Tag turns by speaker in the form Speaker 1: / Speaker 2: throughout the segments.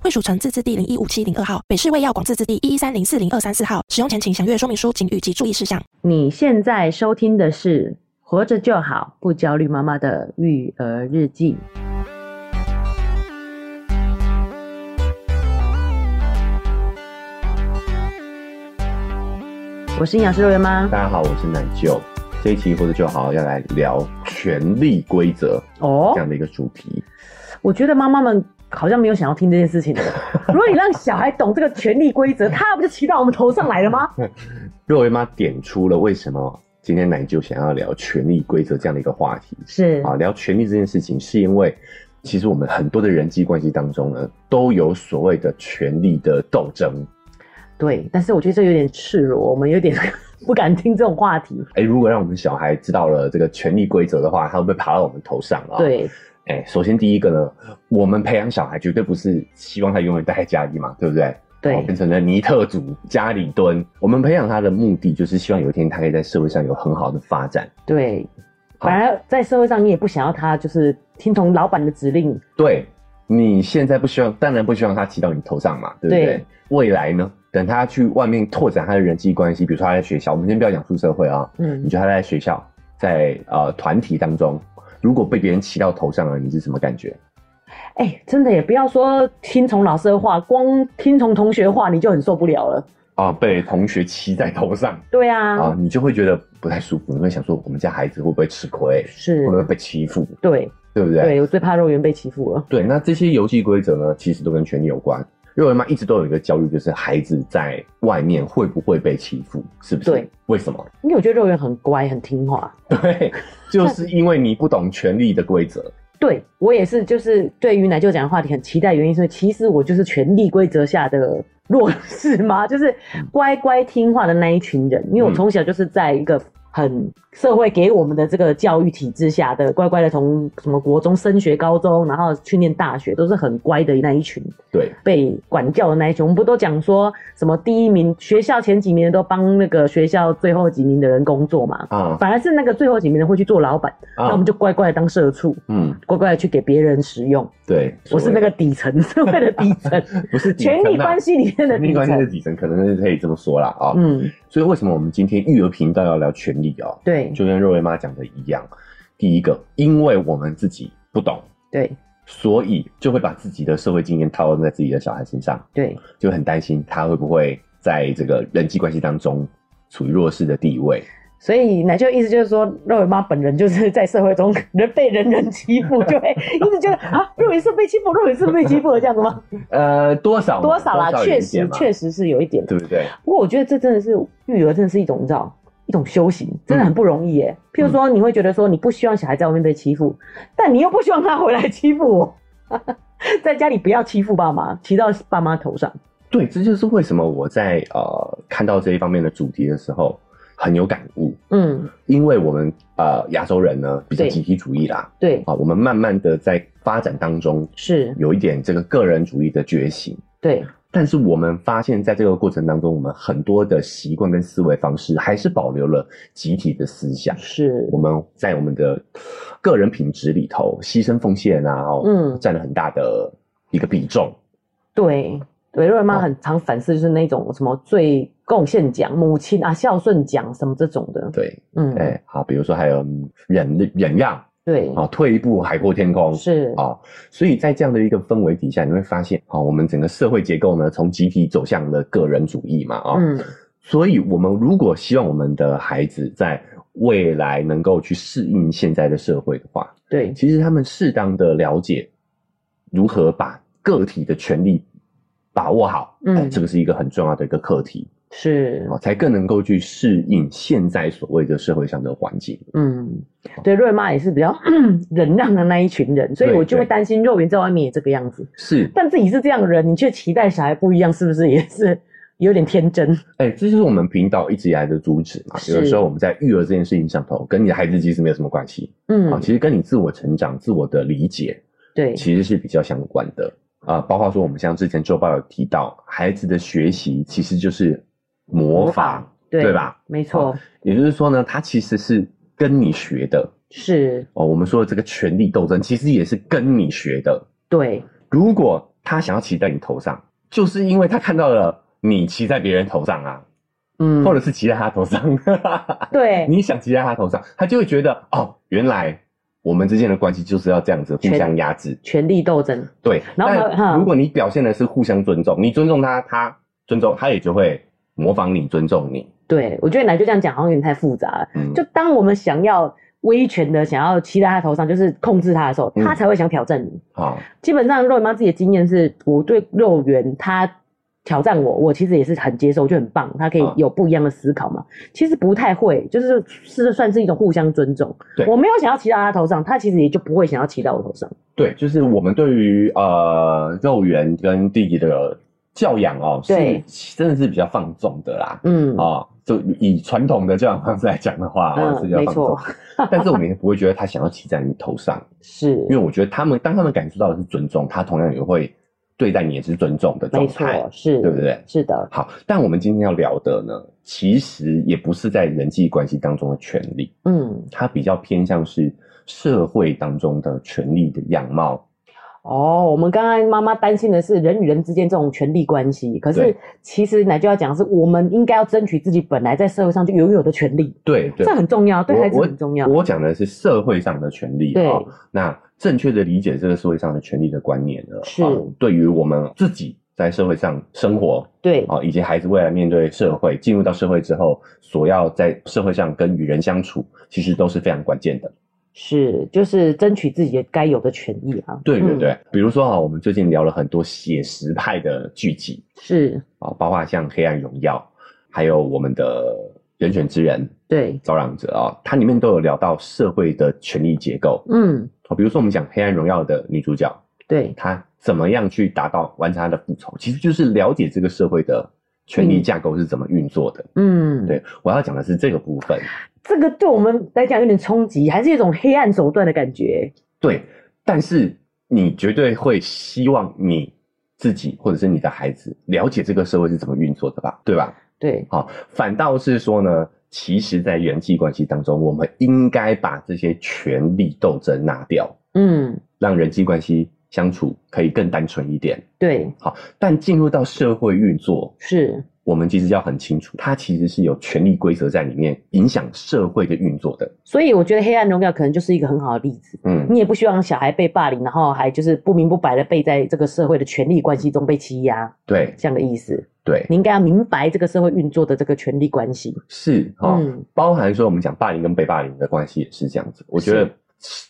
Speaker 1: 惠蜀城自治地零一五七零二号，北市卫药广自治地一一三零四零二三四号。使用前请详阅说明书请及注意事项。
Speaker 2: 你现在收听的是《活着就好，不焦虑妈妈的育儿日记》。我是营养师肉圆妈。
Speaker 3: 大家好，我是奶舅。这一期或者就好要来聊权力规则
Speaker 2: 哦
Speaker 3: 这，样的一个主题。
Speaker 2: 我觉得妈妈们好像没有想要听这件事情的。如果你让小孩懂这个权力规则，他不就骑到我们头上来了吗？
Speaker 3: 若薇妈点出了为什么今天奶舅想要聊权力规则这样的一个话题
Speaker 2: 是哦
Speaker 3: 啊，聊权力这件事情，是因为其实我们很多的人际关系当中呢，都有所谓的权力的斗争。
Speaker 2: 对，但是我觉得这有点赤裸，我们有点 不敢听这种话题。
Speaker 3: 哎、如果让我们小孩知道了这个权力规则的话，他会不会爬到我们头上啊？。
Speaker 2: 对，
Speaker 3: 哎、首先第一个呢，我们培养小孩绝对不是希望他永远待在家里嘛，对不对？
Speaker 2: 对
Speaker 3: 哦变成了尼特族家里蹲。我们培养他的目的就是希望有一天他可以在社会上有很好的发展。
Speaker 2: 对，
Speaker 3: 好
Speaker 2: 反而在社会上你也不想要他就是听从老板的指令，
Speaker 3: 对，你现在不希望，当然不希望他骑到你头上嘛，对不对？
Speaker 2: 对
Speaker 3: 未来呢，等他去外面拓展他的人际关系，比如说他在学校，我们先不要讲出社会啊，
Speaker 2: 嗯
Speaker 3: 你，觉得他在学校，在呃团体当中，如果被别人骑到头上了，你是什么感觉？
Speaker 2: 哎、真的也不要说听从老师的话，光听从同学的话你就很受不了了。
Speaker 3: 啊，被同学骑在头上。
Speaker 2: 对啊，
Speaker 3: 啊，你就会觉得不太舒服，你会想说我们家孩子会不会吃亏，
Speaker 2: 是
Speaker 3: 会不，会被欺负，
Speaker 2: 对
Speaker 3: 对不对？
Speaker 2: 对，我最怕肉圆被欺负了。
Speaker 3: 对那这些游戏规则呢，其实都跟权力有关。肉圆妈一直都有一个焦虑，就是孩子在外面会不会被欺负，是不是？
Speaker 2: 对，
Speaker 3: 为什么？
Speaker 2: 因为我觉得肉圆很乖，很听话。
Speaker 3: 对，就是因为你不懂权力的规则。
Speaker 2: 对我也是，就是对于奶舅讲的话题很期待，原因是因为其实我就是权力规则下的弱势嘛，就是乖乖听话的那一群人，因为我
Speaker 3: 嗯
Speaker 2: 从小就是在一个。很社会给我们的这个教育体制下的乖乖的从什么国中升学高中，然后去念大学，都是很乖的那一群
Speaker 3: 对，
Speaker 2: 被管教的那一群。我们不都讲说什么第一名学校前几名的都帮那个学校最后几名的人工作嘛？
Speaker 3: 啊
Speaker 2: 反而是那个最后几名的会去做老板，那我
Speaker 3: 啊
Speaker 2: 们，就乖乖的当社畜。
Speaker 3: 嗯，
Speaker 2: 乖乖的去给别人使用。
Speaker 3: 对，
Speaker 2: 我是那
Speaker 3: 个
Speaker 2: 个底层，社会的底 层，
Speaker 3: 不是底层啊
Speaker 2: 权力关系里面的
Speaker 3: 权力
Speaker 2: 底
Speaker 3: 关系的
Speaker 2: 层。
Speaker 3: 底层，可能是可以这么说啦啊。
Speaker 2: 嗯，
Speaker 3: 所以为什么我们今天育儿频道要聊权力哦？
Speaker 2: 对
Speaker 3: 就跟肉圆妈讲的一样，第一个，因为我们自己不懂，
Speaker 2: 对
Speaker 3: 所以就会把自己的社会经验套用在自己的小孩身上，
Speaker 2: 对
Speaker 3: 就很担心他会不会在这个人际关系当中处于弱势的地位。
Speaker 2: 所以奶舅意思就是说，肉圆妈本人就是在社会中人被人人欺负，就会一直觉得啊，肉圆是被欺负，肉圆是被欺负的这样子 吗？
Speaker 3: 呃，多少嘛
Speaker 2: 嗯多少啦，
Speaker 3: 有
Speaker 2: 确
Speaker 3: 一点
Speaker 2: 实
Speaker 3: 嘛
Speaker 2: 确实是有一点。
Speaker 3: 对不对？
Speaker 2: 不过我觉得这真的是育儿，真的是一种你知道一种修行，真的很不容易耶。譬如说，你会觉得说你不希望小孩在外面被欺负，但你又不希望他回来欺负 我，在家里不要欺负爸妈，骑到爸妈头上。
Speaker 3: 对，这就是为什么我在呃看到这一方面的主题的时候很有感悟，
Speaker 2: 嗯，
Speaker 3: 因为我们呃亚洲人呢比较
Speaker 2: 对
Speaker 3: 集体主义啦，
Speaker 2: 对，
Speaker 3: 啊，我们慢慢的在发展当中
Speaker 2: 哦是，
Speaker 3: 有一点这个个人主义的觉醒。
Speaker 2: 对，
Speaker 3: 但是我们发现，在这个过程当中，我们很多的习惯跟思维方式还是保留了集体的思想。
Speaker 2: 是
Speaker 3: 我，们在我们的个人品质里头，牺牲奉献啊，哦
Speaker 2: 嗯
Speaker 3: 占了很大的一个比重。
Speaker 2: 对。对，瑞妈很常反思，就是那种什么最贡献奖、母亲啊、孝顺奖什么这种的。
Speaker 3: 对，
Speaker 2: 嗯，
Speaker 3: 哎、好，比如说还有嗯忍忍让
Speaker 2: 对，
Speaker 3: 啊，退一步海阔天空。
Speaker 2: 是，
Speaker 3: 啊，所以在这样的一个氛围底下，你会发现，啊，我们整个社会结构呢，从集体走向了个人主义嘛，啊、
Speaker 2: 嗯，
Speaker 3: 所以，我们如果希望我们的孩子在未来能够去适应现在的社会的话，
Speaker 2: 对，
Speaker 3: 其实他们适当的了解如何把个体的权利把握好，
Speaker 2: 嗯
Speaker 3: 哎这个是一个很重要的一个课题。
Speaker 2: 是
Speaker 3: 哦，才更能够去适应现在所谓的社会上的环境。
Speaker 2: 嗯，对，瑞妈也是比较 忍让的那一群人，所以
Speaker 3: 对
Speaker 2: 我就会
Speaker 3: 对
Speaker 2: 担心肉圆在外面也这个样子。
Speaker 3: 是，
Speaker 2: 但自己是这样的人，你却期待小孩不一样，是不是也是有点天真？
Speaker 3: 哎、这就是我们频道一直以来的主旨嘛。
Speaker 2: 是
Speaker 3: 有的时候我们在育儿这件事情上头，跟你的孩子其实没有什么关系啊、
Speaker 2: 嗯，
Speaker 3: 其实跟你自我成长、自我的理解
Speaker 2: 对，
Speaker 3: 其实是比较相关的啊、包括说我们像之前周报有提到，孩子的学习其实就是模仿，
Speaker 2: 对
Speaker 3: 对吧？
Speaker 2: 没错，
Speaker 3: 也就是说呢，他其实是跟你学的
Speaker 2: 是
Speaker 3: 哦。我们说的这个权力斗争，其实也是跟你学的。
Speaker 2: 对，
Speaker 3: 如果他想要骑在你头上，就是因为他看到了你骑在别人头上啊，
Speaker 2: 嗯，
Speaker 3: 或者是骑在他头上，
Speaker 2: 对，
Speaker 3: 你想骑在他头上，他就会觉得哦，原来我们之间的关系就是要这样子互
Speaker 2: 确
Speaker 3: 相压制。
Speaker 2: 权力斗争，
Speaker 3: 对，
Speaker 2: 然后他嗯哈
Speaker 3: 但如果你表现的是互相尊重，你尊重他，他尊重他也就会模仿你，尊重你。
Speaker 2: 对我觉得奶就这样讲好像有点太复杂了。
Speaker 3: 嗯，
Speaker 2: 就当我们想要威权的想要骑在他头上，就是控制他的时候，
Speaker 3: 嗯
Speaker 2: 他才会想挑战你。
Speaker 3: 好，
Speaker 2: 基本上肉圆妈自己的经验是，我对肉圆他挑战我，我其实也是很接受，我觉得很棒，他可以
Speaker 3: 啊
Speaker 2: 有不一样的思考嘛。其实不太会，就是是算是一种互相尊重。
Speaker 3: 对
Speaker 2: 我没有想要骑到他头上，他其实也就不会想要骑到我头上。
Speaker 3: 对，就是我们对于呃肉圆跟弟弟的教养哦，
Speaker 2: 对
Speaker 3: 是真的是比较放纵的啦。
Speaker 2: 嗯，
Speaker 3: 哦，就以传统的教养方式来讲的话，
Speaker 2: 嗯
Speaker 3: 哦是要
Speaker 2: 没
Speaker 3: 放
Speaker 2: 错
Speaker 3: 纵， 但是我们也不会觉得他想要骑在你头上，
Speaker 2: 是
Speaker 3: 因为我觉得他们当他们感受到的是尊重，他同样也会对待你也是尊重的
Speaker 2: 没
Speaker 3: 状态
Speaker 2: 错，。是
Speaker 3: 对不对
Speaker 2: 是的，
Speaker 3: 好，但我们今天要聊的呢，其实也不是在人际关系当中的权利，
Speaker 2: 嗯，
Speaker 3: 它比较偏向是社会当中的权利的样貌。
Speaker 2: 哦，我们刚刚妈妈担心的是人与人之间这种权力关系，可是
Speaker 3: 对
Speaker 2: 其实奶就要讲的是，我们应该要争取自己本来在社会上就拥有的权利，
Speaker 3: 对对
Speaker 2: 这，很重要，对
Speaker 3: 我
Speaker 2: 孩子
Speaker 3: 我
Speaker 2: 很重要。
Speaker 3: 我讲的是社会上的权利
Speaker 2: 对
Speaker 3: 哦，那正确的理解这个社会上的权利的观念呢，
Speaker 2: 是
Speaker 3: 啊对于我们自己在社会上生活
Speaker 2: 对，
Speaker 3: 啊，以及孩子未来面对社会进入到社会之后，所要在社会上跟与人相处，其实都是非常关键的。
Speaker 2: 是，就是争取自己该有的权益啊。
Speaker 3: 对对
Speaker 2: 嗯
Speaker 3: 对，比如说啊，我们最近聊了很多写实派的剧集
Speaker 2: 是，
Speaker 3: 啊，包括像《黑暗荣耀》，还有我们的《人选之人》《
Speaker 2: 对，
Speaker 3: 招揽者》啊，它里面都有聊到社会的权力结构。
Speaker 2: 嗯，
Speaker 3: 哦，比如说我们讲《黑暗荣耀》的女主角，
Speaker 2: 对，
Speaker 3: 她怎么样去达到完成她的复仇，其实就是了解这个社会的权力架构是怎么运作的。
Speaker 2: 嗯，，
Speaker 3: 对我要讲的是这个部分，
Speaker 2: 这个对我们来讲有点冲击，还是一种黑暗手段的感觉。
Speaker 3: 对，但是你绝对会希望你自己或者是你的孩子了解这个社会是怎么运作的吧，对吧？
Speaker 2: 对，
Speaker 3: 好，反倒是说呢，其实，在人际关系当中，我们应该把这些权力斗争拿掉，
Speaker 2: 嗯，
Speaker 3: 让人际关系相处可以更单纯一点。
Speaker 2: 对，
Speaker 3: 但进入到社会运作，
Speaker 2: 是，
Speaker 3: 我们其实要很清楚，它其实是有权力规则在里面影响社会的运作的。
Speaker 2: 所以我觉得黑暗荣耀可能就是一个很好的例子。
Speaker 3: 嗯，
Speaker 2: 你也不希望小孩被霸凌，然后还就是不明不白的被在这个社会的权力关系中被欺压，
Speaker 3: 对
Speaker 2: 这样的意思。
Speaker 3: 对，
Speaker 2: 你应该要明白这个社会运作的这个权力关系。
Speaker 3: 是哦，
Speaker 2: 嗯
Speaker 3: 包含说我们讲霸凌跟被霸凌的关系也是这样子。我觉得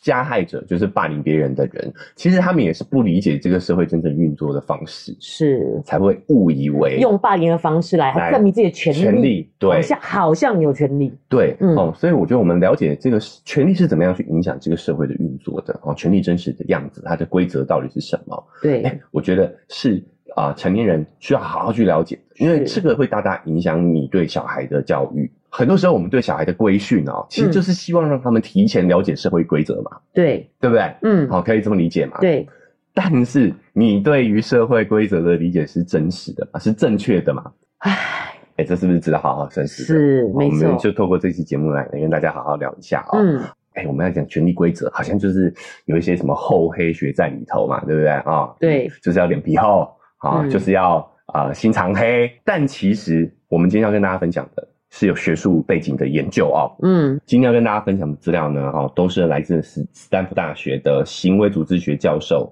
Speaker 3: 加害者就是霸凌别人的人，其实他们也是不理解这个社会真正运作的方式，
Speaker 2: 是
Speaker 3: 才会误以为
Speaker 2: 用霸凌的方式来
Speaker 3: 来
Speaker 2: 证明自己的权利，
Speaker 3: 权力
Speaker 2: 好
Speaker 3: 对
Speaker 2: 像好像有权利。
Speaker 3: 对，
Speaker 2: 嗯
Speaker 3: 哦，所以我觉得我们了解这个权力是怎么样去影响这个社会的运作的哦，权力真实的样子，它的规则到底是什么？
Speaker 2: 对，
Speaker 3: 哎、我觉得是啊、呃成年人需要好好去了解的，因为
Speaker 2: 是
Speaker 3: 这个会大大影响你对小孩的教育。很多时候，我们对小孩的规训哦，
Speaker 2: 嗯
Speaker 3: 其实就是希望让他们提前了解社会规则嘛，
Speaker 2: 对，
Speaker 3: 对不对？
Speaker 2: 嗯，
Speaker 3: 好，可以这么理解嘛？。
Speaker 2: 对，
Speaker 3: 但是你对于社会规则的理解是真实的嘛？是正确的嘛？
Speaker 2: 唉，
Speaker 3: 哎，这是不是值得好好深思的？
Speaker 2: 是
Speaker 3: 好
Speaker 2: 没
Speaker 3: 我们就
Speaker 2: 错，
Speaker 3: 透过这期节目来跟大家好好聊一下哦。
Speaker 2: 嗯，
Speaker 3: 哎、我们要讲权力规则，好像就是有一些什么厚黑学在里头嘛，对不对啊、
Speaker 2: 对，
Speaker 3: 就是要脸皮厚啊、
Speaker 2: 嗯
Speaker 3: 就是要啊、呃心肠黑。但其实我们今天要跟大家分享的是有学术背景的研究哦。
Speaker 2: 嗯，
Speaker 3: 今天要跟大家分享的资料呢，哦，都是来自斯斯坦福大学的行为组织学教授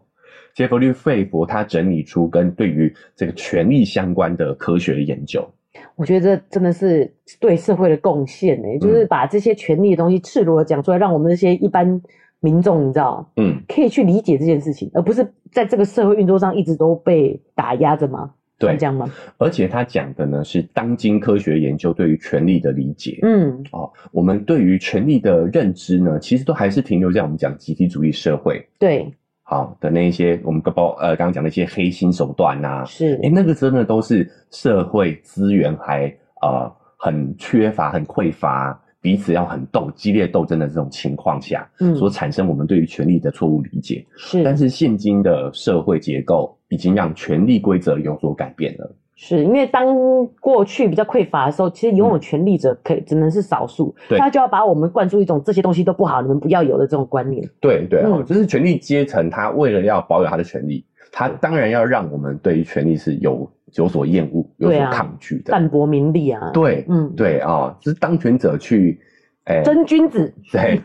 Speaker 3: 杰弗瑞·费伯，他整理出跟对于这个权力相关的科学研究。
Speaker 2: 我觉得这真的是对社会的贡献
Speaker 3: 嗯
Speaker 2: 呢，就是把这些权利的东西赤裸地讲出来，让我们这些一般民众，你知道，
Speaker 3: 嗯，
Speaker 2: 可以去理解这件事情，而不是在这个社会运作上一直都被打压着嘛。
Speaker 3: 对
Speaker 2: 算这，样吗？
Speaker 3: 而且他讲的呢是当今科学研究对于权力的理解。
Speaker 2: 嗯
Speaker 3: 哦，我们对于权力的认知呢，其实都还是停留在我们讲集体主义社会
Speaker 2: 对，
Speaker 3: 好的那一些，我们包呃刚刚讲的一些黑心手段呐、啊，
Speaker 2: 是
Speaker 3: 哎，那个真的都是社会资源还呃很缺乏、很匮乏，彼此要很斗、激烈斗争的这种情况下，
Speaker 2: 嗯
Speaker 3: 所产生我们对于权力的错误理解。
Speaker 2: 是，
Speaker 3: 但是现今的社会结构已经让权力规则有所改变了。
Speaker 2: 是因为当过去比较匮乏的时候，其实拥有权力者可以只能是少数，
Speaker 3: 嗯对
Speaker 2: 他就要把我们灌输一种这些东西都不好，你们不要有的这种观念。
Speaker 3: 对对、哦，
Speaker 2: 嗯
Speaker 3: 就是权力阶层，他为了要保有他的权利，他当然要让我们对于权力是有有所厌恶、有
Speaker 2: 对
Speaker 3: 所
Speaker 2: 啊
Speaker 3: 抗拒的。
Speaker 2: 淡泊名利啊，，
Speaker 3: 对
Speaker 2: 嗯，
Speaker 3: 对啊、哦，就是当权者去，哎、
Speaker 2: 真君子，
Speaker 3: 对，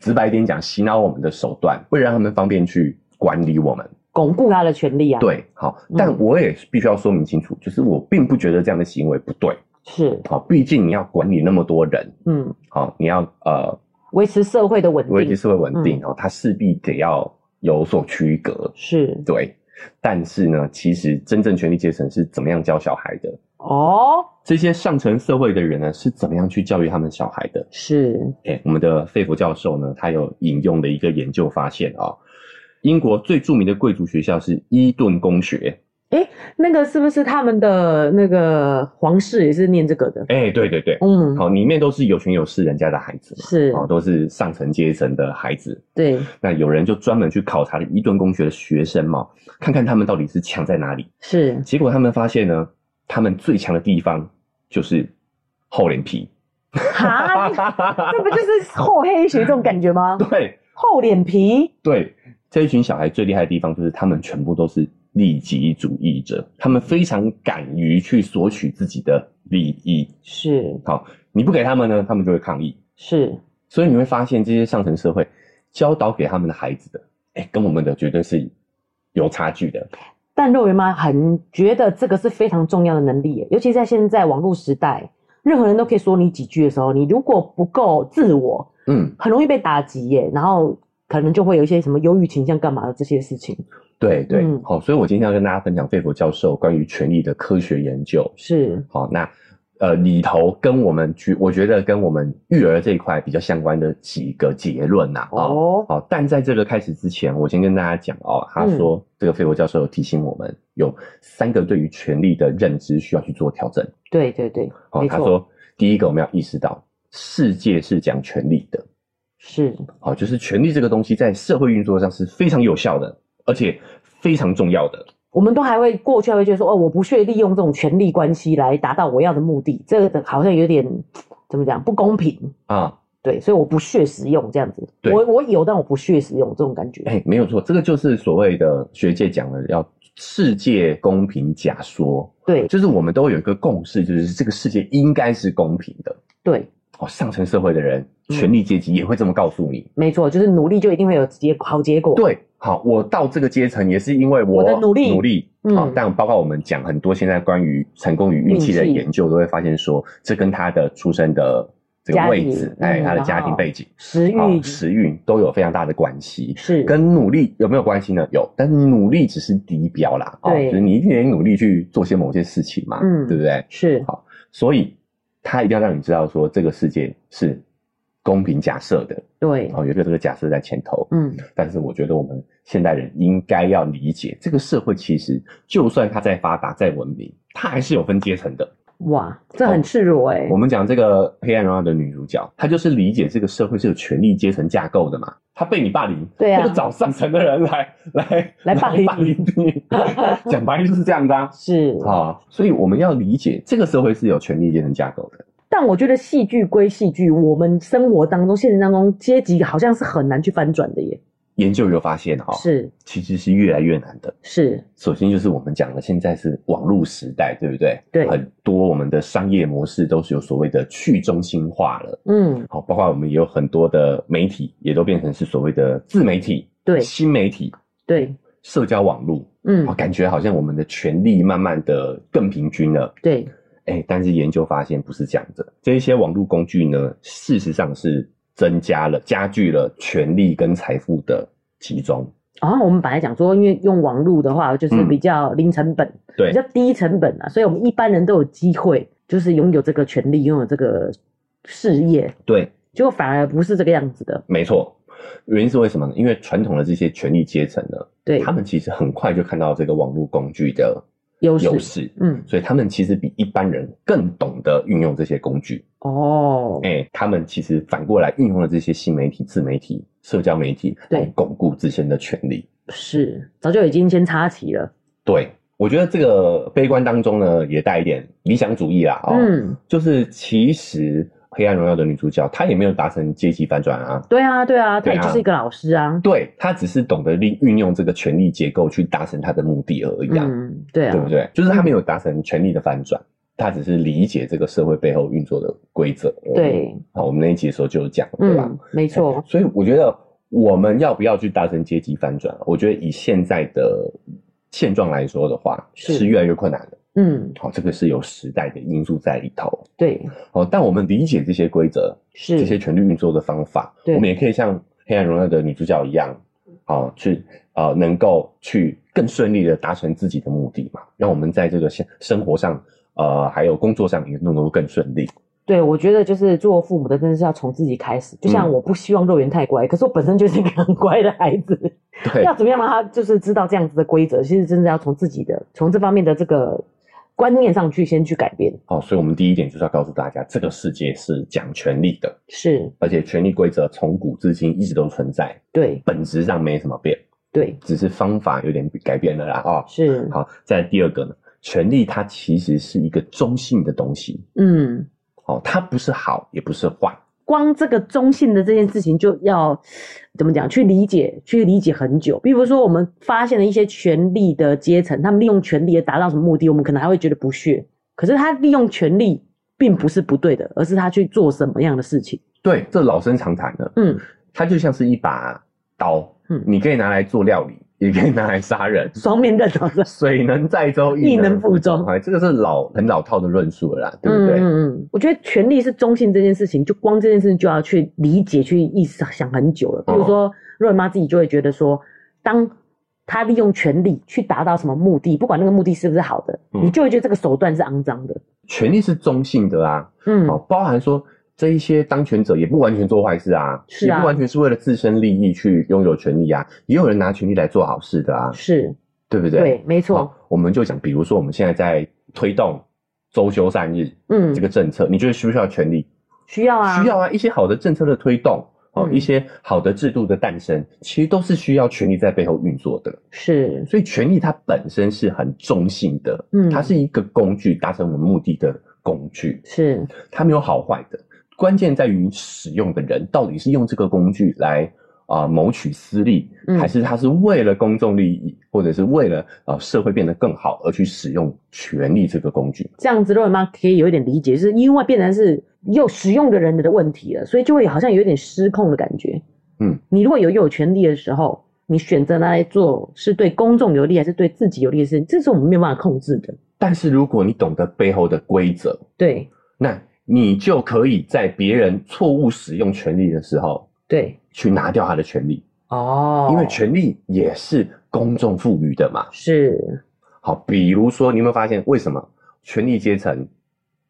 Speaker 3: 直白一点讲，洗脑我们的手段，为了让他们方便去管理我们。
Speaker 2: 巩固他的权利啊，，
Speaker 3: 对，好
Speaker 2: 嗯，
Speaker 3: 但我也必须要说明清楚，就是我并不觉得这样的行为不对。
Speaker 2: 是，
Speaker 3: 好，毕竟你要管理那么多人，
Speaker 2: 嗯，
Speaker 3: 好，你要呃
Speaker 2: 维持社会的稳
Speaker 3: 维持
Speaker 2: 定，嗯
Speaker 3: 社会稳定，哦，它势必得要有所区隔。
Speaker 2: 是，
Speaker 3: 对，但是呢，其实真正权力阶层是怎么样教小孩的？
Speaker 2: 哦，
Speaker 3: 这些上层社会的人呢，是怎么样去教育他们小孩的？
Speaker 2: 是，
Speaker 3: 哎，我们的费佛教授呢，他有引用的一个研究发现啊、英国最著名的贵族学校是伊顿公学。
Speaker 2: 那个是不是他们的那个皇室也是念这个的？
Speaker 3: 哎，对对对，
Speaker 2: 嗯，
Speaker 3: 好、里面都是有权有势人家的孩子嘛，
Speaker 2: 是，
Speaker 3: 哦，都是上层阶层的孩子。
Speaker 2: 对，
Speaker 3: 那有人就专门去考察了伊顿公学的学生嘛，看看他们到底是强在哪里。
Speaker 2: 是，
Speaker 3: 结果他们发现呢，他们最强的地方就是厚脸皮。
Speaker 2: 哈，这不就是厚黑学这种感觉吗？
Speaker 3: 对
Speaker 2: 厚脸皮，
Speaker 3: 对，这一群小孩最厉害的地方就是他们全部都是利己主义者，他们非常敢于去索取自己的利益。
Speaker 2: 是
Speaker 3: 好，你不给他们呢，他们就会抗议。
Speaker 2: 是，
Speaker 3: 所以你会发现，这些上层社会教导给他们的孩子的，哎，跟我们的绝对是有差距的。
Speaker 2: 但肉圆妈很觉得这个是非常重要的能力耶，尤其在现在网络时代，任何人都可以说你几句的时候，你如果不够自我，
Speaker 3: 嗯，
Speaker 2: 很容易被打击耶，然后可能就会有一些什么忧郁倾向干嘛的这些事情。
Speaker 3: 对对，
Speaker 2: 嗯
Speaker 3: 好、所以我今天要跟大家分享费佛教授关于权力的科学研究。
Speaker 2: 是
Speaker 3: 好、那呃里头跟我们去，我觉得跟我们育儿这一块比较相关的几个结论呐、啊。哦，
Speaker 2: 哦，
Speaker 3: 好、但在这个开始之前，我先跟大家讲哦，他
Speaker 2: 嗯
Speaker 3: 说、这个费佛教授有提醒我们有三个对于权力的认知需要去做调整。
Speaker 2: 对对对，
Speaker 3: 哦，
Speaker 2: 没
Speaker 3: 他
Speaker 2: 错，
Speaker 3: 说第一个我们要意识到世界是讲权力的，
Speaker 2: 是
Speaker 3: 哦，就是权力这个东西在社会运作上是非常有效的，而且非常重要的。
Speaker 2: 我们都还会过去还会觉得说，哦，我不屑利用这种权力关系来达到我要的目的，这个好像有点怎么讲不公平。
Speaker 3: 啊，
Speaker 2: 对，所以我不屑使用这样子。
Speaker 3: 对
Speaker 2: 我我有，但我不屑使用这种感觉。
Speaker 3: 哎，没有错，这个就是所谓的学界讲的，要世界公平假说，
Speaker 2: 对
Speaker 3: 就是我们都有一个共识，就是这个世界应该是公平的。
Speaker 2: 对，
Speaker 3: 哦，上层社会的人，
Speaker 2: 嗯
Speaker 3: 权力阶级也会这么告诉你。
Speaker 2: 没错，就是努力就一定会有结好结果。
Speaker 3: 对，好，我到这个阶层也是因为我
Speaker 2: 我的努力
Speaker 3: 努力。
Speaker 2: 嗯
Speaker 3: 好、但包括我们讲很多现在关于成功与运气的
Speaker 2: 运气
Speaker 3: 研究，都会发现说，这跟他的出生的这个
Speaker 2: 家
Speaker 3: 位
Speaker 2: 庭
Speaker 3: 置，
Speaker 2: 嗯
Speaker 3: 哎，他的
Speaker 2: 然
Speaker 3: 家庭
Speaker 2: 后
Speaker 3: 背景、
Speaker 2: 食
Speaker 3: 好
Speaker 2: 欲
Speaker 3: 时运都有非常大的关系。
Speaker 2: 是
Speaker 3: 跟努力有没有关系呢？有，但是努力只是底标啦，哦，
Speaker 2: 对
Speaker 3: 就是你一定得努力去做些某些事情嘛，
Speaker 2: 嗯
Speaker 3: 对不对？
Speaker 2: 是
Speaker 3: 好所以他一定要让你知道说这个世界是公平假设的，
Speaker 2: 对
Speaker 3: 然，后有一个这个假设在前头。
Speaker 2: 嗯，
Speaker 3: 但是我觉得我们现代人应该要理解，这个社会其实就算它再发达、再文明，它还是有分阶层的。
Speaker 2: 哇，这很赤裸哎、
Speaker 3: 我们讲这个《黑暗荣耀》的女主角，她就是理解这个社会是有权力阶层架构的嘛，她被你霸凌，
Speaker 2: 对啊
Speaker 3: 她就找上层的人来来
Speaker 2: 来霸凌你
Speaker 3: 你，讲白了就是这样子啊。
Speaker 2: 是
Speaker 3: 啊，所以我们要理解这个社会是有权力阶层架构的。
Speaker 2: 但我觉得戏剧归戏剧，我们生活当中、现实当中，阶级好像是很难去翻转的耶。
Speaker 3: 研究有发现哈、哦，
Speaker 2: 是
Speaker 3: 其实是越来越难的。
Speaker 2: 是，
Speaker 3: 首先就是我们讲的，现在是网络时代，对不对？
Speaker 2: 对
Speaker 3: 很多我们的商业模式都是有所谓的去中心化了。
Speaker 2: 嗯，
Speaker 3: 好，包括我们也有很多的媒体也都变成是所谓的自媒体、
Speaker 2: 对
Speaker 3: 新媒体、
Speaker 2: 对，
Speaker 3: 社交网络，
Speaker 2: 嗯
Speaker 3: 好，感觉好像我们的权利慢慢的更平均了。
Speaker 2: 对，
Speaker 3: 哎，但是研究发现不是这样的，这一些网络工具呢，事实上是增加了、加剧了权力跟财富的集中。
Speaker 2: 好像我们本来讲说，因为用网络的话，就是
Speaker 3: 嗯
Speaker 2: 比较零成本，
Speaker 3: 对
Speaker 2: 比较低成本啊，所以我们一般人都有机会，就是拥有这个权利，拥有这个事业，
Speaker 3: 对，
Speaker 2: 结果反而不是这个样子的。
Speaker 3: 没错。原因是为什么呢？因为传统的这些权力阶层呢，
Speaker 2: 对，
Speaker 3: 他们其实很快就看到这个网络工具的
Speaker 2: 优势
Speaker 3: 优，势，
Speaker 2: 嗯，
Speaker 3: 所以他们其实比一般人更懂得运用这些工具。
Speaker 2: 哦，
Speaker 3: 哎、他们其实反过来运用了这些新媒体、自媒体、社交媒体，
Speaker 2: 对
Speaker 3: 来巩固自身的权利。
Speaker 2: 是，早就已经先插旗了，
Speaker 3: 对，我觉得这个悲观当中呢，也带一点理想主义啦。哦，
Speaker 2: 嗯，
Speaker 3: 就是其实《黑暗荣耀》的女主角她也没有达成阶级反转啊，
Speaker 2: 对啊，对啊，他
Speaker 3: 对啊
Speaker 2: 也就是一个老师啊，
Speaker 3: 对她只是懂得利运用这个权力结构去达成她的目的而已啊，
Speaker 2: 嗯，对
Speaker 3: 对
Speaker 2: 啊，
Speaker 3: 不对？就是她没有达成权力的反转，她只是理解这个社会背后运作的规则。
Speaker 2: 对，
Speaker 3: 好，我们那一集的时候就有讲，对吧？哎
Speaker 2: 嗯，没错，
Speaker 3: 所以我觉得我们要不要去达成阶级翻转？啊我觉得以现在的现状来说的话，
Speaker 2: 是
Speaker 3: 是越来越困难的。
Speaker 2: 嗯，
Speaker 3: 好、这个是有时代的因素在里头。
Speaker 2: 对，
Speaker 3: 哦，但我们理解这些规则、这些
Speaker 2: 是，
Speaker 3: 权力运作的方法，
Speaker 2: 对
Speaker 3: 我们也可以像《黑暗荣耀》的女主角一样，哦，去呃，能够去更顺利的达成自己的目的嘛。让我们在这个生生活上，呃，还有工作上也能够更顺利。
Speaker 2: 对，我觉得就是做父母的，真的是要从自己开始。就像
Speaker 3: 嗯
Speaker 2: 我不希望肉圆太乖，可是我本身就是一个很乖的孩子，
Speaker 3: 对
Speaker 2: 要，怎么样让他就是知道这样子的规则？其实真的要从自己的从这方面的这个观念上去先去改变。
Speaker 3: 哦，所以我们第一点就是要告诉大家，这个世界是讲权力的。
Speaker 2: 是
Speaker 3: 而且权力规则从古至今一直都存在，
Speaker 2: 对
Speaker 3: 本质上没什么变，
Speaker 2: 对
Speaker 3: 只是方法有点改变了啦。哦，
Speaker 2: 是，
Speaker 3: 好，再来第二个呢，权力它其实是一个中性的东西，
Speaker 2: 嗯，
Speaker 3: 哦，它不是好也不是坏，
Speaker 2: 光这个中性的这件事情就要怎么讲去理解，去理解很久。比如说我们发现了一些权力的阶层，他们利用权力而达到什么目的，我们可能还会觉得不屑。可是他利用权力并不是不对的，而是他去做什么样的事情。
Speaker 3: 对，这老生常谈的，
Speaker 2: 嗯，
Speaker 3: 它就像是一把刀，
Speaker 2: 嗯
Speaker 3: 你可以拿来做料理，也可以拿来杀人。
Speaker 2: 双面刃导致
Speaker 3: 水能载舟，
Speaker 2: 亦能覆
Speaker 3: 舟
Speaker 2: 舟
Speaker 3: 哎，这个是老很老套的论述了啦，对不对？
Speaker 2: 嗯嗯，我觉得权力是中性这件事情，就光这件事情就要去理解、去意识想很久
Speaker 3: 哦
Speaker 2: 了。比如说，若妈自己就会觉得说，当她利用权力去达到什么目的，不管那个目的是不是好的，
Speaker 3: 嗯
Speaker 2: 你就会觉得这个手段是肮脏的。
Speaker 3: 权力是中性的啊，
Speaker 2: 嗯，
Speaker 3: 哦，包含说这一些当权者也不完全做坏事啊，
Speaker 2: 是啊
Speaker 3: 也不完全是为了自身利益去拥有权利啊，也有人拿权利来做好事的啊，
Speaker 2: 是
Speaker 3: 对不对？
Speaker 2: 对，没错。
Speaker 3: 好，我们就讲，比如说我们现在在推动周休三日
Speaker 2: 嗯
Speaker 3: 这，个政策，你觉得需不需要权利？
Speaker 2: 需要啊，
Speaker 3: 需要啊，一些好的政策的推动。哦，
Speaker 2: 嗯
Speaker 3: 一些好的制度的诞生，其实都是需要权力在背后运作的。
Speaker 2: 是
Speaker 3: 所以，权力它本身是很中性的，
Speaker 2: 嗯
Speaker 3: 它是一个工具，达成我们目的的工具。
Speaker 2: 是
Speaker 3: 它没有好坏的，关键在于使用的人到底是用这个工具来啊、谋取私利，
Speaker 2: 嗯
Speaker 3: 还是他是为了公众利益，或者是为了呃社会变得更好而去使用权力这个工具？
Speaker 2: 这样子，若妈可以有一点理解，是因为变成是有使用的人的问题了，所以就会好像有点失控的感觉。
Speaker 3: 嗯，
Speaker 2: 你如果有有权利的时候，你选择拿来做是对公众有利还是对自己有利的事情，这是我们没有办法控制的。
Speaker 3: 但是如果你懂得背后的规则，
Speaker 2: 对
Speaker 3: 那你就可以在别人错误使用权力的时候
Speaker 2: 对，
Speaker 3: 去拿掉他的权利，
Speaker 2: 哦
Speaker 3: 因为权力也是公众赋予的嘛。
Speaker 2: 是
Speaker 3: 好，比如说，你有没有发现为什么权力阶层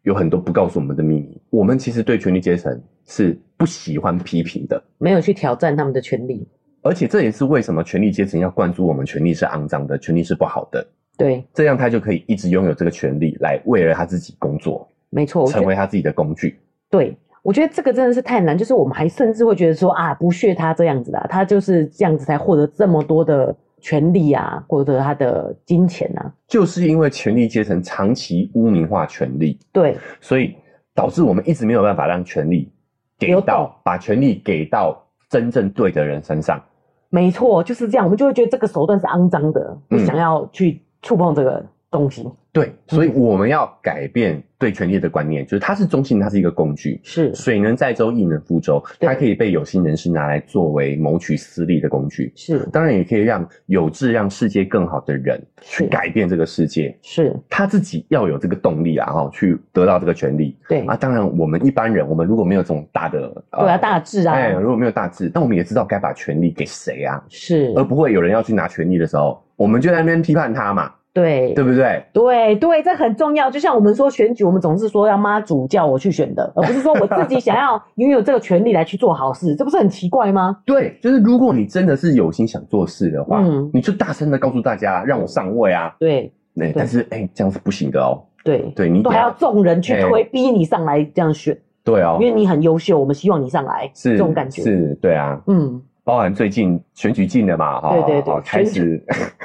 Speaker 3: 有很多不告诉我们的秘密？我们其实对权力阶层是不喜欢批评的，
Speaker 2: 没有去挑战他们的权利。
Speaker 3: 而且这也是为什么权力阶层要灌输我们权力是肮脏的，权力是不好的，
Speaker 2: 对，
Speaker 3: 这样他就可以一直拥有这个权利，来为了他自己工作，
Speaker 2: 没错，我觉
Speaker 3: 成
Speaker 2: 得
Speaker 3: 为他自己的工具。
Speaker 2: 对。我觉得这个真的是太难，就是我们还甚至会觉得说啊，不屑他这样子的啊、他就是这样子才获得这么多的权利啊，获得他的金钱啊，
Speaker 3: 就是因为权力阶层长期污名化权力，
Speaker 2: 对，
Speaker 3: 所以导致我们一直没有办法让权力给
Speaker 2: 流动
Speaker 3: 到，把权力给到真正对的人身上。
Speaker 2: 没错，就是这样，我们就会觉得这个手段是肮脏的，不
Speaker 3: 嗯
Speaker 2: 想要去触碰这个东西。
Speaker 3: 对，所
Speaker 2: 嗯
Speaker 3: 以我们要改变对权力的观念，就是它是中性，它是一个工具。
Speaker 2: 是
Speaker 3: 水能载舟，亦能覆舟，
Speaker 2: 对
Speaker 3: 它可以被有心人士拿来作为谋取私利的工具。
Speaker 2: 是
Speaker 3: 当然，也可以让有志让世界更好的人去
Speaker 2: 是
Speaker 3: 改变这个世界，
Speaker 2: 是，
Speaker 3: 他自己要有这个动力啊，哈，去得到这个权利
Speaker 2: 对
Speaker 3: 啊。当然，我们一般人，我们如果没有这种大的，呃
Speaker 2: 对啊，大致啊，
Speaker 3: 哎，如果没有大志，那我们也知道该把权利给谁啊，
Speaker 2: 是
Speaker 3: 而不会有人要去拿权利的时候，我们就在那边批判他嘛，
Speaker 2: 对
Speaker 3: 对不对？
Speaker 2: 对对，这很重要。就像我们说选举，我们总是说要妈祖叫我去选的，而不是说我自己想 要拥有这个权利来去做好事，这不是很奇怪吗？
Speaker 3: 对，就是如果你真的是有心想做事的话，
Speaker 2: 嗯
Speaker 3: 你就大声的告诉大家，让我上位啊！
Speaker 2: 对
Speaker 3: 哎、但是哎、这样是不行的哦。
Speaker 2: 对，
Speaker 3: 对你
Speaker 2: 都
Speaker 3: 得
Speaker 2: 还要众人去推，
Speaker 3: 哎
Speaker 2: 逼你上来这样选，
Speaker 3: 对哦
Speaker 2: 因，为你很优秀，我们希望你上来，
Speaker 3: 是
Speaker 2: 这种感觉。
Speaker 3: 是，对啊。
Speaker 2: 嗯，
Speaker 3: 包含最近选举近了嘛，哈、
Speaker 2: 对对对
Speaker 3: 哈开始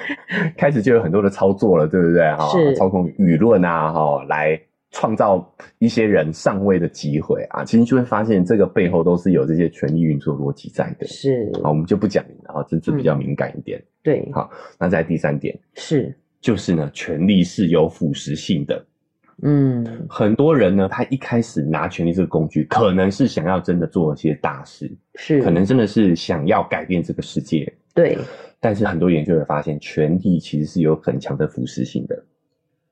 Speaker 3: 开始就有很多的操作了，对不对？哈、
Speaker 2: 是
Speaker 3: 操控舆论啊，哈、来创造一些人上位的机会啊，其实就会发现这个背后都是有这些权力运作逻辑在的。
Speaker 2: 是，嗯
Speaker 3: 好，我们就不讲了，啊，这这比较敏感一点。
Speaker 2: 对，
Speaker 3: 好那在第三点，
Speaker 2: 是，
Speaker 3: 就是呢，权力是有腐蚀性的。
Speaker 2: 嗯，
Speaker 3: 很多人呢，他一开始拿权力这个工具，可能是想要真的做一些大事，
Speaker 2: 是，
Speaker 3: 可能真的是想要改变这个世界。
Speaker 2: 对，
Speaker 3: 但是很多研究也发现，权力其实是有很强的腐蚀性的，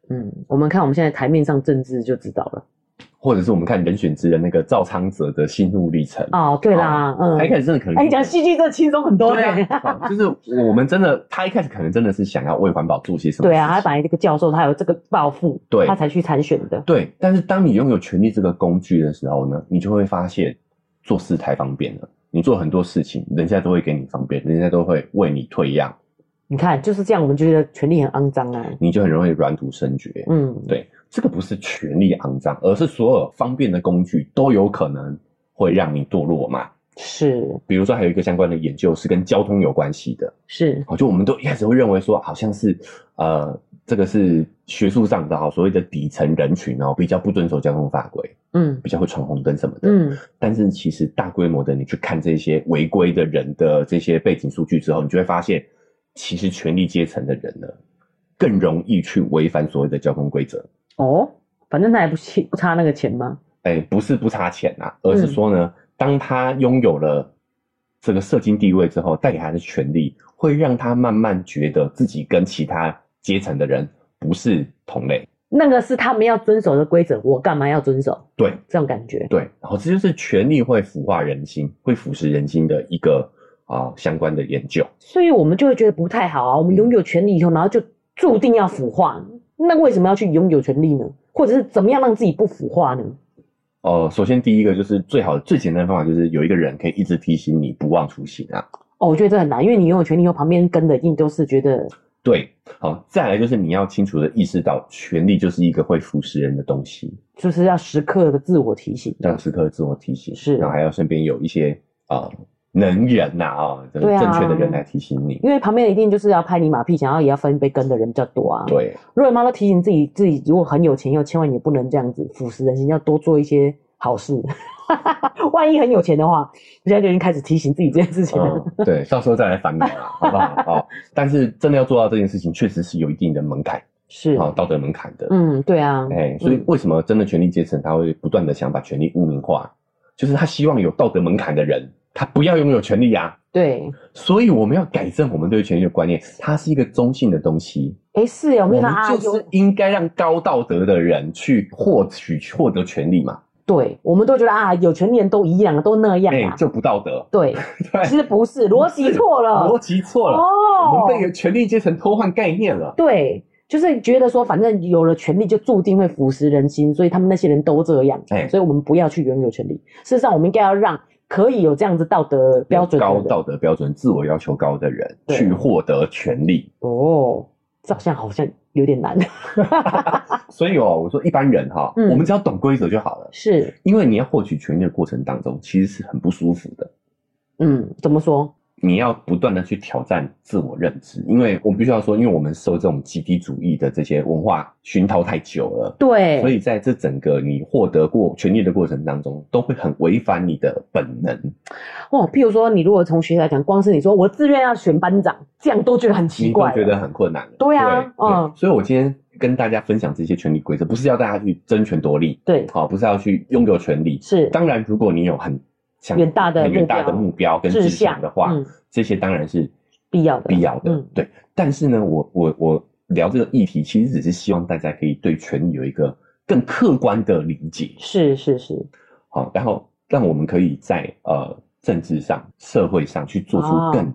Speaker 2: 嗯，我们看我们现在台面上政治就知道了。
Speaker 3: 或者是我们看人选之人那个赵昌泽的心路历程，
Speaker 2: 哦，对啦，嗯，
Speaker 3: 他一开始真的可能
Speaker 2: 哎，你讲戏剧这哎轻松很多
Speaker 3: 对
Speaker 2: 嘞。
Speaker 3: 啊，啊就是我们真的，他一开始可能真的是想要为环保做些什么
Speaker 2: 对
Speaker 3: 事情，
Speaker 2: 啊，他本来这个教授他有这个抱负，
Speaker 3: 对
Speaker 2: 他才去参选的。
Speaker 3: 对，但是当你拥有权力这个工具的时候呢，你就会发现做事太方便了。你做很多事情，人家都会给你方便，人家都会为你退让，
Speaker 2: 你看就是这样，我们就觉得权力很肮脏啊。
Speaker 3: 你就很容易软土生绝。
Speaker 2: 嗯，
Speaker 3: 对，这个不是权力肮脏，而是所有方便的工具都有可能会让你堕落嘛。
Speaker 2: 是
Speaker 3: 比如说，还有一个相关的研究是跟交通有关系的。
Speaker 2: 是，
Speaker 3: 哦，就我们都一开始会认为说，好像是呃，这个是学术上的哈，哦所谓的底层人群哦，比较不遵守交通法规，
Speaker 2: 嗯
Speaker 3: 比较会闯红灯什么的。
Speaker 2: 嗯，
Speaker 3: 但是其实大规模的你去看这些违规的人的这些背景数据之后，你就会发现，其实权力阶层的人呢，更容易去违反所谓的交通规则。
Speaker 2: 哦，反正他也不 欠不差那个钱嘛。
Speaker 3: 哎，不是不差钱呐、而是说呢，当他拥有了这个社经地位之后，带给他的权利，会让他慢慢觉得自己跟其他阶层的人不是同类。
Speaker 2: 那个是他们要遵守的规则，我干嘛要遵守？
Speaker 3: 对
Speaker 2: 这种感觉。
Speaker 3: 对，然后这就是权力会腐化人心，会腐蚀人心的一个啊、相关的研究。
Speaker 2: 所以我们就会觉得不太好
Speaker 3: 嗯
Speaker 2: 啊。我们拥有权利以后，然后就注定要腐化。那为什么要去拥有权利呢？或者是怎么样让自己不腐化呢？
Speaker 3: 哦，首先第一个就是最好最简单的方法，就是有一个人可以一直提醒你不忘初心啊。
Speaker 2: 哦，我觉得这很难，因为你拥有权利以后，旁边跟的一定都是觉得
Speaker 3: 对，好，再来就是你要清楚的意识到，权力就是一个会腐蚀人的东西，
Speaker 2: 就是要时刻的自我提醒。
Speaker 3: 让时刻自我提醒，
Speaker 2: 是
Speaker 3: 然后还要身边有一些啊、呃能人呐啊，这个
Speaker 2: 对啊
Speaker 3: 正确的人来提醒你。
Speaker 2: 因为旁边一定就是要拍你马屁，想要也要分一杯羹的人比较多啊。，
Speaker 3: 对，
Speaker 2: 瑞妈都提醒自己，自己如果很有钱，又千万也不能这样子腐蚀人心，要多做一些好事。 万一很有钱的话，人家就已经开始提醒自己这件事情了。
Speaker 3: 嗯，对，到时候再来烦恼啦，好 不好？好，但是真的要做到这件事情，确实是有一定的门槛
Speaker 2: 是，
Speaker 3: 啊、道德门槛的。
Speaker 2: 嗯，对啊，
Speaker 3: 哎，所以
Speaker 2: 嗯
Speaker 3: 为什么真的权力阶层他会不断的想把权力污名化？就是他希望有道德门槛的人，他不要拥有权力啊。
Speaker 2: 对，
Speaker 3: 所以我们要改正我们对权力的观念，它是一个中性的东西，
Speaker 2: 哎，是有
Speaker 3: 我
Speaker 2: 没有
Speaker 3: 们
Speaker 2: 看啊？
Speaker 3: 就
Speaker 2: 有
Speaker 3: 是，应该让高道德的人去获取获得权利嘛。
Speaker 2: 对，我们都觉得啊，有权利人都一样，都那样
Speaker 3: 哎、
Speaker 2: 啊。
Speaker 3: 就不道德，
Speaker 2: 对，
Speaker 3: 对，
Speaker 2: 其实不是，逻辑错
Speaker 3: 逻
Speaker 2: 了。
Speaker 3: 辑错了，
Speaker 2: 哦
Speaker 3: 我们被权力阶层偷换概念了。
Speaker 2: 对，就是觉得说，反正有了权利就注定会腐蚀人心，所以他们那些人都这样，
Speaker 3: 哎
Speaker 2: 所以我们不要去拥有权利。事实上，我们应该要让可以有这样子道德标准的
Speaker 3: 高
Speaker 2: 人
Speaker 3: 道德标准、自我要求高的人
Speaker 2: 对
Speaker 3: 去获得权利。
Speaker 2: 哦，这好像好像有点难。
Speaker 3: 所以哦，我说一般人哈、
Speaker 2: 嗯
Speaker 3: 我们只要懂规则就好了。
Speaker 2: 是，
Speaker 3: 因为你要获取权利的过程当中，其实是很不舒服的。
Speaker 2: 嗯，怎么说？
Speaker 3: 你要不断的去挑战自我认知，因为我必须要说，因为我们受这种集体主义的这些文化熏陶太久了，
Speaker 2: 对，
Speaker 3: 所以在这整个你获得过权利的过程当中，都会很违反你的本能。
Speaker 2: 哦，譬如说，你如果从学校来讲，光是你说我自愿要选班长，这样都觉得很奇
Speaker 3: 你
Speaker 2: 怪
Speaker 3: 会
Speaker 2: 了，
Speaker 3: 觉得很困难。
Speaker 2: 对啊
Speaker 3: 对对
Speaker 2: 嗯
Speaker 3: 所以我今天跟大家分享这些权利规则，不是要大家去争权夺利，
Speaker 2: 对，
Speaker 3: 好、不是要去拥有权利。
Speaker 2: 是
Speaker 3: 当然，如果你有很想
Speaker 2: 远大的
Speaker 3: 很远
Speaker 2: 目
Speaker 3: 大
Speaker 2: 标
Speaker 3: 的目标跟志向的话，
Speaker 2: 嗯
Speaker 3: 这些当然是
Speaker 2: 必要的
Speaker 3: 必要的。
Speaker 2: 嗯
Speaker 3: 对，但是呢，我我我聊这个议题，其实只是希望大家可以对权益有一个更客观的理解，
Speaker 2: 是是是，
Speaker 3: 好、然后让我们可以在呃政治上、社会上去做
Speaker 2: 哦
Speaker 3: 出更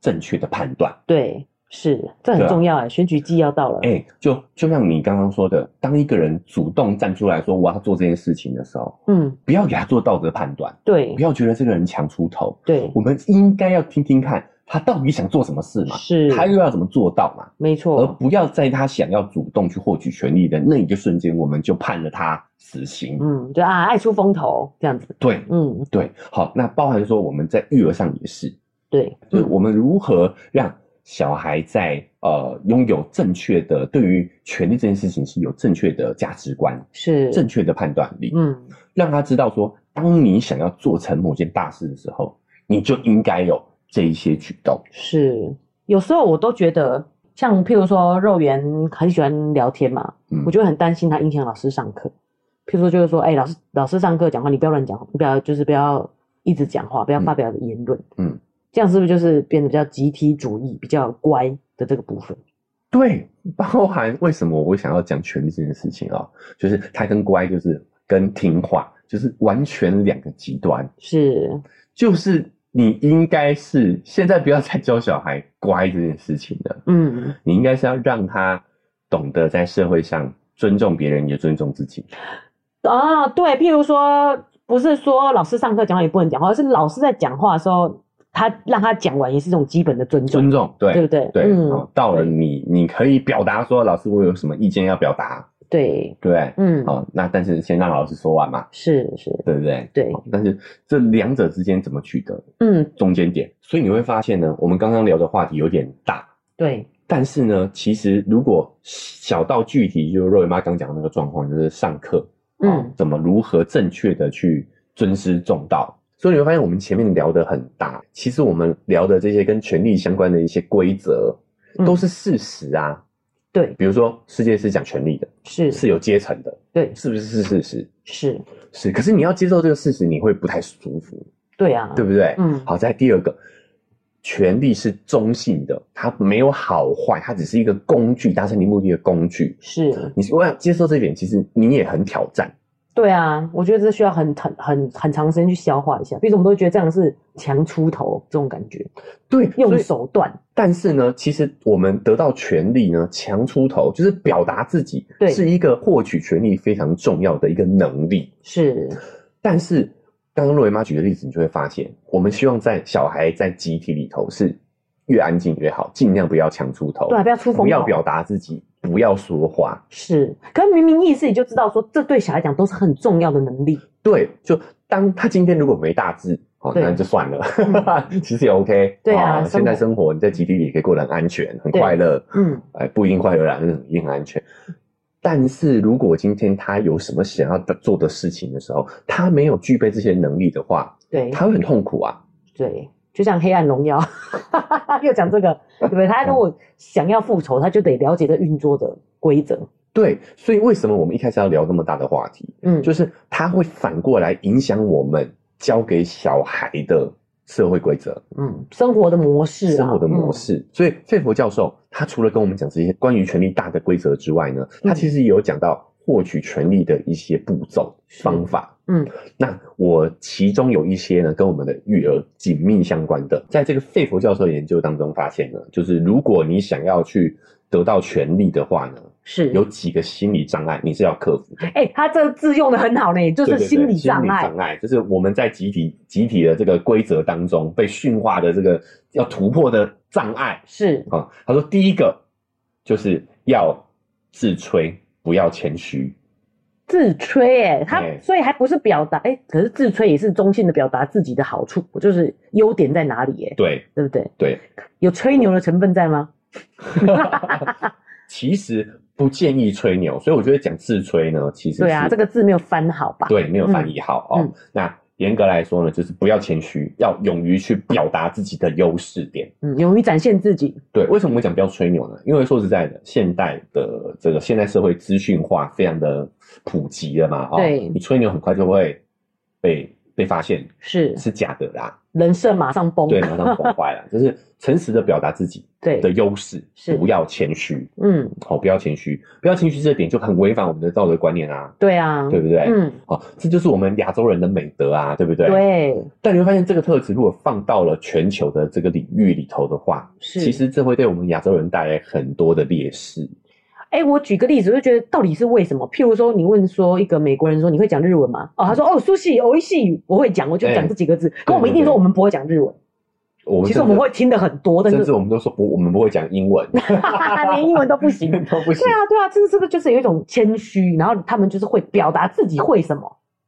Speaker 3: 正确的判断。
Speaker 2: 对，是这很
Speaker 3: 对啊
Speaker 2: 重要哎，选举季要到了，
Speaker 3: 哎、就就像你刚刚说的，当一个人主动站出来说我要做这件事情的时候，
Speaker 2: 嗯，
Speaker 3: 不要给他做道德判断，
Speaker 2: 对
Speaker 3: 不要觉得这个人强出头，
Speaker 2: 对，
Speaker 3: 我们应该要听听看他到底想做什么事嘛，
Speaker 2: 是
Speaker 3: 他又要怎么做到嘛，
Speaker 2: 没
Speaker 3: 而
Speaker 2: 错，
Speaker 3: 不要在他想要主动去获取权利的那一个瞬间，我们就判了他死刑。
Speaker 2: 嗯，就啊，爱出风头这样子，
Speaker 3: 对
Speaker 2: 嗯，
Speaker 3: 对，好，那包含说我们在育儿上也是，
Speaker 2: 对，
Speaker 3: 就是我们如何让小孩在呃拥有正确的对于权利这件事情是有正确的价值观、
Speaker 2: 是，
Speaker 3: 正确的判断力，
Speaker 2: 嗯，
Speaker 3: 让他知道说，当你想要做成某件大事的时候，你就应该有这一些举动。
Speaker 2: 是，有时候我都觉得，像譬如说肉圆很喜欢聊天嘛，
Speaker 3: 嗯
Speaker 2: 我就很担心他影响老师上课。譬如说，就是说，哎、老师老师上课讲话，你不要乱讲话，你不要就是不要一直讲话，不要发表你的言论。
Speaker 3: 嗯，
Speaker 2: 这样是不是就是变得比较集体主义、比较乖的这个部分？
Speaker 3: 对，包含为什么我想要讲权利这件事情啊、就是他跟乖，就是跟听话，就是完全两个极端。
Speaker 2: 是，
Speaker 3: 就是你应该是现在不要再教小孩乖这件事情了，
Speaker 2: 嗯，
Speaker 3: 你应该是要让他懂得在社会上尊重别人，也尊重自己。
Speaker 2: 啊，对，譬如说，不是说老师上课讲话也不能讲话，而是老师在讲话的时候，他让他讲完也是一种基本的尊重，
Speaker 3: 尊重，对
Speaker 2: 对不对？
Speaker 3: 对，
Speaker 2: 嗯
Speaker 3: 好，到了
Speaker 2: 对
Speaker 3: 你你可以表达说，老师我有什么意见要表达，
Speaker 2: 对，
Speaker 3: 对不对？
Speaker 2: 嗯，
Speaker 3: 好，那但是先让老师说完嘛，
Speaker 2: 是是，
Speaker 3: 对不对？
Speaker 2: 对，
Speaker 3: 好但是这两者之间怎么取得
Speaker 2: 嗯，
Speaker 3: 中间点？所以你会发现呢，我们刚刚聊的话题有点大，
Speaker 2: 对，
Speaker 3: 但是呢，其实如果小到具体，就是肉圆妈刚讲的那个状况，就是上课，
Speaker 2: 嗯
Speaker 3: 啊怎么如何正确的去尊师重道。所以你会发现，我们前面聊的很大，其实我们聊的这些跟权力相关的一些规则，
Speaker 2: 嗯
Speaker 3: 都是事实啊。
Speaker 2: 对，
Speaker 3: 比如说，世界是讲权力的，
Speaker 2: 是
Speaker 3: 是有阶层的，
Speaker 2: 对，
Speaker 3: 是不是是事实？
Speaker 2: 是，
Speaker 3: 是。可是你要接受这个事实，你会不太舒服，
Speaker 2: 对啊，
Speaker 3: 对不对？
Speaker 2: 嗯
Speaker 3: 好，在第二个，权力是中性的，它没有好坏，它只是一个工具，达成你目的的工具。
Speaker 2: 是，
Speaker 3: 你我想接受这一点，其实你也很挑战。
Speaker 2: 对啊，我觉得这需要很很很很长时间去消化一下，毕竟我们都觉得这样是强出头这种感觉，
Speaker 3: 对，
Speaker 2: 用
Speaker 3: 所以。
Speaker 2: 手段，
Speaker 3: 但是呢，其实我们得到权利呢，强出头就是表达自己，
Speaker 2: 对
Speaker 3: 是一个获取权利非常重要的一个能力。
Speaker 2: 是
Speaker 3: 但是刚刚若维妈举的例子，你就会发现，我们希望在小孩在集体里头是越安静越好，尽量不要强出头，
Speaker 2: 对啊，不要出风头，
Speaker 3: 哦不要表达自己，不要说话。
Speaker 2: 是，可是明明意识里就知道说，这对小孩讲都是很重要的能力，
Speaker 3: 对，就当他今天如果没大志，哦，
Speaker 2: 对嗯
Speaker 3: 那就算了，其实也 OK。哦
Speaker 2: 对啊生活
Speaker 3: 现在生活你在集体里可以过得很安全，很
Speaker 2: 对
Speaker 3: 快乐，
Speaker 2: 嗯，
Speaker 3: 哎，不一定快乐啦，嗯，一定很安全。但是如果今天他有什么想要做的事情的时候，他没有具备这些能力的话，
Speaker 2: 对
Speaker 3: 他会很痛苦啊。
Speaker 2: 对，就像黑暗荣耀， 又讲这个，对不对？他如果想要复仇，他就得了解这运作的规则，
Speaker 3: 对，所以为什么我们一开始要聊那么大的话题？
Speaker 2: 嗯，
Speaker 3: 就是它会反过来影响我们教给小孩的社会规则、
Speaker 2: 嗯，生活的模式、啊，
Speaker 3: 生活的模式。所以费佛教授他除了跟我们讲这些关于权力大的规则之外呢，
Speaker 2: 嗯
Speaker 3: 他其实也有讲到获取权力的一些步骤、
Speaker 2: 是
Speaker 3: 方法。
Speaker 2: 嗯，
Speaker 3: 那我其中有一些呢，跟我们的育儿紧密相关的，在这个费佛教授研究当中发现呢，就是如果你想要去得到权力的话呢，
Speaker 2: 嗯，是
Speaker 3: 有几个心理障碍你是要克服的。
Speaker 2: 哎、他这个字用的很好呢， 就
Speaker 3: 对
Speaker 2: 是
Speaker 3: 对对
Speaker 2: 心理
Speaker 3: 心
Speaker 2: 障
Speaker 3: 理
Speaker 2: 碍。
Speaker 3: 障碍就是我们在集体集体的这个规则当中被驯化的这个要突破的障碍
Speaker 2: 是
Speaker 3: 啊。他说，第一个就是要自吹，不要谦虚。
Speaker 2: 自吹哎、他
Speaker 3: 哎
Speaker 2: 所以还不是表达哎、可是自吹也是中性的表达自己的好处，就是优点在哪里哎、
Speaker 3: 对
Speaker 2: 对不对？
Speaker 3: 对，
Speaker 2: 有吹牛的成分在吗？
Speaker 3: 其实不建议吹牛，所以我觉得讲自吹呢，其实
Speaker 2: 对啊，
Speaker 3: 是
Speaker 2: 这个字没有翻好吧？
Speaker 3: 对没有翻译好哦。
Speaker 2: 嗯
Speaker 3: 那严格来说呢，就是不要谦虚，要勇于去表达自己的优势点。
Speaker 2: 嗯，勇于展现自己，
Speaker 3: 对，为什么我讲不要吹牛呢？因为说实在的，现代的这个现代社会资讯化非常的普及了嘛，哦，
Speaker 2: 对
Speaker 3: 你吹牛很快就会被被发现
Speaker 2: 是
Speaker 3: 是假的啦，
Speaker 2: 人设马上崩。
Speaker 3: 对，马上崩坏了。 就是诚实的表达自己
Speaker 2: 对
Speaker 3: 的优势，
Speaker 2: 是
Speaker 3: 不要谦虚，
Speaker 2: 嗯，
Speaker 3: 哦，不要谦虚，不要谦虚这点就很违反我们的道德观念啊，
Speaker 2: 对啊，
Speaker 3: 对不对？
Speaker 2: 嗯，
Speaker 3: 哦，这就是我们亚洲人的美德啊，对不对？。
Speaker 2: 对，
Speaker 3: 但你会发现，这个特质如果放到了全球的这个领域里头的话，
Speaker 2: 是。
Speaker 3: 其实这会对我们亚洲人带来很多的劣势。
Speaker 2: 哎、我举个例子，我就觉得到底是为什么？譬如说，你问说一个美国人说你会讲日文吗？哦，他说
Speaker 3: 嗯
Speaker 2: 哦，苏西、欧系，我会讲，我就讲这几个字。可我们一定说我们不会讲日文，
Speaker 3: 我们
Speaker 2: 其实
Speaker 3: 甚
Speaker 2: 我
Speaker 3: 至
Speaker 2: 们会听的很多，但
Speaker 3: 甚至
Speaker 2: 是
Speaker 3: 我们都说不，我们不会讲英文，
Speaker 2: 连英文 都不行。对
Speaker 3: 都不行。
Speaker 2: 啊，对啊，这是不是就是有一种谦虚？然后他们就是会表达自己会什么，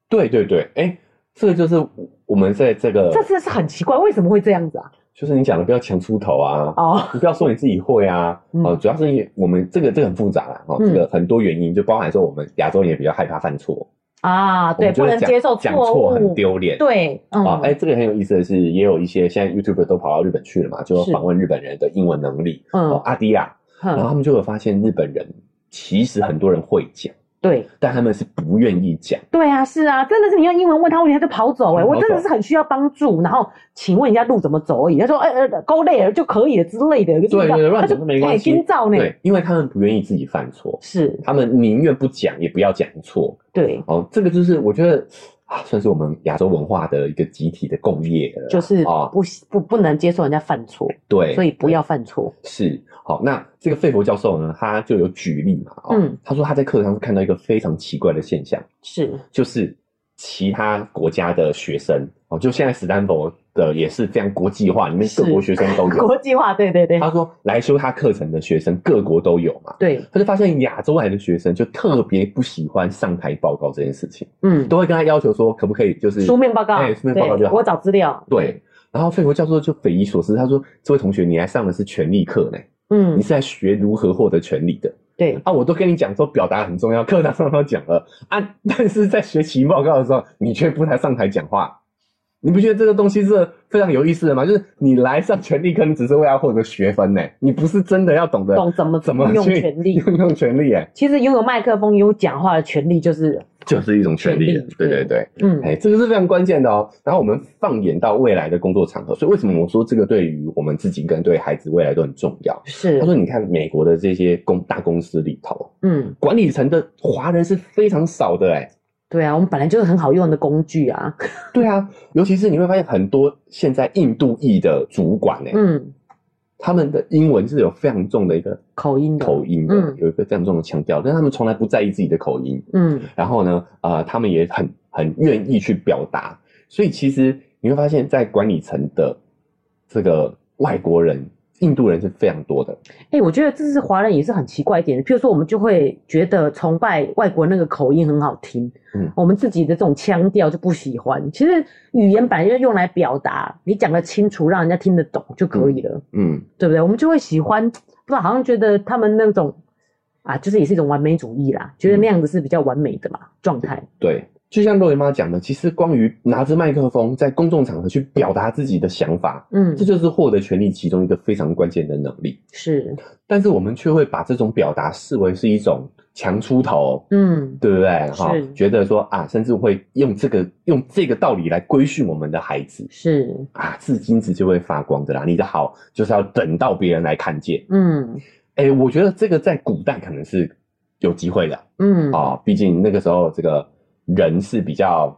Speaker 3: 对对对，哎、这个就是我们在这个，
Speaker 2: 这真的是很奇怪，为什么会这样子啊？
Speaker 3: 就是你讲的不要强出头啊，
Speaker 2: 哦，
Speaker 3: 你不要说你自己会啊，
Speaker 2: 嗯
Speaker 3: 哦，主要是因为我们这个这个很复杂啦，哦，
Speaker 2: 嗯
Speaker 3: 这个很多原因，就包含说我们亚洲人也比较害怕犯错，
Speaker 2: 啊，
Speaker 3: 我
Speaker 2: 对，
Speaker 3: 们觉
Speaker 2: 不
Speaker 3: 得
Speaker 2: 能
Speaker 3: 讲
Speaker 2: 接受
Speaker 3: 讲错
Speaker 2: 误，
Speaker 3: 很丢脸，
Speaker 2: 对，嗯，
Speaker 3: 啊，哎、这个很有意思的是，也有一些现在 YouTuber 都跑到日本去了嘛，就是访问日本人的英文能力。
Speaker 2: 嗯，
Speaker 3: 哦，阿迪亚，然后
Speaker 2: 哼
Speaker 3: 他们就会发现日本人其实很多人会讲，
Speaker 2: 对，
Speaker 3: 但他们是不愿意讲。
Speaker 2: 对啊，是啊，真的是你用英文问他问题，他就跑走哎、
Speaker 3: 嗯
Speaker 2: 我
Speaker 3: 跑
Speaker 2: 真的
Speaker 3: 走
Speaker 2: 是很需要帮助。然后请问一下路怎么走而已，他说哎呃勾累了就可以了之类的，对
Speaker 3: 对对乱讲都没关系
Speaker 2: 金哎造呢，
Speaker 3: 对，因为他们不愿意自己犯错，
Speaker 2: 是，
Speaker 3: 他们宁愿不讲，也不要讲错。
Speaker 2: 对，
Speaker 3: 哦，这个就是我觉得啊，算是我们亚洲文化的一个集体的共业了啦。
Speaker 2: 就是
Speaker 3: 哦，
Speaker 2: 不不不能接受人家犯错，
Speaker 3: 对，
Speaker 2: 所以不要犯错。
Speaker 3: 是，好，那这个费佛教授呢，他就有举例嘛，哦，
Speaker 2: 嗯
Speaker 3: 他说他在课堂上看到一个非常奇怪的现象，
Speaker 2: 是，
Speaker 3: 就是其他国家的学生，哦，就现在斯坦福的也是非常国际化，里面各国学生都有。
Speaker 2: 国际化，对对对
Speaker 3: 他说来修他课程的学生各国都有嘛，
Speaker 2: 对，
Speaker 3: 他就发现亚洲来的学生就特别不喜欢上台报告这件事情，
Speaker 2: 嗯，
Speaker 3: 都会跟他要求说可不可以就是
Speaker 2: 书面报告，
Speaker 3: 哎，书面报告
Speaker 2: 对
Speaker 3: 就好，
Speaker 2: 我找资料，
Speaker 3: 对。然后费佛教授就匪夷所思，他说：“这位同学，你来上的是权力课呢，你
Speaker 2: 嗯，
Speaker 3: 是在学如何获得权利的。”
Speaker 2: 对，
Speaker 3: 啊，我都跟你讲说表达很重要，课堂上都讲了啊，但是在学期报告的时候，你却不来上台讲话，你不觉得这个东西是非常有意思的吗？就是你来上权力课，你只是为了获得学分呢，你不是真的要懂得
Speaker 2: 懂怎么
Speaker 3: 怎么
Speaker 2: 用
Speaker 3: 去
Speaker 2: 权力。
Speaker 3: 用用权力，哎，
Speaker 2: 其实拥有麦克风、拥有讲话的权利，就是
Speaker 3: 就是一种权利
Speaker 2: 权利，
Speaker 3: 对对对。
Speaker 2: 嗯，
Speaker 3: 哎，这个是非常关键的哦。然后我们放眼到未来的工作场合，所以为什么我说这个对于我们自己跟对孩子未来都很重要？
Speaker 2: 是
Speaker 3: 他，说，你看美国的这些公大公司里头，
Speaker 2: 嗯，
Speaker 3: 管理层的华人是非常少的，哎，
Speaker 2: 对啊，我们本来就是很好用的工具啊，
Speaker 3: 对啊，尤其是你会发现很多现在印度裔的主管呢、
Speaker 2: 嗯。
Speaker 3: 他们的英文是有非常重的一个
Speaker 2: 口音的，
Speaker 3: 口音的，
Speaker 2: 嗯
Speaker 3: 有一个非常重的腔调，但他们从来不在意自己的口音。
Speaker 2: 嗯，
Speaker 3: 然后呢，呃，他们也很很愿意去表达，所以其实你会发现在管理层的这个外国人、印度人是非常多的。
Speaker 2: 哎、我觉得这是华人也是很奇怪一点的。譬如说，我们就会觉得崇拜外国人那个口音很好听，
Speaker 3: 嗯
Speaker 2: 我们自己的这种腔调就不喜欢。其实语言本来就是用来表达，你讲得清楚，让人家听得懂就可以了，
Speaker 3: 嗯，
Speaker 2: 对不对？我们就会喜欢，不知道好像觉得他们那种啊，就是也是一种完美主义啦，
Speaker 3: 嗯
Speaker 2: 觉得那样子是比较完美的嘛状态。
Speaker 3: 对，就像肉圆妈讲的，其实关于拿着麦克风在公众场合去表达自己的想法，
Speaker 2: 嗯
Speaker 3: 这，就是获得权利其中一个非常关键的能力。
Speaker 2: 是，
Speaker 3: 但是我们却会把这种表达视为是一种强出头，
Speaker 2: 嗯，
Speaker 3: 对不对？
Speaker 2: 是
Speaker 3: 哈、觉得说啊，甚至会用这个用这个道理来规训我们的孩子
Speaker 2: 是，
Speaker 3: 啊，是金子就会发光的啦。你的好就是要等到别人来看见。
Speaker 2: 嗯
Speaker 3: 哎，我觉得这个在古代可能是有机会的啊、
Speaker 2: 嗯，
Speaker 3: 哦毕竟那个时候这个人是比较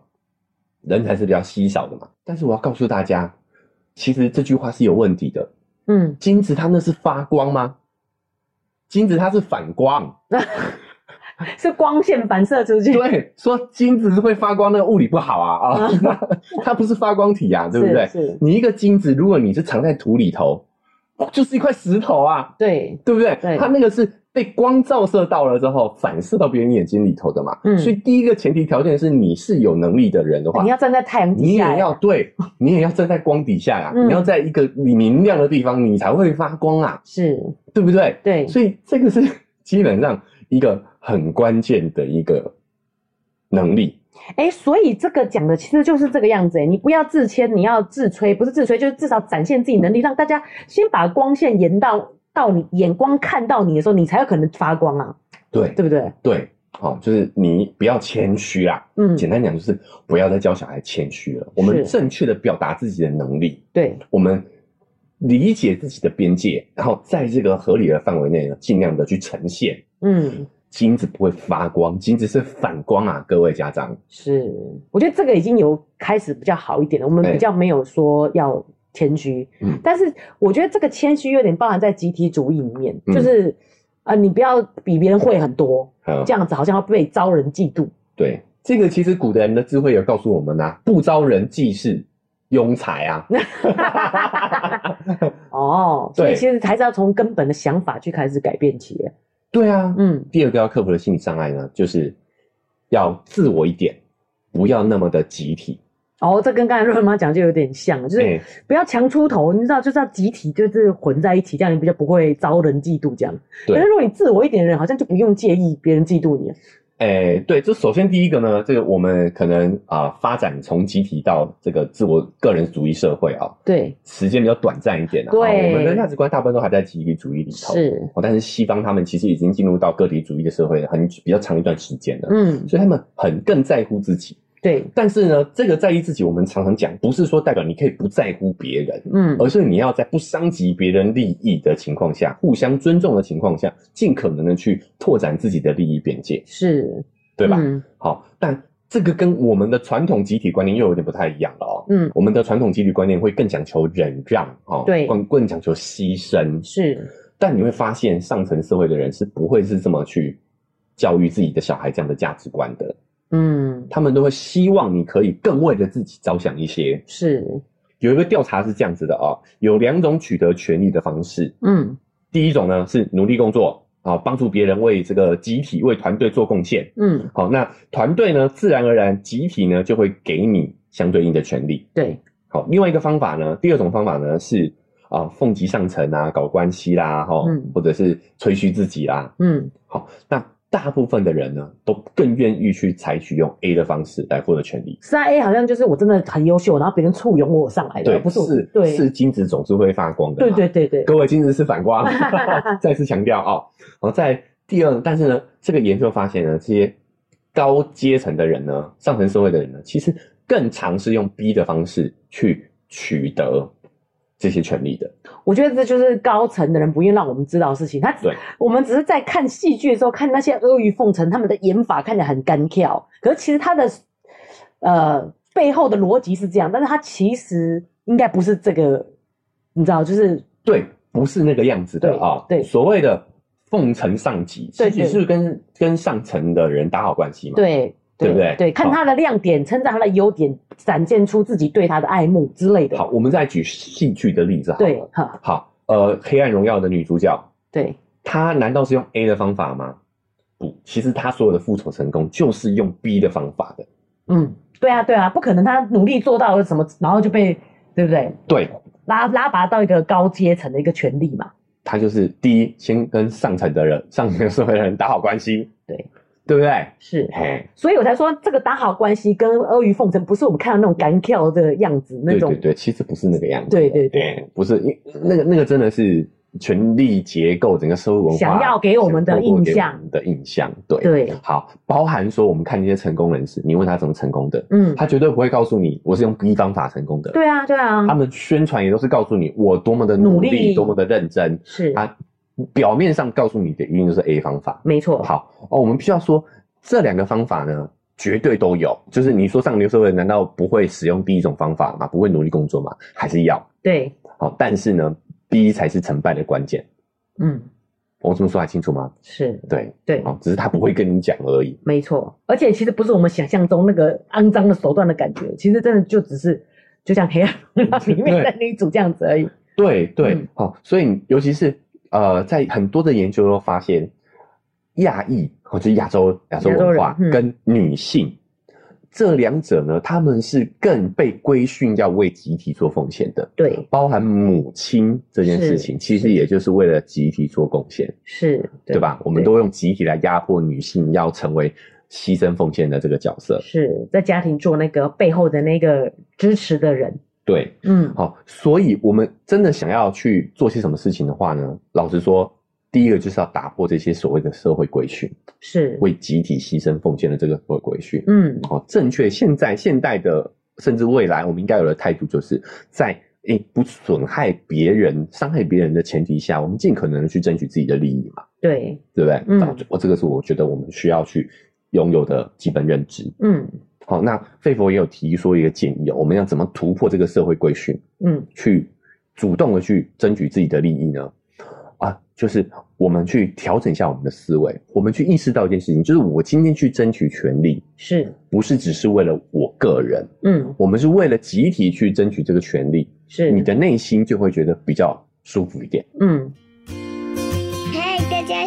Speaker 3: 人才是比较稀少的嘛。但是我要告诉大家，其实这句话是有问题的。
Speaker 2: 嗯，
Speaker 3: 金子它那是发光吗？金子它是反光，
Speaker 2: 是光线反射出去，
Speaker 3: 对，说金子是会发光，那个物理不好啊啊， 它不是发光体 啊，对不对？
Speaker 2: 是，是
Speaker 3: 你一个金子，如果你是藏在土里头，就是一块石头啊，
Speaker 2: 对，
Speaker 3: 对不对？
Speaker 2: 对
Speaker 3: 它那个是被光照射到了之后，反射到别人眼睛里头的嘛。
Speaker 2: 嗯哎
Speaker 3: 所以第一个前提条件是你是有能力的人的话
Speaker 2: 你，要站在太阳
Speaker 3: 你
Speaker 2: 底
Speaker 3: 也
Speaker 2: 下，
Speaker 3: 要对，你也要站在光底下呀、
Speaker 2: 嗯
Speaker 3: 你要在一个你明亮的地方，你才会发光啊，
Speaker 2: 是
Speaker 3: 对不对？
Speaker 2: 对，
Speaker 3: 所以 这个是基本上一个很关键的一个能力。
Speaker 2: 哎、所以这个讲的其实就是这个样子、哎，你不要自谦，你要自吹，不是自吹，就是至少展现自己能力，让大家先把光线延到到你眼光看到你的时候，你才有可能发光啊，
Speaker 3: 对
Speaker 2: 对不对？
Speaker 3: 对，好、就是你不要谦虚啦。
Speaker 2: 嗯，
Speaker 3: 简单讲就是不要再教小孩谦虚了。我们
Speaker 2: 是
Speaker 3: 正确的表达自己的能力，
Speaker 2: 对，
Speaker 3: 我们理解自己的边界，然后在这个合理的范围内呢，尽量的去呈现。
Speaker 2: 嗯，
Speaker 3: 金子不会发光，金子是反光啊，各位家长。
Speaker 2: 是，我觉得这个已经有开始比较好一点了，我们
Speaker 3: 哎
Speaker 2: 比较没有说要谦虚，
Speaker 3: 嗯
Speaker 2: 但是我觉得这个谦虚有点包含在集体主义里面，
Speaker 3: 嗯
Speaker 2: 就是呃，你不要比别人会很多，
Speaker 3: 嗯
Speaker 2: 这样子好像要被招人嫉妒。
Speaker 3: 对，这个其实古代人的智慧有告诉我们呐、不招人忌是庸才啊。
Speaker 2: 哦，所以
Speaker 3: 对
Speaker 2: 其实还是要从根本的想法去开始改变起耶。
Speaker 3: 对啊，
Speaker 2: 嗯，
Speaker 3: 第二个要克服的心理障碍呢，就是要自我一点，不要那么的集体。
Speaker 2: 哦，这跟刚才 瑞妈讲就有点像，就是
Speaker 3: 哎
Speaker 2: 不要强出头，你知道，就是要集体，就是混在一起，这样你比较不会招人嫉妒这样。
Speaker 3: 对
Speaker 2: 但是如果你自我一点的人，好像就不用介意别人嫉妒你了。
Speaker 3: 哎，对，这首先第一个呢，这个我们可能啊、发展从集体到这个自我个人主义社会啊、
Speaker 2: 对，
Speaker 3: 时间比较短暂一点啊。
Speaker 2: 对
Speaker 3: 啊我们的价值观大部分都还在集体主义里头。
Speaker 2: 是，
Speaker 3: 哦，但是西方他们其实已经进入到个体主义的社会很比较长一段时间了，
Speaker 2: 嗯，
Speaker 3: 所以他们很更在乎自己。
Speaker 2: 对，
Speaker 3: 但是呢，这个在意自己，我们常常讲，不是说代表你可以不在乎别人，
Speaker 2: 嗯，
Speaker 3: 而是你要在不伤及别人利益的情况下，互相尊重的情况下，尽可能的去拓展自己的利益边界，
Speaker 2: 是，
Speaker 3: 对吧？
Speaker 2: 嗯
Speaker 3: 好，但这个跟我们的传统集体观念又有点不太一样了哦。
Speaker 2: 嗯，
Speaker 3: 我们的传统集体观念会更讲求忍让，哦，
Speaker 2: 对
Speaker 3: 更更讲求牺牲。
Speaker 2: 是，
Speaker 3: 但你会发现，上层社会的人是不会是这么去教育自己的小孩这样的价值观的，
Speaker 2: 嗯，
Speaker 3: 他们都会希望你可以更为了自己着想一些。
Speaker 2: 是，
Speaker 3: 有一个调查是这样子的哦，有两种取得权利的方式。
Speaker 2: 嗯，
Speaker 3: 第一种呢是努力工作，啊、帮助别人为这个集体、为团队做贡献。
Speaker 2: 嗯，
Speaker 3: 好，那团队呢，自然而然集体呢就会给你相对应的权利。
Speaker 2: 对，
Speaker 3: 好，另外一个方法呢，第二种方法呢是啊、俸极上层啊，搞关系啦，哈、
Speaker 2: 嗯
Speaker 3: 或者是吹嘘自己啦。
Speaker 2: 嗯，
Speaker 3: 好，那大部分的人呢，都更愿意去采取用 A 的方式来获得权利。
Speaker 2: 三 A 好像就是我真的很优秀，然后别人簇拥我上来的，
Speaker 3: 对，
Speaker 2: 而不是我，
Speaker 3: 是
Speaker 2: 对，
Speaker 3: 是金子总是会发光的
Speaker 2: 对
Speaker 3: 嘛。
Speaker 2: 对对对，
Speaker 3: 各位金子是反光， 再次强调哦。然后在第二，但是呢，这个研究发现呢，这些高阶层的人呢，上层社会的人呢，其实更尝试用 B 的方式去取得这些权利的。
Speaker 2: 我觉得这就是高层的人不愿意让我们知道的事情。他只
Speaker 3: 对
Speaker 2: 我们只是在看戏剧的时候，看那些阿谀奉承，他们的演法看起来很干跳，可是其实他的呃背后的逻辑是这样，但是他其实应该不是这个，你知道，就是
Speaker 3: 对，不是那个样子的
Speaker 2: 对
Speaker 3: 啊、
Speaker 2: 对
Speaker 3: 所谓的奉承上级，
Speaker 2: 对
Speaker 3: 其实
Speaker 2: 对
Speaker 3: 是跟跟上层的人打好关系嘛。
Speaker 2: 对。
Speaker 3: 对不对
Speaker 2: 对，看
Speaker 3: 好
Speaker 2: 他的亮点，称赞他的优点，展现出自己对他的爱慕之类的。
Speaker 3: 好，，我们再举戏剧的例子好了。
Speaker 2: 对，哈，
Speaker 3: 好，呃，《黑暗荣耀》的女主角，
Speaker 2: 对，
Speaker 3: 她难道是用 A 的方法吗？不，其实她所有的复仇成功就是用 B 的方法的。
Speaker 2: 嗯，对啊，对啊，不可能他努力做到了什么，然后就被，对不对？
Speaker 3: 对，
Speaker 2: 拉拉拔到一个高阶层的一个权利嘛。
Speaker 3: 她就是第一，先跟上层的人、上层社会的人打好关系，
Speaker 2: 对，
Speaker 3: 对不对？
Speaker 2: 是，
Speaker 3: 嘿，
Speaker 2: 所以我才说这个打好关系跟阿谀奉承不是我们看到那种干跳的样子那
Speaker 3: 对
Speaker 2: 种
Speaker 3: 对，对，其实不是那个样子的。
Speaker 2: 对对对
Speaker 3: 哎不是，因为那个那个真的是权力结构整个社会文化
Speaker 2: 想要给我们的印象
Speaker 3: 想要给我们的印象，对。
Speaker 2: 对，
Speaker 3: 好，包含说我们看那些成功人士，你问他怎么成功的，
Speaker 2: 嗯，
Speaker 3: 他绝对不会告诉你我是用 B 方法成功的。
Speaker 2: 对啊，对啊
Speaker 3: 他，们宣传也都是告诉你我多么的努力，
Speaker 2: 努力
Speaker 3: 多么的认真
Speaker 2: 是，
Speaker 3: 啊。表面上告诉你的一定就是 A 方法。
Speaker 2: 没错，
Speaker 3: 好哦，我们必须要说这两个方法呢，绝对都有。就是你说上流社会难道不会使用第一种方法吗？不会努力工作吗？还是要
Speaker 2: 对，
Speaker 3: 好、但是呢，B 才是成败的关键。
Speaker 2: 嗯，
Speaker 3: 我这么说还清楚吗？
Speaker 2: 是
Speaker 3: 对，
Speaker 2: 对，
Speaker 3: 好、只是他不会跟你讲而已。
Speaker 2: 没错，而且其实不是我们想象中那个肮脏的手段的感觉，其实真的就只是就像黑暗荣耀里面的女主这样子而已，
Speaker 3: 对对，
Speaker 2: 嗯
Speaker 3: 好、所以尤其是呃，在很多的研究都发现，亚裔或者亚洲亚洲
Speaker 2: 亚洲
Speaker 3: 文
Speaker 2: 人
Speaker 3: 化
Speaker 2: 嗯
Speaker 3: 跟女性这两者呢，他们是更被规训要为集体做奉献的，
Speaker 2: 对，
Speaker 3: 包含母亲这件事情，其实也就是为了集体做贡献，
Speaker 2: 是，
Speaker 3: 对吧？我们都用集体来压迫女性要成为牺牲奉献的这个角色。
Speaker 2: 是在家庭做那个背后的那个支持的人。
Speaker 3: 对，
Speaker 2: 嗯，
Speaker 3: 好，所以我们真的想要去做些什么事情的话呢，老实说，第一个就是要打破这些所谓的社会规训，
Speaker 2: 是，
Speaker 3: 为集体牺牲奉献的这个社会规训。
Speaker 2: 嗯，
Speaker 3: 哦，正确现在现代的甚至未来，我们应该有的态度就是在诶不损害别人、伤害别人的前提下，我们尽可能地去争取自己的利益嘛，
Speaker 2: 对，
Speaker 3: 对不对？
Speaker 2: 嗯
Speaker 3: 啊我这个是我觉得我们需要去拥有的基本认知。
Speaker 2: 嗯
Speaker 3: 好，那费佛也有提说一个建议哦，我们要怎么突破这个社会规训，
Speaker 2: 嗯，
Speaker 3: 去主动的去争取自己的利益呢？啊，就是我们去调整一下我们的思维，我们去意识到一件事情，就是我今天去争取权利，
Speaker 2: 是，
Speaker 3: 不是只是为了我个人，
Speaker 2: 嗯
Speaker 3: 我们是为了集体去争取这个权利，
Speaker 2: 是，
Speaker 3: 你的内心就会觉得比较舒服一点。
Speaker 2: 嗯，
Speaker 4: 嗨，大家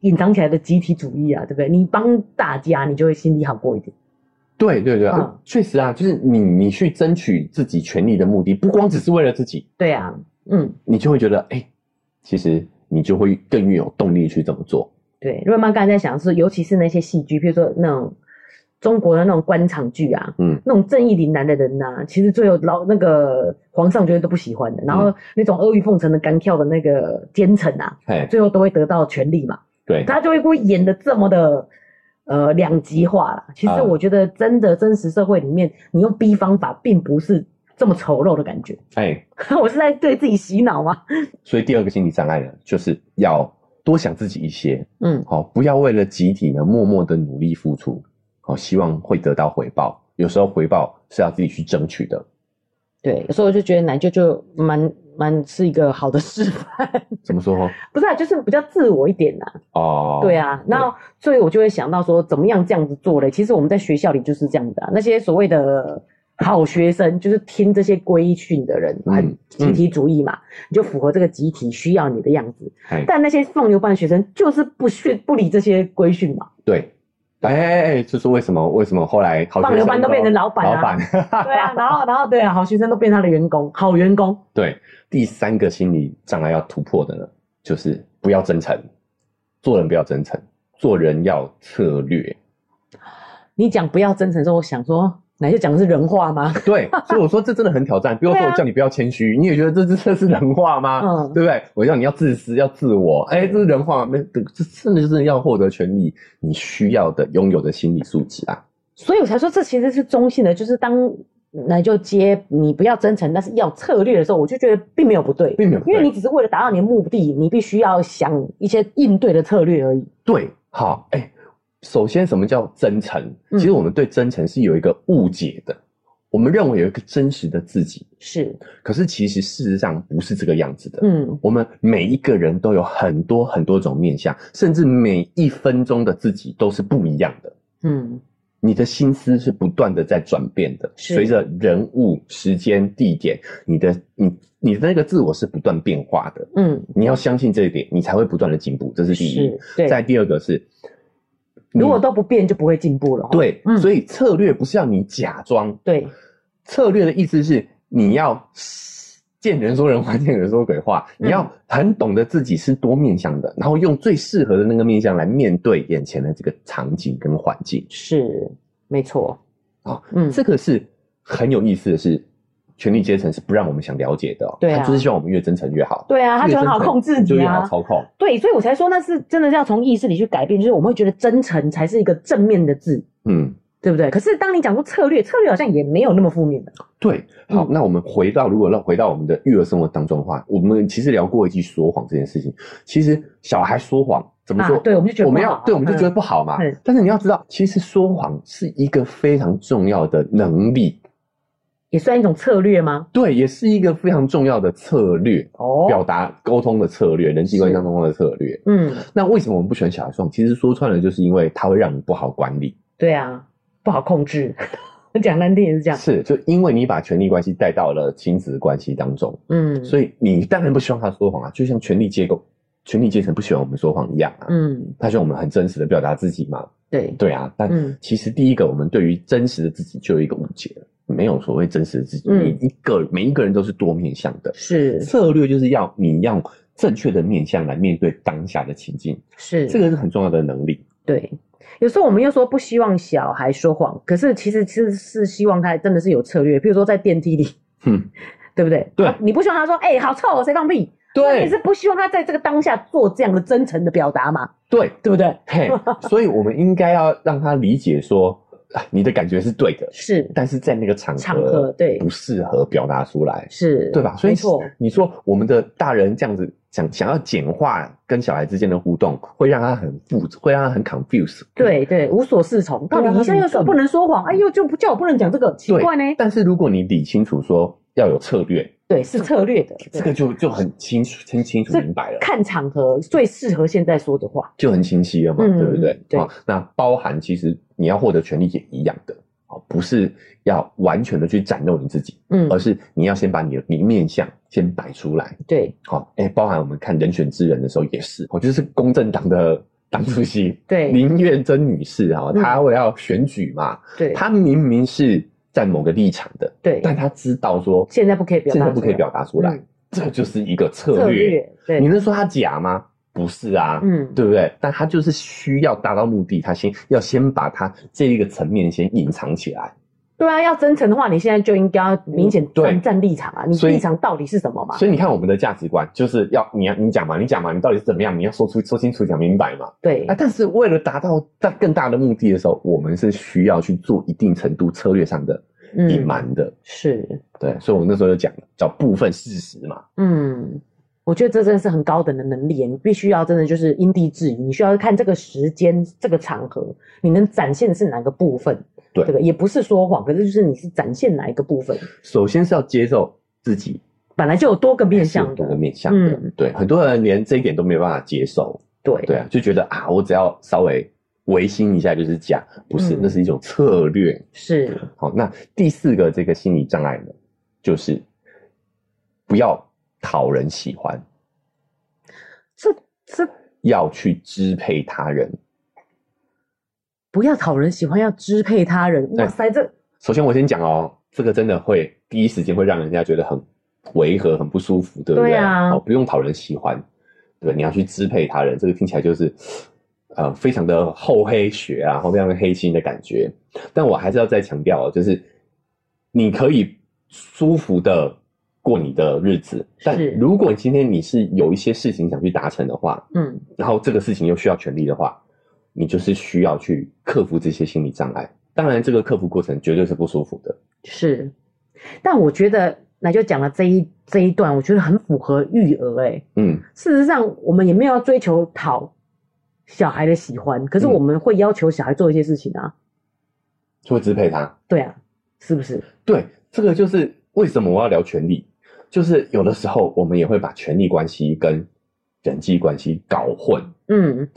Speaker 2: 隐藏起来的集体主义啊，对不对？你帮大家，你就会心里好过一点。
Speaker 3: 对对对，
Speaker 2: 嗯
Speaker 3: 确实啊，就是你你去争取自己权利的目的，不光只是为了自己，
Speaker 2: 对啊，嗯，
Speaker 3: 你就会觉得，哎、其实你就会更有动力去这么做。
Speaker 2: 对。瑞曼刚才在想的是，尤其是那些戏剧，比如说那种中国的那种官场剧啊，
Speaker 3: 嗯，
Speaker 2: 那种正义凛然的人呐、其实最后老那个皇上觉得都不喜欢的，然后那种阿谀奉承的干跳的那个奸臣啊，
Speaker 3: 哎，
Speaker 2: 最后都会得到权力嘛。
Speaker 3: 对，
Speaker 2: 他就会故意演的这么的呃两极化啦。其实
Speaker 3: 啊
Speaker 2: 我觉得，真的真实社会里面，你用逼方法并不是这么丑陋的感觉。
Speaker 3: 哎，
Speaker 2: 我是在对自己洗脑吗？
Speaker 3: 所以第二个心理障碍呢，就是要多想自己一些，
Speaker 2: 嗯，
Speaker 3: 好、不要为了集体呢默默的努力付出，好、希望会得到回报。有时候回报是要自己去争取的。
Speaker 2: 对，所以我就觉得奶舅就蛮蛮是一个好的示范，
Speaker 3: 怎么说？
Speaker 2: 不是、啊，就是比较自我一点啦、
Speaker 3: 哦，
Speaker 2: 对，啊，那所以我就会想到说，怎么样这样子做嘞？其实我们在学校里就是这样子啊，那些所谓的好学生，就是听这些规训的人，
Speaker 3: 嗯
Speaker 2: 很集体主义嘛，你就符合这个集体需要你的样子。
Speaker 3: 哎，
Speaker 2: 但那些放牛班的学生就是不训不理这些规训嘛，
Speaker 3: 对，哎哎哎，就是为什么为什么后来好学
Speaker 2: 放
Speaker 3: 生
Speaker 2: 牛班都变成老板啊
Speaker 3: 老板，
Speaker 2: 对啊，然后然后对啊，好学生都变他的员工，好员工，
Speaker 3: 对。第三个心理障碍要突破的呢，就是不要真诚，做人不要真诚，做人要策略。
Speaker 2: 你讲不要真诚的时候，我想说，哪些讲的是人话吗？
Speaker 3: 对，所以我说这真的很挑战。比如说
Speaker 2: 对啊
Speaker 3: 我叫你不要谦虚，你也觉得这这这是人话吗？
Speaker 2: 嗯
Speaker 3: 对不对？我叫你要自私，要自我，哎，这是人话吗？没，这这真的就是要获得权利，你需要的拥有的心理素质啊。
Speaker 2: 所以我才说这其实是中性的，就是当那就接你不要真诚，但是要策略的时候，我就觉得并没有不对，
Speaker 3: 并没有不对
Speaker 2: 因为你只是为了达到你的目的，你必须要想一些应对的策略而已。
Speaker 3: 对，好，哎，首先什么叫真诚？
Speaker 2: 嗯
Speaker 3: 其实我们对真诚是有一个误解的，我们认为有一个真实的自己，
Speaker 2: 是，
Speaker 3: 可是其实事实上不是这个样子的。
Speaker 2: 嗯，
Speaker 3: 我们每一个人都有很多很多种面相，甚至每一分钟的自己都是不一样的。
Speaker 2: 嗯，
Speaker 3: 你的心思是不断的在转变的，
Speaker 2: 是
Speaker 3: 随着人物、时间、地点，你的你你的那个自我是不断变化的。
Speaker 2: 嗯，
Speaker 3: 你要相信这一点，你才会不断的进步，这是第一
Speaker 2: 是。，对。
Speaker 3: 再第二个是，
Speaker 2: 如果
Speaker 3: 你
Speaker 2: 都不变，就不会进步了。，
Speaker 3: 对，
Speaker 2: 嗯
Speaker 3: 所以策略不是要你假装，
Speaker 2: 对，
Speaker 3: 策略的意思是你要见人说人话，见鬼说鬼话，
Speaker 2: 嗯
Speaker 3: 你要很懂得自己是多面向的，然后用最适合的那个面向来面对眼前的这个场景跟环境。
Speaker 2: 是没错。
Speaker 3: 好，
Speaker 2: 嗯，
Speaker 3: 哦这个是很有意思的是，权力阶层是不让我们想了解的、哦，
Speaker 2: 对啊
Speaker 3: 他就是希望我们越真诚越好。
Speaker 2: 对啊，他
Speaker 3: 越
Speaker 2: 就
Speaker 3: 真
Speaker 2: 很
Speaker 3: 诚
Speaker 2: 好控制
Speaker 3: 就
Speaker 2: 你
Speaker 3: 越好
Speaker 2: 啊。
Speaker 3: 操控。
Speaker 2: 对，所以我才说那是真的是要从意识里去改变，就是我们会觉得真诚才是一个正面的字，
Speaker 3: 嗯，
Speaker 2: 对不对？可是当你讲出策略，策略好像也没有那么负面的。
Speaker 3: 对。好，
Speaker 2: 嗯
Speaker 3: 那我们回到如果让回到我们的育儿生活当中的话，我们其实聊过一句说谎这件事情。其实小孩说谎怎么说？
Speaker 2: 啊对我们就觉得
Speaker 3: 我们
Speaker 2: 不好
Speaker 3: 要对，我们就觉得不好嘛。
Speaker 2: 嗯
Speaker 3: 但是你要知道，其实说谎是一个非常重要的能力，
Speaker 2: 也算一种策略吗？
Speaker 3: 对，也是一个非常重要的策略，
Speaker 2: 哦
Speaker 3: 表达沟通的策略，人际关系当中的策略。
Speaker 2: 嗯，
Speaker 3: 那为什么我们不喜欢小孩说谎？其实说穿了，就是因为它会让你不好管理。
Speaker 2: 对啊，不好控制。 讲难听也是这样，
Speaker 3: 是，就因为你把权力关系带到了亲子关系当中，
Speaker 2: 嗯，
Speaker 3: 所以你当然不希望他说谎啊，就像权力结构、权力阶层不喜欢我们说谎一样啊。
Speaker 2: 嗯，
Speaker 3: 他希望我们很真实的表达自己嘛，
Speaker 2: 对，
Speaker 3: 对啊。但
Speaker 2: 嗯
Speaker 3: 其实第一个，我们对于真实的自己就有一个误解了，没有所谓真实的自己，
Speaker 2: 嗯
Speaker 3: 每一个每一个人都是多面向的，
Speaker 2: 是
Speaker 3: 策略就是要你要正确的面向来面对当下的情境，
Speaker 2: 是
Speaker 3: 这个是很重要的能力。
Speaker 2: 对，有时候我们又说不希望小孩说谎，可是其实其实是希望他真的是有策略，比如说在电梯里，
Speaker 3: 哼，
Speaker 2: 对不对？
Speaker 3: 对
Speaker 2: 啊你不希望他说，哎、好臭，谁放屁？那你
Speaker 3: 对
Speaker 2: 是不希望他在这个当下做这样的真诚的表达嘛？
Speaker 3: 对，
Speaker 2: 对不对？
Speaker 3: 嘿，所以我们应该要让他理解说，啊你的感觉是对的，
Speaker 2: 是
Speaker 3: 但是在那个场合
Speaker 2: 场合对
Speaker 3: 不适合表达出来，
Speaker 2: 是，
Speaker 3: 对吧？所以
Speaker 2: 没错，
Speaker 3: 你说我们的大人这样子想想要简化跟小孩之间的互动，会让他很复，会让他很 confuse。
Speaker 2: 对对，无所适从。到
Speaker 3: 对啊
Speaker 2: 底一下又
Speaker 3: 他
Speaker 2: 说
Speaker 3: 很
Speaker 2: 不能说谎，哎呦就不叫我不能讲这个，奇
Speaker 3: 对
Speaker 2: 怪呢？
Speaker 3: 但是如果你理清楚说要有策略，
Speaker 2: 对，是策略的，
Speaker 3: 这
Speaker 2: 对
Speaker 3: 个就就很清楚、清清楚
Speaker 2: 这
Speaker 3: 明白了，
Speaker 2: 看场合最适合现在说的话。
Speaker 3: 就很清晰了嘛，
Speaker 2: 嗯
Speaker 3: 对不对？
Speaker 2: 对
Speaker 3: 好那包含其实你要获得权利也一样的，哦，不是要完全的去展露你自己，
Speaker 2: 嗯
Speaker 3: 而，是你要先把你的你面相先摆出来。
Speaker 2: 对
Speaker 3: 好、哎，包含我们看《人选之人》的时候也是，哦，就是公正党的 党主席
Speaker 2: 对
Speaker 3: 林月珍女士啊、
Speaker 2: 嗯
Speaker 3: 她为要选举嘛，
Speaker 2: 对
Speaker 3: 她明明是在某个立场的，
Speaker 2: 对，
Speaker 3: 但她知道说
Speaker 2: 现在不可以表达
Speaker 3: 现在不可以
Speaker 2: 出来
Speaker 3: 表达出来
Speaker 2: 嗯，
Speaker 3: 这就是一个策
Speaker 2: 策
Speaker 3: 略。
Speaker 2: 略对
Speaker 3: 你，能说她假吗？不是啊，
Speaker 2: 嗯，
Speaker 3: 对不对？但她就是需要达到目的，她先要先把她这一个层面先隐藏起来。
Speaker 2: 对啊，要真诚的话，你现在就应该要明显
Speaker 3: 对
Speaker 2: 站站立场啊，你
Speaker 3: 所以
Speaker 2: 立场到底是什么嘛？
Speaker 3: 所以你看，我们的价值观就是要你要你讲嘛，你讲嘛，你到底是怎么样？你要说出说清楚、讲明白嘛。
Speaker 2: 对
Speaker 3: 啊，但是为了达到大更大的目的的时候，我们是需要去做一定程度策略上的隐
Speaker 2: 嗯，
Speaker 3: 瞒的。
Speaker 2: 是，
Speaker 3: 对，所以我那时候就讲了，叫部分事实嘛。
Speaker 2: 嗯，我觉得这真的是很高等的能力耶，你必须要真的就是因地制宜，你需要看这个时间、这个场合，你能展现的是哪个部分，
Speaker 3: 对
Speaker 2: 这个也不是说谎，可是就是你是展现哪一个部分，
Speaker 3: 首先是要接受自己
Speaker 2: 本来就有多个面
Speaker 3: 是有
Speaker 2: 向
Speaker 3: 多个
Speaker 2: 的，
Speaker 3: 面向的。
Speaker 2: 嗯
Speaker 3: 对，很多人连这一点都没有办法接受。
Speaker 2: 对
Speaker 3: 对啊，就觉得啊，我只要稍微违心一下就是假，不是，
Speaker 2: 嗯
Speaker 3: 那是一种策略。
Speaker 2: 是，
Speaker 3: 好，那第四个这个心理障碍呢，就是不要讨人喜欢，
Speaker 2: 这这
Speaker 3: 要去支配他人。
Speaker 2: 不要讨人喜欢，要支配他人，
Speaker 3: 对
Speaker 2: 哇塞，这
Speaker 3: 首先我先讲哦，这个真的会第一时间会让人家觉得很违和、很不舒服，对不对？
Speaker 2: 对啊
Speaker 3: 哦，不用讨人喜欢，对，你要去支配他人，这个听起来就是呃非常的厚黑学啊，非常的黑心的感觉。但我还是要再强调哦，就是你可以舒服的过你的日子，但
Speaker 2: 是
Speaker 3: 如果今天你是有一些事情想去达成的话，
Speaker 2: 嗯
Speaker 3: 然后这个事情又需要权力的话，你就是需要去克服这些心理障碍。当然，这个克服过程绝对是不舒服的。
Speaker 2: 是，但我觉得那就讲了这一这一段，我觉得很符合育儿哎、
Speaker 3: 嗯，
Speaker 2: 事实上，我们也没有要追求讨小孩的喜欢，可是
Speaker 3: 嗯
Speaker 2: 我们会要求小孩做一些事情啊，
Speaker 3: 就会支配他。
Speaker 2: 对啊，是不是？
Speaker 3: 对，这个就是为什么我要聊权力，就是有的时候我们也会把权力关系跟人际关系搞混。
Speaker 2: 嗯，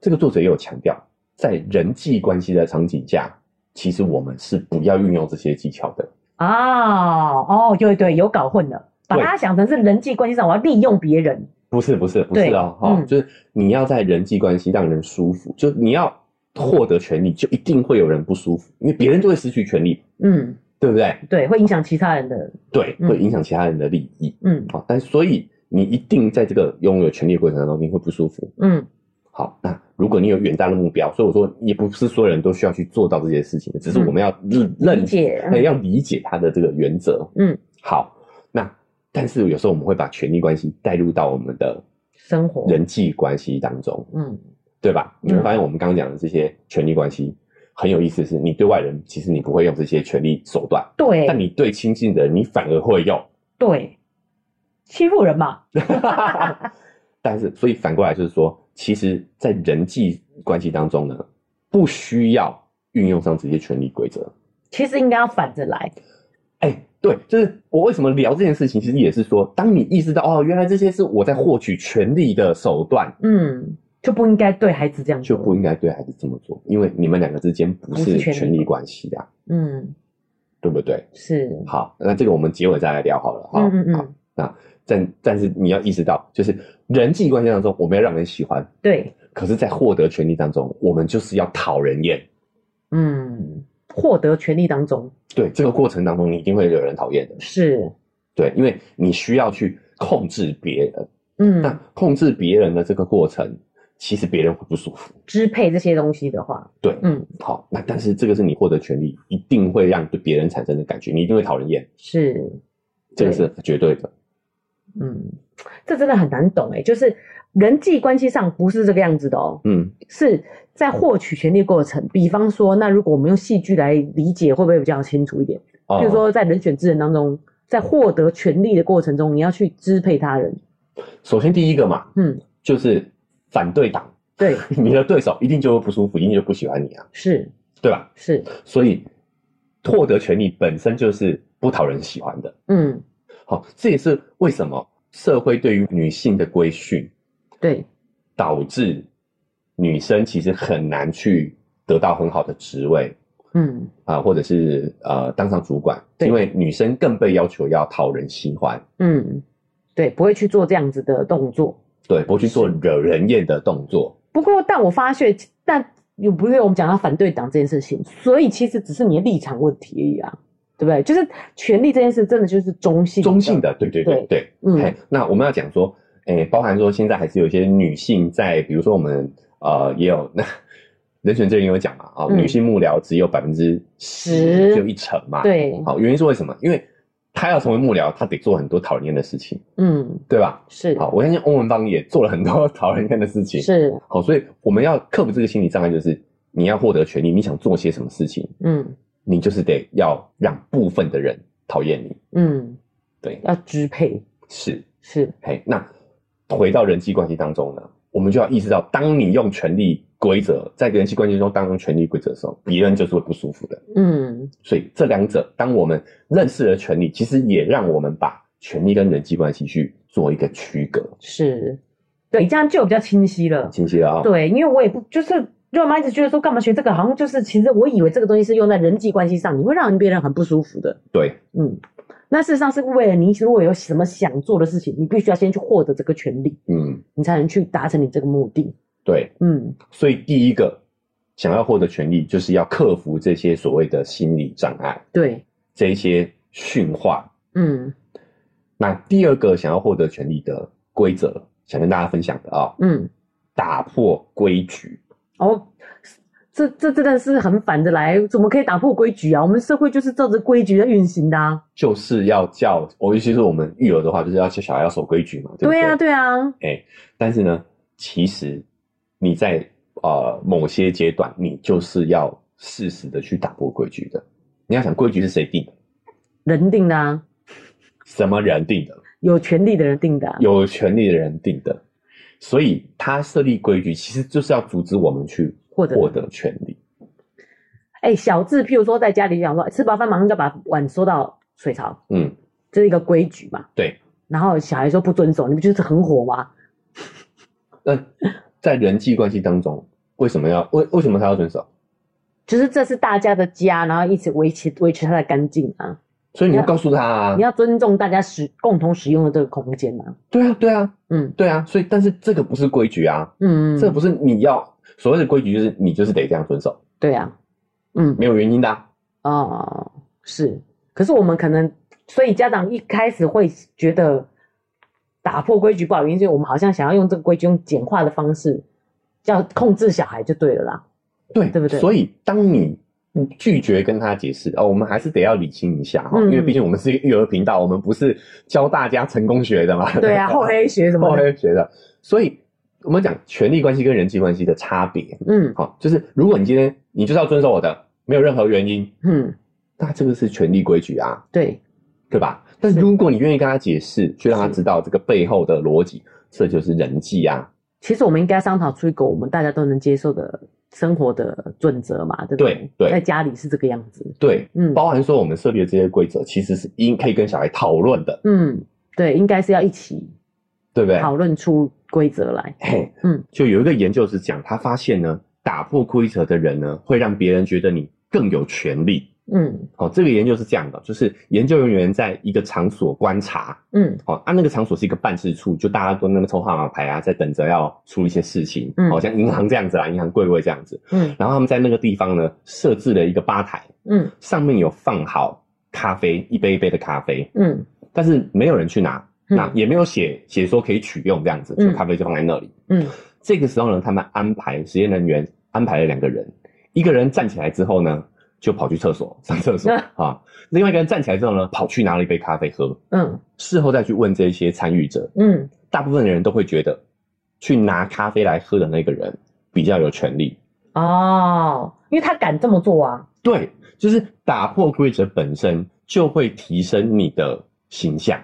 Speaker 3: 这个作者也有强调，在人际关系的场景下，其实我们是不要运用这些技巧的。
Speaker 2: 啊、哦，对对，有搞混了，把
Speaker 3: 对
Speaker 2: 它想成是人际关系上我要利用别人，
Speaker 3: 不是不是不
Speaker 2: 对
Speaker 3: 是哦，哈、
Speaker 2: 嗯
Speaker 3: 就是你要在人际关系让人舒服，就你要获得权利，就一定会有人不舒服，因为别人就会失去权利，
Speaker 2: 嗯，
Speaker 3: 对不对？
Speaker 2: 对，会影响其他人的，
Speaker 3: 对，
Speaker 2: 嗯
Speaker 3: 会影响其他人的利益。
Speaker 2: 嗯
Speaker 3: 好、但所以你一定在这个拥有权利的过程当中，你会不舒服。
Speaker 2: 嗯，
Speaker 3: 好，那如果你有远大的目标，所以我说也不是所有人都需要去做到这些事情的，只是我们要认、认
Speaker 2: 嗯理解，
Speaker 3: 哎，要理解他的这个原则。
Speaker 2: 嗯，
Speaker 3: 好，那但是有时候我们会把权力关系带入到我们的
Speaker 2: 生活，
Speaker 3: 人际关系当中。
Speaker 2: 嗯，
Speaker 3: 对吧？你会
Speaker 2: 嗯
Speaker 3: 发现我们刚刚讲的这些权力关系很有意思的是，你对外人其实你不会用这些权力手段，
Speaker 2: 对
Speaker 3: 但你对亲近的人你反而会 用。
Speaker 2: 对，欺负人嘛，
Speaker 3: 但是，所以反过来就是说，其实，在人际关系当中呢，不需要运用上这些权力规则。
Speaker 2: 其实应该要反着来，
Speaker 3: 哎，对，就是我为什么聊这件事情，其实也是说，当你意识到哦，原来这些是我在获取权力的手段，
Speaker 2: 嗯，就不应该对孩子这样
Speaker 3: 就
Speaker 2: 做。
Speaker 3: 不应该对孩子这么做，因为你们两个之间不
Speaker 2: 不是
Speaker 3: 是
Speaker 2: 权利
Speaker 3: 权力关系啊，
Speaker 5: 嗯，
Speaker 3: 对不对？
Speaker 5: 是，
Speaker 3: 好，那这个我们结尾再来聊好了哈。
Speaker 5: 嗯嗯
Speaker 3: 好
Speaker 5: 嗯，
Speaker 3: 那但但是你要意识到，就是人际关系当中，我们要让人喜欢，
Speaker 5: 对，
Speaker 3: 可是，在获得权利当中，我们就是要讨人厌。
Speaker 5: 嗯，获得权利当中
Speaker 3: 对，这个过程当中，你一定会惹人讨厌的。
Speaker 5: 是，
Speaker 3: 对，因为你需要去控制别人，那
Speaker 5: 嗯，
Speaker 3: 控制别人的这个过程，其实别人会不舒服。
Speaker 5: 支配这些东西的话，
Speaker 3: 对，
Speaker 5: 嗯，
Speaker 3: 好，那但是这个是你获得权利，一定会让对别人产生的感觉，你一定会讨人厌，
Speaker 5: 是，
Speaker 3: 这个是绝对的。
Speaker 5: 嗯，
Speaker 2: 这真的很难懂哎、就是人际关系上不是这个样子的哦，
Speaker 3: 嗯，
Speaker 2: 是在获取权利过程。比方说，那如果我们用戏剧来理解，会不会比较清楚一点？
Speaker 3: 哦
Speaker 2: 比如说，在人选之人当中，在获得权利的过程中，你要去支配他人。
Speaker 3: 首先第一个嘛，
Speaker 2: 嗯，
Speaker 3: 就是反对党，
Speaker 2: 对，
Speaker 3: 你的对手一定就会不舒服，一定就不喜欢你啊，
Speaker 2: 是
Speaker 3: 对吧？
Speaker 2: 是，
Speaker 3: 所以获得权利本身就是不讨人喜欢的。
Speaker 2: 嗯，
Speaker 3: 好，这也是为什么社会对于女性的规训
Speaker 2: 对，
Speaker 3: 导致女生其实很难去得到很好的职位
Speaker 2: 嗯，
Speaker 3: 啊、或者是呃当上主管，
Speaker 2: 对
Speaker 3: 因为女生更被要求要讨人喜欢，
Speaker 2: 嗯，对，不会去做这样子的动作。
Speaker 3: 对，不去做惹人厌的动作。
Speaker 2: 不过，但我发现，但又不是我们讲到反对党这件事情，所以其实只是你的立场问题而已啊，对不对？就是权力这件事，真的就是中性，
Speaker 3: 中性，的，对对对
Speaker 2: 对
Speaker 3: 对，
Speaker 2: 嗯
Speaker 3: 嘿，那我们要讲说，诶、包含说现在还是有一些女性在，比如说我们呃也有那人选这里有讲嘛，啊、
Speaker 2: 嗯
Speaker 3: 女性幕僚只有百分之
Speaker 2: 10
Speaker 3: 十，只有一成嘛，，
Speaker 2: 对，
Speaker 3: 好，原因是为什么？因为她要成为幕僚，她得做很多讨人厌的事情，
Speaker 2: 嗯，
Speaker 3: 对吧？
Speaker 2: 是
Speaker 3: 好，我相信欧文芳也做了很多 讨人厌的事情，
Speaker 2: 是，
Speaker 3: 好，所以我们要克服这个心理障碍，就是你要获得权利，你想做些什么事情，
Speaker 2: 嗯
Speaker 3: 你就是得要让部分的人讨厌你，
Speaker 2: 嗯，
Speaker 3: 对，
Speaker 2: 要支配，
Speaker 3: 是。
Speaker 2: 是，
Speaker 3: 嘿，那回到人际关系当中呢，我们就要意识到，当你用权力规则在人际关系中当用权力规则的时候，别人就是会不舒服的。
Speaker 2: 嗯
Speaker 3: 所以这两者，当我们认识了权力，其实也让我们把权力跟人际关系去做一个区隔，
Speaker 2: 是，对，这样就比较清晰了。
Speaker 3: 清晰了啊、，
Speaker 2: 对，因为我也不就是。就我妈一直觉得说干嘛学这个，好像就是其实我以为这个东西是用在人际关系上，你会让别人很不舒服的。
Speaker 3: 对，
Speaker 2: 嗯，那事实上是为了你如果有什么想做的事情，你必须要先去获得这个权利，
Speaker 3: 嗯，
Speaker 2: 你才能去达成你这个目的。
Speaker 3: 对。
Speaker 2: 嗯，
Speaker 3: 所以第一个，想要获得权利，就是要克服这些所谓的心理障碍，
Speaker 2: 对，
Speaker 3: 这一些驯化。
Speaker 2: 嗯
Speaker 3: 那第二个想要获得权利的规则，想跟大家分享的啊、
Speaker 2: 嗯，
Speaker 3: 打破规矩。
Speaker 2: 哦，这这真的是很反着来，怎么可以打破规矩啊？我们社会就是照着规矩在运行的啊。
Speaker 3: 就是要叫我，尤其是我们育儿的话，就是要叫小孩要守规矩嘛，对不
Speaker 2: 对
Speaker 3: 对？
Speaker 2: 啊，对啊，
Speaker 3: 但是呢，其实你在呃某些阶段，你就是要适时的去打破规矩的。你要想规矩是谁定的，
Speaker 2: 人定的啊，
Speaker 3: 什么人定的，
Speaker 2: 有权利的人定的啊、
Speaker 3: 有权利的人定的，所以他设立规矩，其实就是要阻止我们去
Speaker 2: 获得
Speaker 3: 获得权利。
Speaker 2: 哎，小智，譬如说在家里讲说吃饱饭马上就要把碗收到水槽，
Speaker 3: 嗯，
Speaker 2: 这是一个规矩嘛。
Speaker 3: 对。
Speaker 2: 然后小孩说不遵守，你不就是很火吗？
Speaker 3: 那在人际关系当中，为什么要为为什么他要遵守？
Speaker 2: 就是这是大家的家，然后一起维持维持它的干净啊。
Speaker 3: 所以你要告诉他啊
Speaker 2: 你，要尊重大家使共同使用的这个空间啊。
Speaker 3: 对啊，对啊，
Speaker 2: 嗯
Speaker 3: 对啊，所以但是这个不是规矩啊，
Speaker 2: 嗯，
Speaker 3: 这不是你要所谓的规矩，就是你就是得这样遵守，
Speaker 2: 对啊，嗯
Speaker 3: 没有原因的啊、
Speaker 2: 哦是。可是我们可能，所以家长一开始会觉得打破规矩不好，原因是我们好像想要用这个规矩用简化的方式，要控制小孩就对了啦。
Speaker 3: 对
Speaker 2: 对不对
Speaker 3: 所以当你拒绝跟他解释哦，我们还是得要理清一下哈、
Speaker 2: 嗯
Speaker 3: 因为毕竟我们是一个育儿频道，我们不是教大家成功学的嘛。
Speaker 2: 对啊，厚黑学什
Speaker 3: 后
Speaker 2: 么的。
Speaker 3: 黑学的，所以我们讲权力关系跟人际关系的差别，
Speaker 2: 嗯
Speaker 3: 好、就是如果你今天你就是要遵守我的，没有任何原因，
Speaker 2: 嗯，
Speaker 3: 那这个是权力规矩啊。
Speaker 2: 对，
Speaker 3: 对吧？但
Speaker 2: 是
Speaker 3: 如果你愿意跟他解释，去让他
Speaker 2: 是
Speaker 3: 知道这个背后的逻辑，这就是人际啊。
Speaker 2: 其实我们应该商讨出一个我们大家都能接受的生活的准则嘛，对不对？
Speaker 3: 对对
Speaker 2: 在家里是这个样子。
Speaker 3: 对，
Speaker 2: 嗯
Speaker 3: 包含说我们设立的这些规则，其实是应可以跟小孩讨论的，
Speaker 2: 嗯，对，应该是要一起
Speaker 3: 对不对？
Speaker 2: 讨论出规则来。
Speaker 3: 嘿，
Speaker 2: 嗯
Speaker 3: 嗯，就有一个研究是讲，他发现呢，打破规则的人呢，会让别人觉得你更有权利。
Speaker 2: 嗯
Speaker 3: 哦，这个研究是这样的，就是研究人员在一个场所观察，
Speaker 2: 嗯
Speaker 3: 哦，啊，那个场所是一个办事处，就大家都那个抽号码牌啊，在等着要出一些事情，
Speaker 2: 嗯
Speaker 3: 哦，像银行这样子啦，银行柜位这样子。
Speaker 2: 嗯
Speaker 3: 然后他们在那个地方呢，设置了一个吧台，
Speaker 2: 嗯
Speaker 3: 上面有放好咖啡，一杯一杯的咖啡，
Speaker 2: 嗯
Speaker 3: 但是没有人去拿，
Speaker 2: 嗯
Speaker 3: 那也没有写写说可以取用这样子，
Speaker 2: 嗯
Speaker 3: 就咖啡就放在那里。
Speaker 2: 嗯
Speaker 3: 这个时候呢，他们安排实验人员安排了两个人，一个人站起来之后呢，就跑去厕所 上厕
Speaker 2: 嗯
Speaker 3: 所啊，另外一个人站起来之后呢，跑去拿了一杯咖啡喝。
Speaker 2: 嗯
Speaker 3: 事后再去问这些参与者，
Speaker 2: 嗯
Speaker 3: 大部分的人都会觉得，去拿咖啡来喝的那个人比较有权利。
Speaker 2: 哦，因为他敢这么做啊。
Speaker 3: 对，就是打破规则本身就会提升你的形象。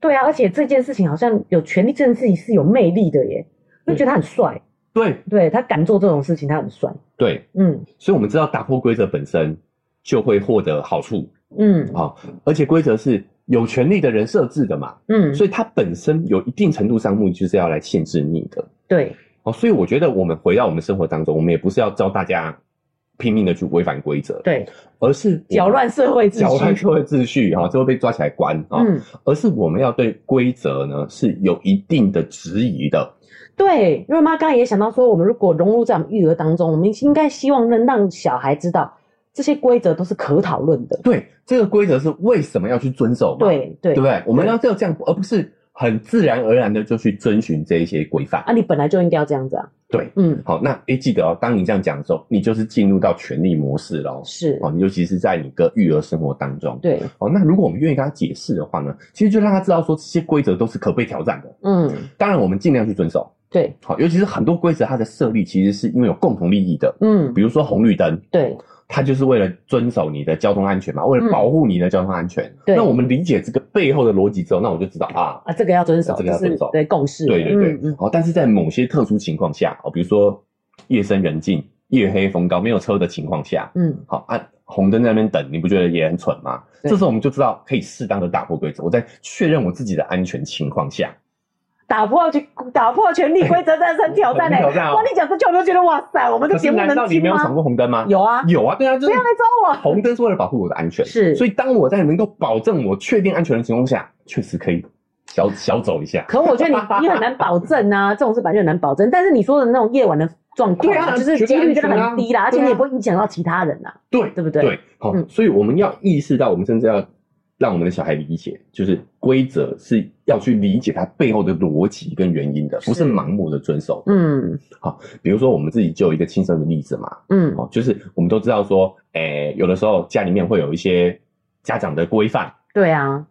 Speaker 2: 对啊，而且这件事情好像有权利，这件事情是有魅力的耶，就觉得他很帅。
Speaker 3: 对
Speaker 2: 对他敢做这种事情，他很帅。
Speaker 3: 对，
Speaker 2: 嗯
Speaker 3: 所以我们知道打破规则本身就会获得好处
Speaker 2: 嗯
Speaker 3: 啊、而且规则是有权利的人设置的嘛，
Speaker 2: 嗯，
Speaker 3: 所以它本身有一定程度上目的就是要来限制你的。
Speaker 2: 对，
Speaker 3: 哦，所以我觉得我们回到我们生活当中，我们也不是要教大家拼命的去违反规则，
Speaker 2: 对，
Speaker 3: 而是我们
Speaker 2: 搅乱社会秩序
Speaker 3: 搅乱社会秩序哈，这会被抓起来关啊、
Speaker 2: 嗯
Speaker 3: 而是我们要对规则呢是有一定的质疑的，
Speaker 2: 对，因为妈刚才也想到说，我们如果融入在我们育儿当中，我们应该希望能让小孩知道这些规则都是可讨论的。
Speaker 3: 对这个规则是为什么要去遵守嘛？
Speaker 2: 对对
Speaker 3: 对不对？我们要这样这样，而不是很自然而然的就去遵循这一些规范。
Speaker 2: 啊，你本来就应该要这样子啊。
Speaker 3: 对，
Speaker 2: 嗯，
Speaker 3: 好，那诶记得哦，当你这样讲的时候，你就是进入到权力模式喽。
Speaker 2: 是，
Speaker 3: 哦，尤其是在你的育儿生活当中，
Speaker 2: 对，
Speaker 3: 哦，那如果我们愿意跟他解释的话呢，其实就让他知道说这些规则都是可被挑战的。
Speaker 2: 嗯，
Speaker 3: 当然，我们尽量去遵守。
Speaker 2: 对，
Speaker 3: 好，尤其是很多规则它的设立其实是因为有共同利益的，
Speaker 2: 嗯，
Speaker 3: 比如说红绿灯，
Speaker 2: 对，
Speaker 3: 它就是为了遵守你的交通安全嘛，为了保护你的交通安全。
Speaker 2: 嗯对
Speaker 3: 那我们理解这个背后的逻辑之后，那我就知道啊。
Speaker 2: 啊，这个要遵守，
Speaker 3: 这个要遵守
Speaker 2: 是对共识，
Speaker 3: 对对对，好、
Speaker 2: 嗯嗯
Speaker 3: 但是在某些特殊情况下，哦，比如说夜深人静、夜黑风高、没有车的情况下，
Speaker 2: 嗯，
Speaker 3: 好啊，红灯在那边等，你不觉得也很蠢吗？
Speaker 2: 对
Speaker 3: 这时候我们就知道可以适当的打破规则。我在确认我自己的安全情况下，
Speaker 2: 打破去打破权力规则，这是很挑战呢。欸
Speaker 3: 很挑战哦
Speaker 2: 哇，你讲这句，我都觉得哇塞，我们的
Speaker 3: 可
Speaker 2: 节
Speaker 3: 是
Speaker 2: 目
Speaker 3: 难道
Speaker 2: 能
Speaker 3: 你
Speaker 2: 听
Speaker 3: 没有闯
Speaker 2: 吗？
Speaker 3: 过红灯吗？
Speaker 2: 有啊，
Speaker 3: 有啊，对啊，就
Speaker 2: 不
Speaker 3: 是
Speaker 2: 要来抓我。
Speaker 3: 红灯是为了保护我的安全，
Speaker 2: 是
Speaker 3: 所以当我在能够保证我确定安全的情况下，确实可以小小走一下。
Speaker 2: 可我觉得你你很难保证啊，这种事本来就很难保证。但是你说的那种夜晚的状况，
Speaker 3: 对啊
Speaker 2: 就是
Speaker 3: 绝对
Speaker 2: 几率真的
Speaker 3: 安全啊
Speaker 2: 很低啦，而且
Speaker 3: 对啊
Speaker 2: 你也不会影响到其他人啊。
Speaker 3: 对，
Speaker 2: 对不对
Speaker 3: 对，好、
Speaker 2: 嗯
Speaker 3: 所以我们要意识到，我们甚至要让我们的小孩理解，就是规则是要去理解它背后的逻辑跟原因的，不
Speaker 2: 是
Speaker 3: 是盲目的遵守。
Speaker 2: 嗯
Speaker 3: 比如说，我们自己就有一个亲身的例子嘛，
Speaker 2: 嗯
Speaker 3: 哦，就是我们都知道说，诶、有的时候家里面会有一些家长的规范，
Speaker 2: 对啊，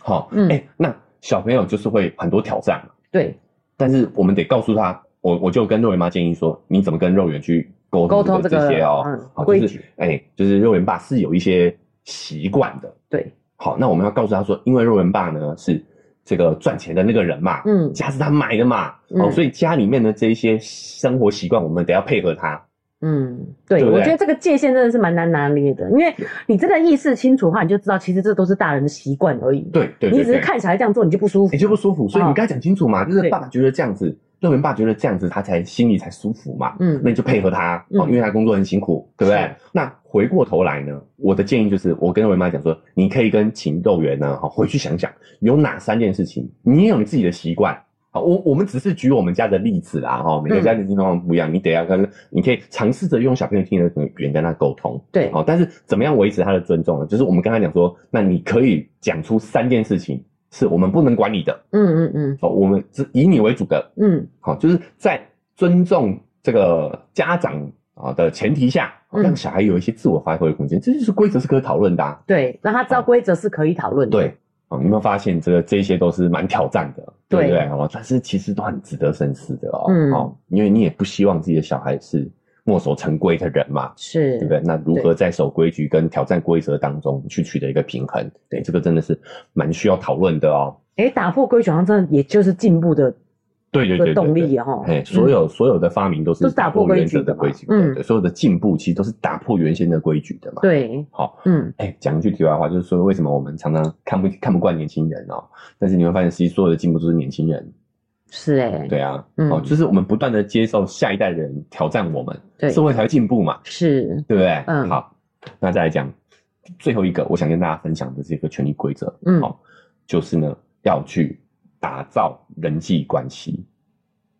Speaker 3: 好、
Speaker 2: 嗯
Speaker 3: 诶那小朋友就是会很多挑战嘛，
Speaker 2: 对，
Speaker 3: 但是我们得告诉他，我我就跟肉圆妈建议说，你怎么跟肉圆去沟
Speaker 2: 沟
Speaker 3: 通
Speaker 2: 通
Speaker 3: 这
Speaker 2: 这
Speaker 3: 个
Speaker 2: 个
Speaker 3: 这些哦，
Speaker 2: 嗯
Speaker 3: 好，
Speaker 2: 规
Speaker 3: 就
Speaker 2: 矩
Speaker 3: 是哎、就是肉圆爸是有一些习惯的，
Speaker 2: 对，
Speaker 3: 好，那我们要告诉他说，因为肉圆爸呢是这个赚钱的那个人嘛，
Speaker 2: 嗯
Speaker 3: 家是他买的嘛，哦，
Speaker 2: 嗯
Speaker 3: 所以家里面的这一些生活习惯，我们得要配合他，
Speaker 2: 嗯，对，
Speaker 3: 对不对
Speaker 2: 我觉得这个界限真的是蛮难拿捏的，因为你真的意识清楚的话，你就知道其实这都是大人的习惯而已。
Speaker 3: 对对对
Speaker 2: 你只是
Speaker 3: 对哎
Speaker 2: 看小孩这样做，你就不舒服
Speaker 3: 你。就不舒服，所以你
Speaker 2: 哦
Speaker 3: 跟他讲清楚嘛，就是
Speaker 2: 对
Speaker 3: 爸爸觉得这样子，肉圆爸觉得这样子，他才心里才舒服嘛。
Speaker 2: 嗯
Speaker 3: 那你就配合他，哦，
Speaker 2: 嗯
Speaker 3: 因为他工作很辛苦，对不对
Speaker 2: 是？
Speaker 3: 那回过头来呢，我的建议就是，我跟肉圆妈讲说，你可以跟情豆员呢，哈，回去想想有哪三件事情，你也有你自己的习惯。好，我我们只是举我们家的例子啦，哈，每个
Speaker 2: 嗯
Speaker 3: 家庭情况不一样，你得要跟，你可以尝试着用小朋友听得懂的语言跟他沟通，
Speaker 2: 对，
Speaker 3: 好，但是怎么样维持他的尊重呢？就是我们跟他讲说，那你可以讲出三件事情是我们不能管你的，
Speaker 2: 嗯嗯嗯
Speaker 3: 哦，我们只以你为主的，
Speaker 2: 嗯，
Speaker 3: 好、就是在尊重这个家长啊的前提下，哦
Speaker 2: 嗯
Speaker 3: 让小孩有一些自我发挥的空间，这就是规则是可以讨论的、啊。
Speaker 2: 对，让他知道规则是可以讨论的。
Speaker 3: 对，哦，你有没有发现这个这些都是蛮挑战的，对不
Speaker 2: 对
Speaker 3: 对？哦，但是其实都很值得深思的哦，
Speaker 2: 嗯
Speaker 3: 哦，因为你也不希望自己的小孩是墨守成规的人嘛，
Speaker 2: 是，
Speaker 3: 对不对？那如何在守规矩跟挑战规则当中去取得一个平衡？对，这个真的是蛮需要讨论的哦。
Speaker 2: 哎，打破规矩好像真的也就是进步的
Speaker 3: 对对对
Speaker 2: 的
Speaker 3: 对
Speaker 2: 动
Speaker 3: 对
Speaker 2: 力哈。
Speaker 3: 哎，所有所有的发明都是
Speaker 2: 哦嗯都是打破规
Speaker 3: 原则
Speaker 2: 矩的
Speaker 3: 的
Speaker 2: 嘛
Speaker 3: 规矩，
Speaker 2: 嗯
Speaker 3: 对对，所有的进步其实都是打破原先的规矩的嘛。，
Speaker 2: 对，
Speaker 3: 好，
Speaker 2: 嗯，
Speaker 3: 哎，讲一句题外话，就是说为什么我们常常看不看不惯年轻人哦？但是你会发现，其实所有的进步都是年轻人
Speaker 5: 是哎，
Speaker 3: 对啊，
Speaker 5: 嗯
Speaker 3: 哦，就是我们不断的接受下一代人挑战我们，
Speaker 5: 对
Speaker 3: 社会才会进步嘛，
Speaker 5: 是，
Speaker 3: 对不对？
Speaker 5: 嗯
Speaker 3: 好，那再来讲最后一个，我想跟大家分享的这个权力规则，
Speaker 5: 嗯
Speaker 3: 好、就是呢要去打造人际关系，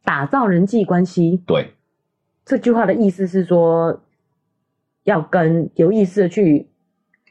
Speaker 5: 打造人际关系，
Speaker 3: 对，
Speaker 2: 这句话的意思是说，要跟有意识的去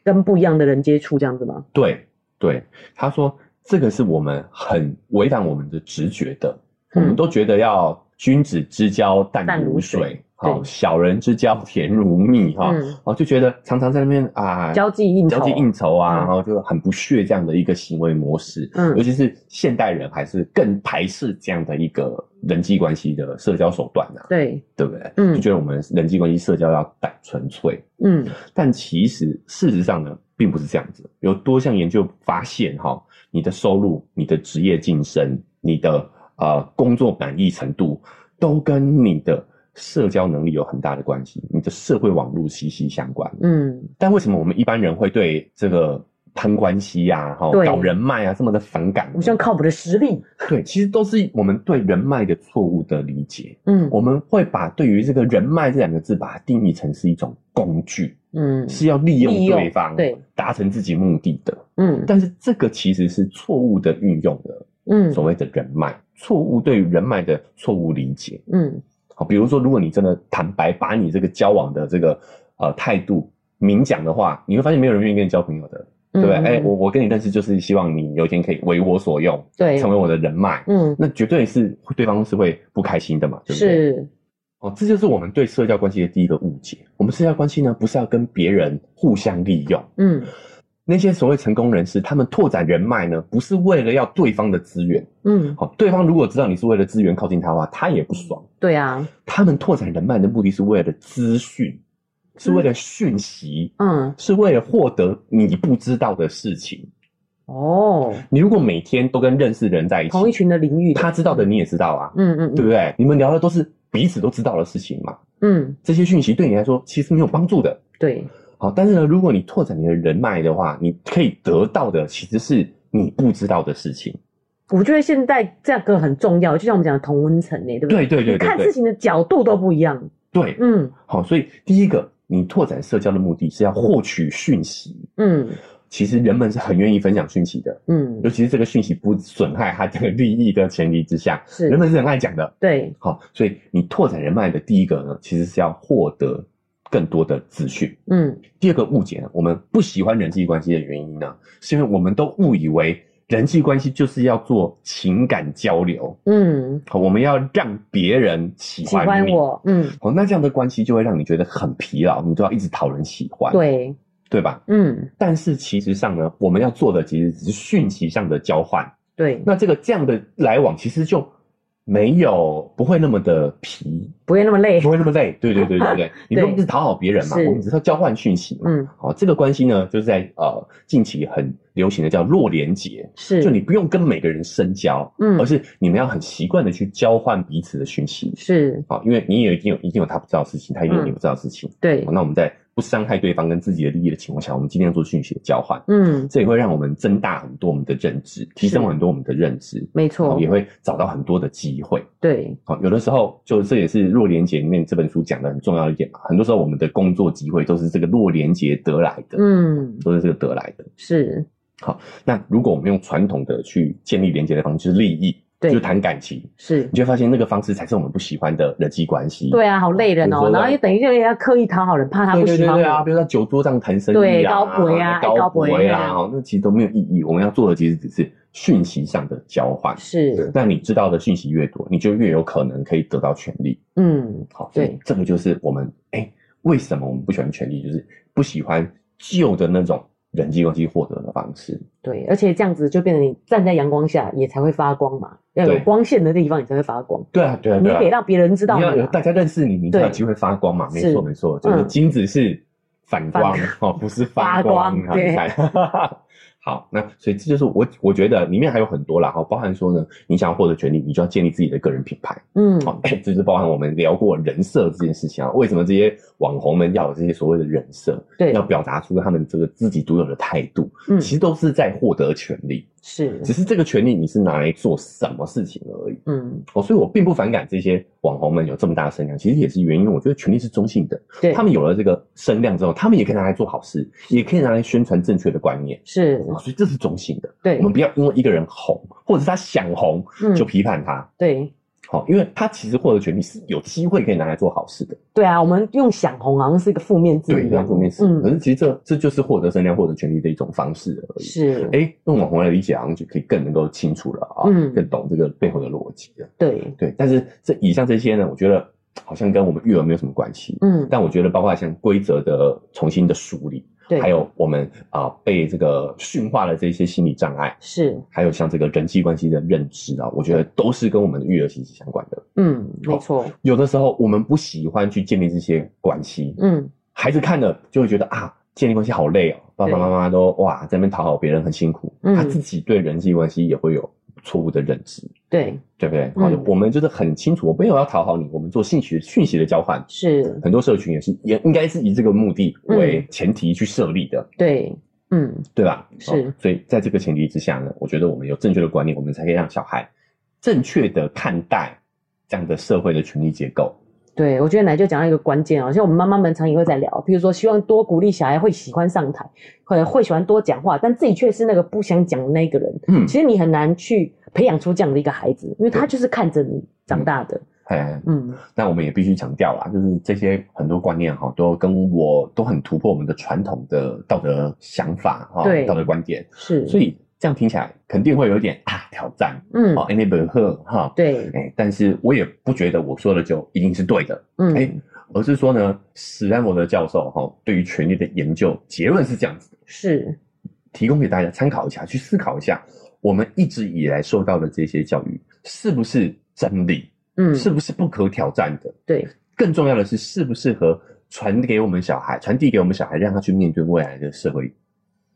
Speaker 2: 跟不一样的人接触，这样子吗？
Speaker 3: 对对，他说这个是我们很违反我们的直觉的，我们
Speaker 2: 嗯
Speaker 3: 都觉得要君子之交淡
Speaker 2: 淡
Speaker 3: 如
Speaker 2: 如
Speaker 3: 水
Speaker 2: 水，
Speaker 3: 好、
Speaker 2: 对
Speaker 3: 小人之交甜如蜜哈，
Speaker 2: 嗯，
Speaker 3: 哦就觉得常常在那边啊
Speaker 2: 交际应酬，
Speaker 3: 交际应酬啊，
Speaker 2: 嗯
Speaker 3: 然后就很不屑这样的一个行为模式，
Speaker 2: 嗯
Speaker 3: 尤其是现代人还是更排斥这样的一个人际关系的社交手段啊，
Speaker 2: 对，
Speaker 3: 对不对？
Speaker 2: 嗯
Speaker 3: 就觉得我们人际关系社交要淡纯粹，
Speaker 2: 嗯
Speaker 3: 但其实事实上呢，并不是这样子。有多项研究发现，哈，你的收入、你的职业晋升、你的呃工作满意程度，都跟你的社交能力有很大的关系，你的社会网络息息相关。
Speaker 2: 嗯，
Speaker 3: 但为什么我们一般人会对这个攀关系呀、哈、
Speaker 2: 对
Speaker 3: 搞人脉啊这么的反感呢？
Speaker 2: 我们希望靠谱的实力，
Speaker 3: 对，其实都是我们对人脉的错误的理解。
Speaker 2: 嗯
Speaker 3: 我们会把对于这个人脉这两个字，把它定义成是一种工具。
Speaker 2: 嗯
Speaker 3: 是要利用
Speaker 2: 利用
Speaker 3: 对方，
Speaker 2: 对，
Speaker 3: 达成自己目的的。
Speaker 2: 嗯
Speaker 3: 但是这个其实是错误的运用的，
Speaker 2: 嗯
Speaker 3: 所谓的人脉，错误对于人脉的错误理解。
Speaker 2: 嗯
Speaker 3: 好，比如说，如果你真的坦白把你这个交往的这个呃态度明讲的话，你会发现没有人愿意跟你交朋友的，
Speaker 2: 嗯
Speaker 3: 对不对？哎、我我跟你认识就是希望你有一天可以为我所用，
Speaker 2: 对
Speaker 3: 成为我的人脉。
Speaker 2: 嗯
Speaker 3: 那绝对是对方是会不开心的嘛，对不对？
Speaker 2: 是，
Speaker 3: 哦，这就是我们对社交关系的第一个误解。我们社交关系呢，不是要跟别人互相利用。
Speaker 2: 嗯
Speaker 3: 那些所谓成功人士，他们拓展人脉呢，不是为了要对方的资源。
Speaker 2: 嗯，
Speaker 3: 好、对方如果知道你是为了资源靠近他的话，他也不爽。
Speaker 2: 对啊，
Speaker 3: 他们拓展人脉的目的是为了资讯，是为了讯息，
Speaker 2: 嗯
Speaker 3: 是为了获得你不知道的事情。
Speaker 2: 哦，
Speaker 3: 你如果每天都跟认识的人在一
Speaker 2: 同一
Speaker 3: 起，
Speaker 2: 群的领域，
Speaker 3: 他知道的你也知道啊，
Speaker 2: 嗯嗯
Speaker 3: 对不对？你们聊的都是彼此都知道的事情嘛。
Speaker 2: 嗯，
Speaker 3: 这些讯息对你来说其实没有帮助的。
Speaker 2: 对，
Speaker 3: 好，但是呢，如果你拓展你的人脉的话，你可以得到的其实是你不知道的事情。
Speaker 2: 我觉得现在这个很重要，就像我们讲的同温层呢，对不
Speaker 3: 对对对
Speaker 2: 你看
Speaker 3: 对
Speaker 2: 事情的角度都不一样，
Speaker 3: 对，对，
Speaker 2: 嗯
Speaker 3: 好，所以第一个，你拓展社交的目的是要获取讯息。
Speaker 2: 嗯
Speaker 3: 其实人们是很愿意分享讯息的，
Speaker 2: 嗯
Speaker 3: 尤，其是这个讯息不损害他这个利益的前提之下，
Speaker 2: 是
Speaker 3: 人，们是很爱讲的。
Speaker 2: 对，
Speaker 3: 好，所以你拓展人脉的第一个呢，其实是要获得更多的资讯。
Speaker 2: 嗯
Speaker 3: 第二个误解呢，我们不喜欢人际关系的原因呢，是因为我们都误以为人际关系就是要做情感交流，
Speaker 2: 嗯，
Speaker 3: 好，我们要让别人喜
Speaker 2: 喜
Speaker 3: 欢
Speaker 2: 欢
Speaker 3: 你。
Speaker 2: 我，嗯，
Speaker 3: 哦，那这样的关系就会让你觉得很疲劳，你都要一直讨人喜欢，
Speaker 2: 对，
Speaker 3: 对吧？
Speaker 2: 嗯
Speaker 3: 但是其实上呢，我们要做的其实只是讯息上的交换，
Speaker 2: 对，
Speaker 3: 那这个这样的来往其实就没有不会那么的疲，
Speaker 2: 不会那么累
Speaker 3: 不，会那么累。对对对 对对，你
Speaker 2: 对
Speaker 3: 不用一直讨好别人嘛，
Speaker 2: 是
Speaker 3: 我们只是要交换讯息嘛。
Speaker 2: 嗯
Speaker 3: 好，这个关系呢，就是在呃近期很流行的叫弱连结，
Speaker 2: 是，
Speaker 3: 就你不用跟每个人深交，
Speaker 2: 嗯
Speaker 3: 而是你们要很习惯的去交换彼此的讯息。
Speaker 2: 是
Speaker 3: 好，因为你也一定有一定有他不知道的事情，他一定
Speaker 2: 嗯
Speaker 3: 有你不知道的事情。
Speaker 2: 对
Speaker 3: 好，，那我们在不伤害对方跟自己的利益的情况下，我们尽量做讯息的交换，
Speaker 2: 嗯，
Speaker 3: 这也会让我们增大很多我们的认知，提升
Speaker 2: 是
Speaker 3: 很多我们的认知，
Speaker 2: 没
Speaker 3: 好
Speaker 2: 错
Speaker 3: 也，会找到很多的机会。
Speaker 2: 对，
Speaker 3: 好，有的时候就这也是《弱连结》里面这本书讲的很重要一点嘛。很多时候我们的工作机会都是这个弱连结得来的，
Speaker 2: 嗯
Speaker 3: 都是这个得来的。
Speaker 2: 是，
Speaker 3: 那如果我们用传统的去建立连接的方式，就是利益，
Speaker 2: 对
Speaker 3: 就是谈感情，
Speaker 2: 是。
Speaker 3: 你就会发现那个方式才是我们不喜欢的人际关系。
Speaker 2: 对啊，好累人
Speaker 3: 比如
Speaker 2: 哦，
Speaker 3: 说
Speaker 2: 然后又等于就要刻意讨好人，怕他
Speaker 3: 对
Speaker 2: 不
Speaker 3: 对
Speaker 2: 喜
Speaker 3: 对
Speaker 2: 欢
Speaker 3: 对
Speaker 2: 我
Speaker 3: 啊，。比如说酒桌上谈生意
Speaker 2: 对
Speaker 3: 啊，
Speaker 2: 高博呀哎
Speaker 3: 高
Speaker 2: 高博
Speaker 3: 博
Speaker 2: 哎
Speaker 3: 呀，哦，那其实都没有意义。我们要做的其实只是讯息上的交换。
Speaker 2: 是，
Speaker 3: 那你知道的讯息越多，你就越有可能可以得到权利。
Speaker 2: 嗯，
Speaker 3: 好，
Speaker 2: 对
Speaker 3: 所以这个就是我们哎、为什么我们不喜欢权利，就是不喜欢旧的那种人际关系获得的方式。
Speaker 2: 对，而且这样子就变成你站在阳光下也才会发光嘛，要有
Speaker 3: 对
Speaker 2: 光线的地方你才会发光，
Speaker 3: 对啊，对啊，
Speaker 2: 你
Speaker 3: 对
Speaker 2: 也
Speaker 3: 啊，
Speaker 2: 得让别人知道
Speaker 3: 你
Speaker 2: 你
Speaker 3: 要有
Speaker 2: 啊。
Speaker 3: 大家认识你，你才
Speaker 2: 对
Speaker 3: 有机会发光嘛。没
Speaker 2: 是
Speaker 3: 错，没错，就是
Speaker 2: 嗯
Speaker 3: 金子是反光
Speaker 2: 反
Speaker 3: 哦，不是
Speaker 2: 发
Speaker 3: 发
Speaker 2: 光
Speaker 3: 光。啊你
Speaker 2: 对
Speaker 3: 看 好，好，那所以这就是我我觉得里面还有很多啦，哈，包含说呢，你想要获得权利，你就要建立自己的个人品牌。
Speaker 2: 嗯，
Speaker 3: 好、这 就是包含我们聊过人设这件事情啊。为什么这些网红们要有这些所谓的人设，
Speaker 2: 对
Speaker 3: 要，表达出他们这个自己独有的态度，
Speaker 2: 嗯
Speaker 3: 其实都是在获得权利，
Speaker 2: 是，
Speaker 3: 只是这个权利你是拿来做什么事情而已。
Speaker 2: 嗯，
Speaker 3: 哦，所以我并不反感这些网红们有这么大的声量，其实也是原因，我觉得权力是中性的。
Speaker 2: 对，
Speaker 3: 他们有了这个声量之后，他们也可以拿来做好事，也可以拿来宣传正确的观念。
Speaker 2: 是
Speaker 3: 哦所以这是中性的，
Speaker 2: 对
Speaker 3: 我，们不要因为一个人红，或者是他想红
Speaker 2: 嗯
Speaker 3: 就批判他。
Speaker 2: 对，
Speaker 3: 好、因为他其实获得权利是有机会可以拿来做好事的，
Speaker 2: 对啊，我们用想红好像是一个负面字
Speaker 3: 对，
Speaker 2: 一
Speaker 3: 这样
Speaker 2: 样，
Speaker 3: 负面是。
Speaker 2: 嗯
Speaker 3: 可是其实这这就是获得声量、获得权利的一种方式而已。
Speaker 2: 是，
Speaker 3: 哎，用网红来理解，好像就可以更能够清楚了啊、
Speaker 2: 嗯
Speaker 3: 更懂这个背后的逻辑了。
Speaker 2: 对，
Speaker 3: 对，但是这以上这些呢，我觉得好像跟我们育儿没有什么关系。
Speaker 2: 嗯，
Speaker 3: 但我觉得，包括像规则的重新的梳理，
Speaker 2: 对，
Speaker 3: 还有我们啊、被这个驯化的这些心理障碍，
Speaker 2: 是，
Speaker 3: 还有像这个人际关系的认知啊，我觉得都是跟我们的育儿息息相关的。
Speaker 2: 嗯，没
Speaker 3: 好
Speaker 2: 错，
Speaker 3: 有的时候我们不喜欢去建立这些关系，
Speaker 2: 嗯，
Speaker 3: 孩子看了就会觉得啊，建立关系好累哦，爸爸
Speaker 2: 对
Speaker 3: 妈妈都哇在那边讨好别人很辛苦，
Speaker 2: 嗯
Speaker 3: 他自己对人际关系也会有错误的认知。
Speaker 2: 对，
Speaker 3: 对不对？
Speaker 2: 嗯
Speaker 3: 好的，我们就是很清楚，我没有要讨好你，我们做信息讯息的交换，
Speaker 2: 是，
Speaker 3: 很多社群也是也应该是以这个目的
Speaker 2: 嗯
Speaker 3: 为前提去设立的，
Speaker 2: 对，嗯，
Speaker 3: 对吧？
Speaker 2: 是
Speaker 3: 哦所以在这个前提之下呢，我觉得我们有正确的观念，我们才可以让小孩正确的看待这样的社会的权力结构。
Speaker 2: 对，我觉得奶就讲到一个关键哦，像我们妈妈们常也会在聊，比如说希望多鼓励小孩会喜欢上台，会会喜欢多讲话，但自己却是那个不想讲的那个人。
Speaker 3: 嗯，
Speaker 2: 其实你很难去培养出这样的一个孩子，因为他就是看着你长大的。
Speaker 3: 哎，
Speaker 2: 嗯，
Speaker 3: 那我们也必须强调啦，就是这些很多观念哈，都跟我都很突破我们的传统的道德想法哈，
Speaker 2: 对
Speaker 3: 道德观点，
Speaker 2: 是，
Speaker 3: 所
Speaker 2: 以
Speaker 3: 以这样听起来肯定会有点啊挑战
Speaker 2: 嗯，
Speaker 3: 哦，因为本赫哈，
Speaker 2: 对，
Speaker 3: 哎，但是我也不觉得我说的就一定是对的，
Speaker 2: 嗯，
Speaker 3: 哎，而是说呢，史丹佛德教授哈、对于权力的研究结论是这样子的，
Speaker 2: 是，
Speaker 3: 提供给大家参考一下，去思考一下，我们一直以来受到的这些教育是不是真理，
Speaker 2: 嗯，
Speaker 3: 是，不是不可挑战的？
Speaker 2: 对，
Speaker 3: 更重要的是，适不适合传给我们小孩，传递给我们小孩，让他去面对未来的社会。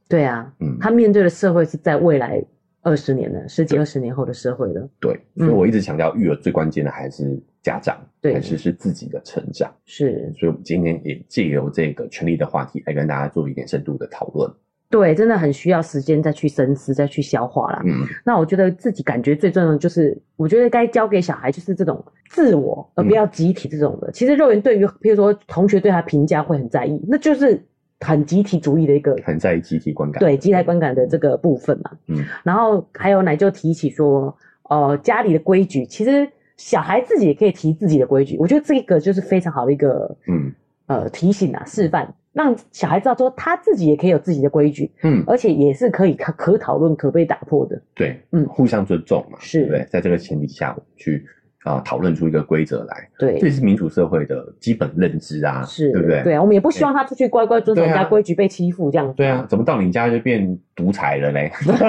Speaker 2: 对啊，
Speaker 3: 嗯，
Speaker 2: 他面对的社会是在未来二十年的十几二十年后的社会了。
Speaker 3: 对，所以
Speaker 2: 嗯
Speaker 3: 我一直强调，育儿最关键的还是家长，
Speaker 2: 对
Speaker 3: 还是是自己的成长。
Speaker 2: 是，
Speaker 3: 所以我们今天也借由这个权力的话题来跟大家做一点深度的讨论。
Speaker 2: 对，真的很需要时间再去深思，再去消化啦。
Speaker 3: 嗯，
Speaker 2: 那我觉得自己感觉最重要的就是，我觉得该教给小孩就是这种自我，而
Speaker 3: 嗯
Speaker 2: 不要集体这种的。其实肉圆对于，譬如说同学对他评价会很在意，那就是很集体主义的一个
Speaker 3: 很在意集体观感。
Speaker 2: 对集体观感的这个部分嘛。
Speaker 3: 嗯，
Speaker 2: 然后还有奶就提起说，呃，家里的规矩，其实小孩自己也可以提自己的规矩。我觉得这个就是非常好的一个
Speaker 3: 嗯
Speaker 2: 呃提醒啊，示范。让小孩知道说他自己也可以有自己的规矩，
Speaker 3: 嗯，
Speaker 2: 而且也是可以可可讨论、可被打破的。
Speaker 3: 对，
Speaker 2: 嗯
Speaker 3: 互相尊重嘛，
Speaker 2: 是
Speaker 3: 对不对，在这个前提下我们去啊讨论出一个规则来，
Speaker 2: 对，
Speaker 3: 这也是民主社会的基本认知啊，
Speaker 2: 是，
Speaker 3: 对不对？
Speaker 2: 对啊，我们也不希望他出去乖乖遵守人
Speaker 3: 对
Speaker 2: 家
Speaker 3: 啊
Speaker 2: 规矩被欺负这样子。
Speaker 3: 对啊，，怎么到你家就变独裁了嘞？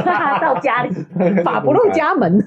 Speaker 2: 到家里
Speaker 3: 啊
Speaker 2: 法不入家门。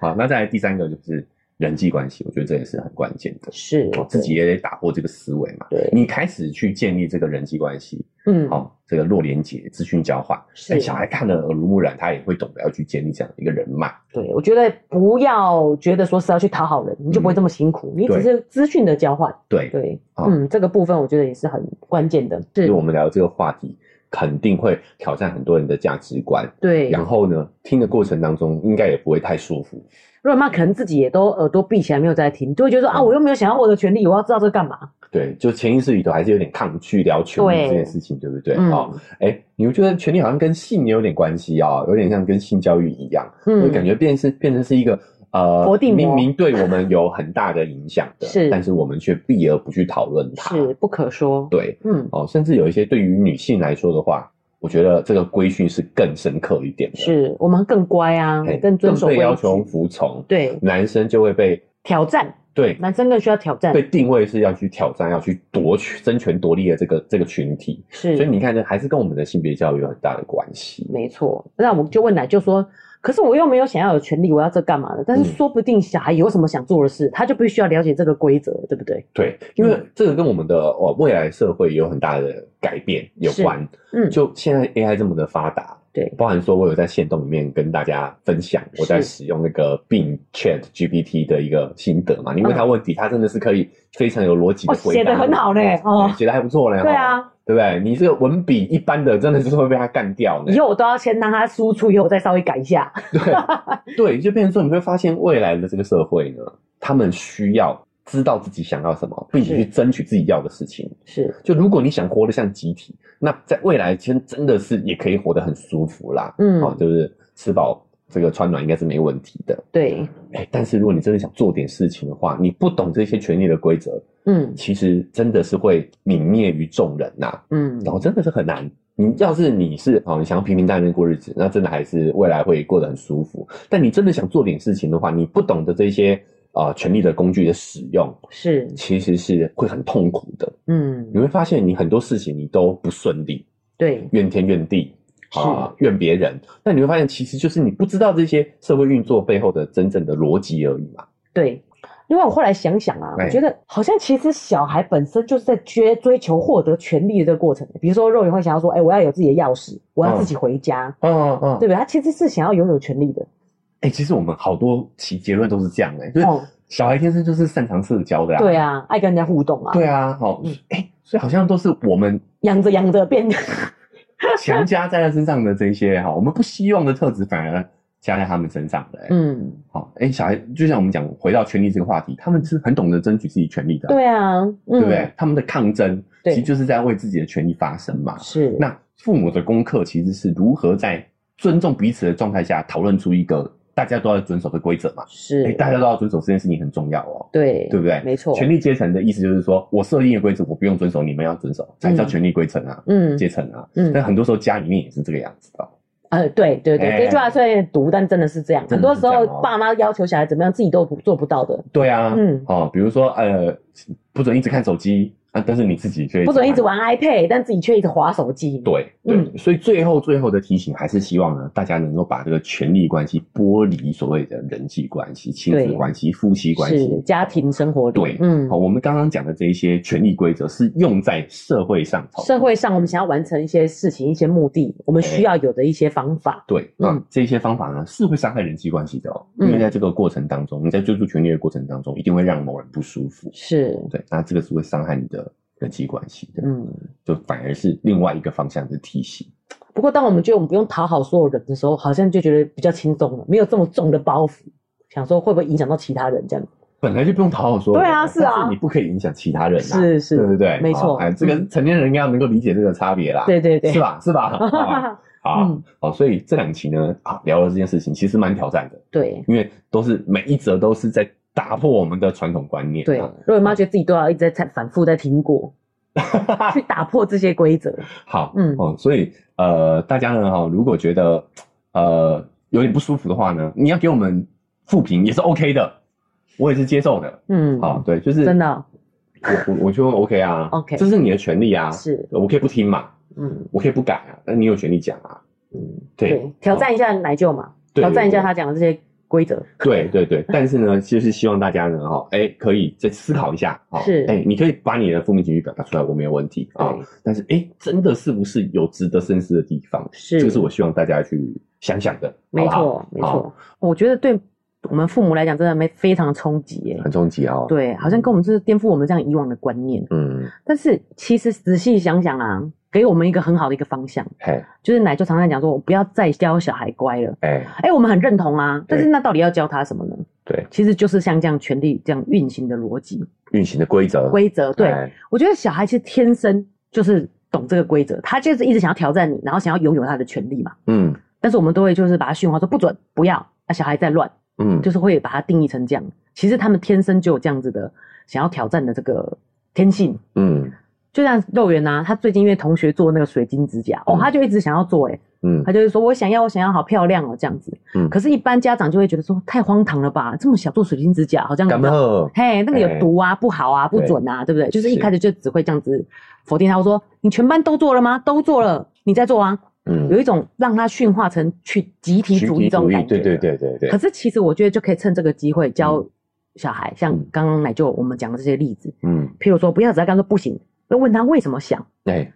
Speaker 3: 好，那再来第三个就是人际关系，我觉得这也是很关键的，
Speaker 2: 是
Speaker 3: 哦自己也得打破这个思维嘛。
Speaker 2: 对，
Speaker 3: 你开始去建立这个人际关系，
Speaker 2: 嗯，
Speaker 3: 好、这个弱连结、资讯交换，
Speaker 2: 是
Speaker 3: 但小孩看了耳濡目染，他也会懂得要去建立这样的一个人脉。
Speaker 2: 对，我觉得不要觉得说是要去讨好人，你就不会这么辛苦，你只是资讯的交换。
Speaker 3: 对，
Speaker 2: 对，
Speaker 3: 嗯好
Speaker 2: 嗯，这个部分我觉得也是很关键的。
Speaker 3: 所以
Speaker 2: 是，
Speaker 3: 我们聊这个话题，肯定会挑战很多人的价值观。
Speaker 2: 对，
Speaker 3: 然后呢，听的过程当中应该也不会太舒服。
Speaker 2: 瑞妈可能自己也都耳朵闭起来没有在听，就会觉得说啊，
Speaker 3: 嗯
Speaker 2: 我又没有想要我的权利，我要知道这干嘛？
Speaker 3: 对，就潜意识里头还是有点抗拒聊权利
Speaker 2: 对
Speaker 3: 这件事情，对不对？
Speaker 2: 嗯
Speaker 3: 哦，哎，你会觉得权利好像跟性也有点关系啊、有点像跟性教育一样，会
Speaker 2: 嗯，
Speaker 3: 感觉变是变成是一个呃
Speaker 2: 佛地魔
Speaker 3: 明明对我们有很大的影响的，
Speaker 2: 是
Speaker 3: 但是我们却避而不去讨论它。
Speaker 2: 是不可说。
Speaker 3: 对，
Speaker 2: 嗯，
Speaker 3: 哦，甚至有一些对于女性来说的话，我觉得这个规训是更深刻一点的，
Speaker 2: 是我们更乖啊
Speaker 3: 哎，
Speaker 2: 更遵守
Speaker 3: 被
Speaker 2: 规
Speaker 3: 要
Speaker 2: 矩
Speaker 3: 求服从，
Speaker 2: 对，
Speaker 3: 男生就会被
Speaker 2: 挑战，
Speaker 3: 对
Speaker 2: 男生更需要挑战
Speaker 3: 被。定位是要去挑战、要去夺取、争权夺利的这个这个群体。
Speaker 2: 是，
Speaker 3: 所以你看，这还是跟我们的性别教育有很大的关系。
Speaker 2: 没错。那我就问奶就说，可是我又没有想要有权利，我要这干嘛呢？
Speaker 3: 嗯
Speaker 2: 但是说不定小孩有什么想做的事，他就必须要了解这个规则，对不对？
Speaker 3: 对，因
Speaker 2: 嗯
Speaker 3: 为这个跟我们的呃未来社会有很大的改变有关。
Speaker 2: 嗯
Speaker 3: 就现在 AI 这么的发达，
Speaker 2: 对
Speaker 3: 包含说我有在线动里面跟大家分享
Speaker 2: 是
Speaker 3: 我在使用那个 Bing Chat GPT 的一个心得嘛。你问他问题，他真的是可以非常有逻辑
Speaker 2: 嗯
Speaker 3: 的
Speaker 2: 哦，
Speaker 3: 回答，
Speaker 2: 写的很好嘞，
Speaker 3: 对，
Speaker 2: 哦，
Speaker 3: 写的还不错嘞。
Speaker 2: 对
Speaker 3: 哦，
Speaker 2: 啊，
Speaker 3: 对不对？你这个文笔一般的，真的就是会被他干掉的
Speaker 2: 以。后我都要先让他输出，以后我再稍微改一下。
Speaker 3: 对，对，就变成说你会发现未来的这个社会呢，他们需要知道自己想要什么，并且去
Speaker 2: 是
Speaker 3: 争取自己要的事情。
Speaker 2: 是，
Speaker 3: 就如果你想活得像集体，那在未来其实真的是也可以活得很舒服啦。
Speaker 2: 嗯
Speaker 3: 哦，就是吃饱这个穿暖应该是没问题的。
Speaker 2: 对，
Speaker 3: 哎，但是如果你真的想做点事情的话，你不懂这些权利的规则，
Speaker 2: 嗯
Speaker 3: 其实真的是会泯灭于众人呐、
Speaker 2: 嗯，
Speaker 3: 然后真的是很难。你要是你是哦，你想要平平淡淡过日子，那真的还是未来会过得很舒服。但你真的想做点事情的话，你不懂得这些呃权利的工具的使用，
Speaker 2: 是，
Speaker 3: 其实是会很痛苦的。
Speaker 2: 嗯
Speaker 3: 你，会发现你很多事情你都不顺利，
Speaker 2: 对，
Speaker 3: 怨天怨地
Speaker 2: 是
Speaker 3: 啊，怨别人。但你会发现，其实就是你不知道这些社会运作背后的真正的逻辑而已嘛。
Speaker 2: 对，因为我后来想想啊，
Speaker 3: 哎
Speaker 2: 我觉得好像其实小孩本身就是在追追求获得权利的这个过程。比如说肉圆会想要说，哎、我要有自己的钥匙，我要自己回家，
Speaker 3: 嗯嗯
Speaker 2: 对不对？他其实是想要拥有权利的。
Speaker 3: 哎、其实我们好多期结论都是这样哎、就是
Speaker 2: 哦
Speaker 3: 小孩天生就是擅长社交的、啊。
Speaker 2: 对，啊，爱跟人家互动啊，
Speaker 3: 对啊，好、
Speaker 2: 嗯
Speaker 3: 哎、所以好像都是我们
Speaker 2: 养着养着变，
Speaker 3: 强加在他身上的这些哈，我们不希望的特质反而加在他们身上的、哎
Speaker 2: 嗯，
Speaker 3: 好，哎、小孩就像我们讲回到权利这个话题，他们是很懂得争取自己权利的啊、
Speaker 2: 对啊，嗯、
Speaker 3: 对不对？他们的抗争其
Speaker 2: 对
Speaker 3: 实就是在为自己的权益发声嘛。
Speaker 2: 是，
Speaker 3: 那父母的功课其实是如何在尊重彼此的状态下，讨论出一个大家都要遵守的规则嘛？
Speaker 2: 是
Speaker 3: 哎，，大家都要遵守这件事情很重要哦，
Speaker 2: 对
Speaker 3: 对不对？
Speaker 2: 没错，
Speaker 3: 权力阶层的意思就是说，我设定的规则我不用遵守，你们要遵守，才叫权力规层啊，
Speaker 2: 嗯
Speaker 3: 阶层啊。
Speaker 2: 嗯
Speaker 3: 但很多时候家里面也是这个样子的哦。
Speaker 2: 呃，对对对，
Speaker 3: 哎
Speaker 2: 这句话虽然毒，但真的是这样。很
Speaker 3: 真的
Speaker 2: 多
Speaker 3: 是
Speaker 2: 时
Speaker 3: 这样
Speaker 2: 候
Speaker 3: 哦，
Speaker 2: 爸妈要求小孩怎么样，自己都不做不到的，
Speaker 3: 对啊，
Speaker 2: 嗯
Speaker 3: 哦，比如说呃，不准一直看手机啊，但是你自己却
Speaker 2: 不准一直。玩 iPad，但自己却一直划手机。
Speaker 3: 对对，
Speaker 2: 嗯
Speaker 3: 所以最后最后的提醒还是希望呢，大家能够把这个权力关系剥离所谓的人际关系、亲子
Speaker 2: 对
Speaker 3: 关系、夫妻关系
Speaker 2: 是、家庭生活里，
Speaker 3: 对
Speaker 2: 嗯
Speaker 3: 好、，我们刚刚讲的这一些权利规则是用在社会上头，
Speaker 2: 社会上我们想要完成一些事情、一些目的，我们需要有的一些方法。
Speaker 3: 对，那、
Speaker 2: 嗯
Speaker 3: 这些方法呢是会伤害人际关系的哦，
Speaker 2: 嗯
Speaker 3: 因为在这个过程当中，你在追逐权利的过程当中，一定会让某人不舒服，
Speaker 2: 是，
Speaker 3: 对，那这个是会伤害你的人际关系的，
Speaker 2: 嗯。
Speaker 3: 就反而是另外一个方向的提醒。
Speaker 2: 不过，当我们觉得我们不用讨好所有人的时候，好像就觉得比较轻松了，没有这么重的包袱。想说会不会影响到其他人这样？
Speaker 3: 本来就不用讨好说，
Speaker 2: 对啊是啊
Speaker 3: 但你不可以影响其他人啊，
Speaker 2: 是是
Speaker 3: 对不对？
Speaker 2: 没错嗯
Speaker 3: 好哎，这个成年人应该要能够理解这个差别啦，
Speaker 2: 对对对
Speaker 3: 是吧？是吧？好好
Speaker 2: 嗯，
Speaker 3: 好，所以这两期呢，啊，聊了这件事情，其实蛮挑战的，
Speaker 2: 对
Speaker 3: 因为都是每一则都是在打破我们的传统观念，啊
Speaker 2: 对，如果妈觉得自己都要一直在反复在听过， 去打破这些规则。
Speaker 3: 好，
Speaker 2: 嗯
Speaker 3: 哦，所以呃，大家呢哈、哦，如果觉得呃有点不舒服的话呢，你要给我们复评也是 OK 的，我也是接受的。
Speaker 2: 嗯，
Speaker 3: 好，对，就是
Speaker 2: 真的哦
Speaker 3: 我我我就 OK 啊
Speaker 2: OK
Speaker 3: 这是你的权利啊，
Speaker 2: 是，
Speaker 3: 我可以不听嘛，
Speaker 2: 嗯
Speaker 3: 我可以不改啊，但你有权利讲啊，
Speaker 2: 嗯，
Speaker 3: 对，
Speaker 2: 挑战一下奶舅嘛，
Speaker 3: 对
Speaker 2: 挑战一下他讲的这些规则。
Speaker 3: 对 对对，但是呢，就是希望大家呢，哈，哎，可以再思考一下，哦
Speaker 2: 是
Speaker 3: 哎，你可以把你的负面情绪表达出来，我没有问题啊、
Speaker 2: 对
Speaker 3: 但是，哎，真的是不是有值得深思的地方？
Speaker 2: 是
Speaker 3: 这个是我希望大家去想想的，
Speaker 2: 没
Speaker 3: 好不好
Speaker 2: 错，没错，我觉得对我们父母来讲，真的没非常冲击耶。
Speaker 3: 很冲击哦。，
Speaker 2: 对，好像跟我们就是颠覆我们这样以往的观念。
Speaker 3: 嗯，
Speaker 2: 但是其实仔细想想啊，给我们一个很好的一个方向，
Speaker 3: 嘿，
Speaker 2: 就是奶就常常讲说，我不要再教小孩乖了。
Speaker 3: 哎，
Speaker 2: 哎，我们很认同啊，但是
Speaker 3: 对
Speaker 2: 那到底要教他什么呢？
Speaker 3: 对，
Speaker 2: 其实就是像这样权力这样运行的逻辑
Speaker 3: 运行的规则，
Speaker 2: 规则。对，
Speaker 3: 嗯哎
Speaker 2: 我觉得小孩其实天生就是懂这个规则，他就是一直想要挑战你，然后想要拥有他的权利嘛。
Speaker 3: 嗯
Speaker 2: 但是我们都会就是把他驯化说不准不要，啊小孩在乱，
Speaker 3: 嗯，
Speaker 2: 就是会把它定义成这样。其实他们天生就有这样子的想要挑战的这个天性。
Speaker 3: 嗯
Speaker 2: 就像肉圆啊，他最近因为同学做那个水晶指甲，哦
Speaker 3: 嗯，
Speaker 2: 他就一直想要做、欸，
Speaker 3: 嗯
Speaker 2: 他，就是说我想要，我想要，好漂亮哦，这样子。
Speaker 3: 嗯
Speaker 2: 可是，一般家长就会觉得说太荒唐了吧，这么小做水晶指甲，好像
Speaker 3: 干嘛？
Speaker 2: 嘿，那个有毒啊，不好啊，不
Speaker 3: 哎对
Speaker 2: 准啊，对不对？就是一
Speaker 3: 是
Speaker 2: 开始就只会这样子否定他，我说你全班都做了吗？都做了，你在做啊？
Speaker 3: 嗯，
Speaker 2: 有一种让他驯化成去集体主义这种感觉。
Speaker 3: 对对。嗯对对对
Speaker 2: 可。是其实我觉得就可以趁这个机会教小孩，像
Speaker 3: 嗯
Speaker 2: 刚刚奶就我们讲的这些例子，
Speaker 3: 嗯，
Speaker 2: 譬如说不要只要跟他说不行，要问他为什么想，
Speaker 3: 哎，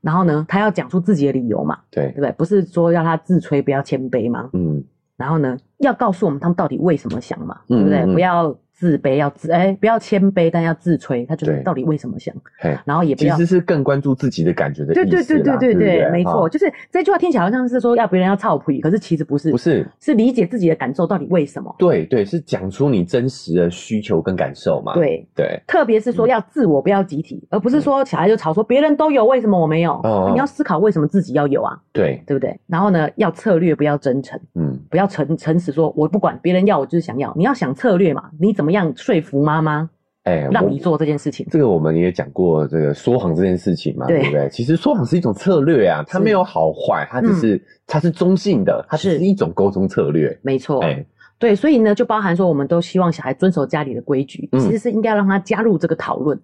Speaker 2: 然后呢，他要讲出自己的理由嘛，
Speaker 3: 对
Speaker 2: 对，不对？不是说要他自吹不要谦卑吗？
Speaker 3: 嗯，
Speaker 2: 然后呢，要告诉我们他们到底为什么想嘛，对不对？
Speaker 3: 嗯嗯嗯
Speaker 2: 不要自卑，要自哎，不要谦卑，但要自吹，他就是
Speaker 3: 对
Speaker 2: 到底为什么想，
Speaker 3: 嘿，
Speaker 2: 然后也不
Speaker 3: 其
Speaker 2: 要
Speaker 3: 实。是更关注自己的感觉的
Speaker 2: 对
Speaker 3: 意
Speaker 2: 对
Speaker 3: 思
Speaker 2: 对
Speaker 3: 啦，
Speaker 2: 对
Speaker 3: 不对，
Speaker 2: 没错，
Speaker 3: 哦，
Speaker 2: 就是这句话听起来好像是说要别人要操皮，可是其实不是，
Speaker 3: 不是，
Speaker 2: 是理解自己的感受到底为什么。
Speaker 3: 对对，是讲出你真实的需求跟感受嘛，
Speaker 2: 对，
Speaker 3: 对，
Speaker 2: 特别是
Speaker 3: 嗯
Speaker 2: 说要自我，不要集体，而不是说小孩就吵说别人都有，为什么我没有？啊
Speaker 3: 哦哦
Speaker 2: 你要思考为什么自己要有啊，
Speaker 3: 对，
Speaker 2: 对不对？然后呢，要策略，不要真诚，
Speaker 3: 嗯，
Speaker 2: 不要诚诚实说，我不管别人要，我就是想要。你要想策略嘛，你怎么样说服妈妈
Speaker 3: 哎，
Speaker 2: 让
Speaker 3: 我
Speaker 2: 你做这件事情？
Speaker 3: 这个我们也讲过这个说谎这件事情嘛，
Speaker 2: 对
Speaker 3: 对不对？其实说谎是一种策略啊，它
Speaker 2: 是嗯
Speaker 3: 没有好坏，它只是它是中性的，它只
Speaker 2: 是
Speaker 3: 是一种沟通策略。
Speaker 2: 没错，
Speaker 3: 哎，
Speaker 2: 对，所以呢，就包含说，我们都希望小孩遵守家里的规矩，
Speaker 3: 嗯
Speaker 2: 其实是应该让他加入这个讨论。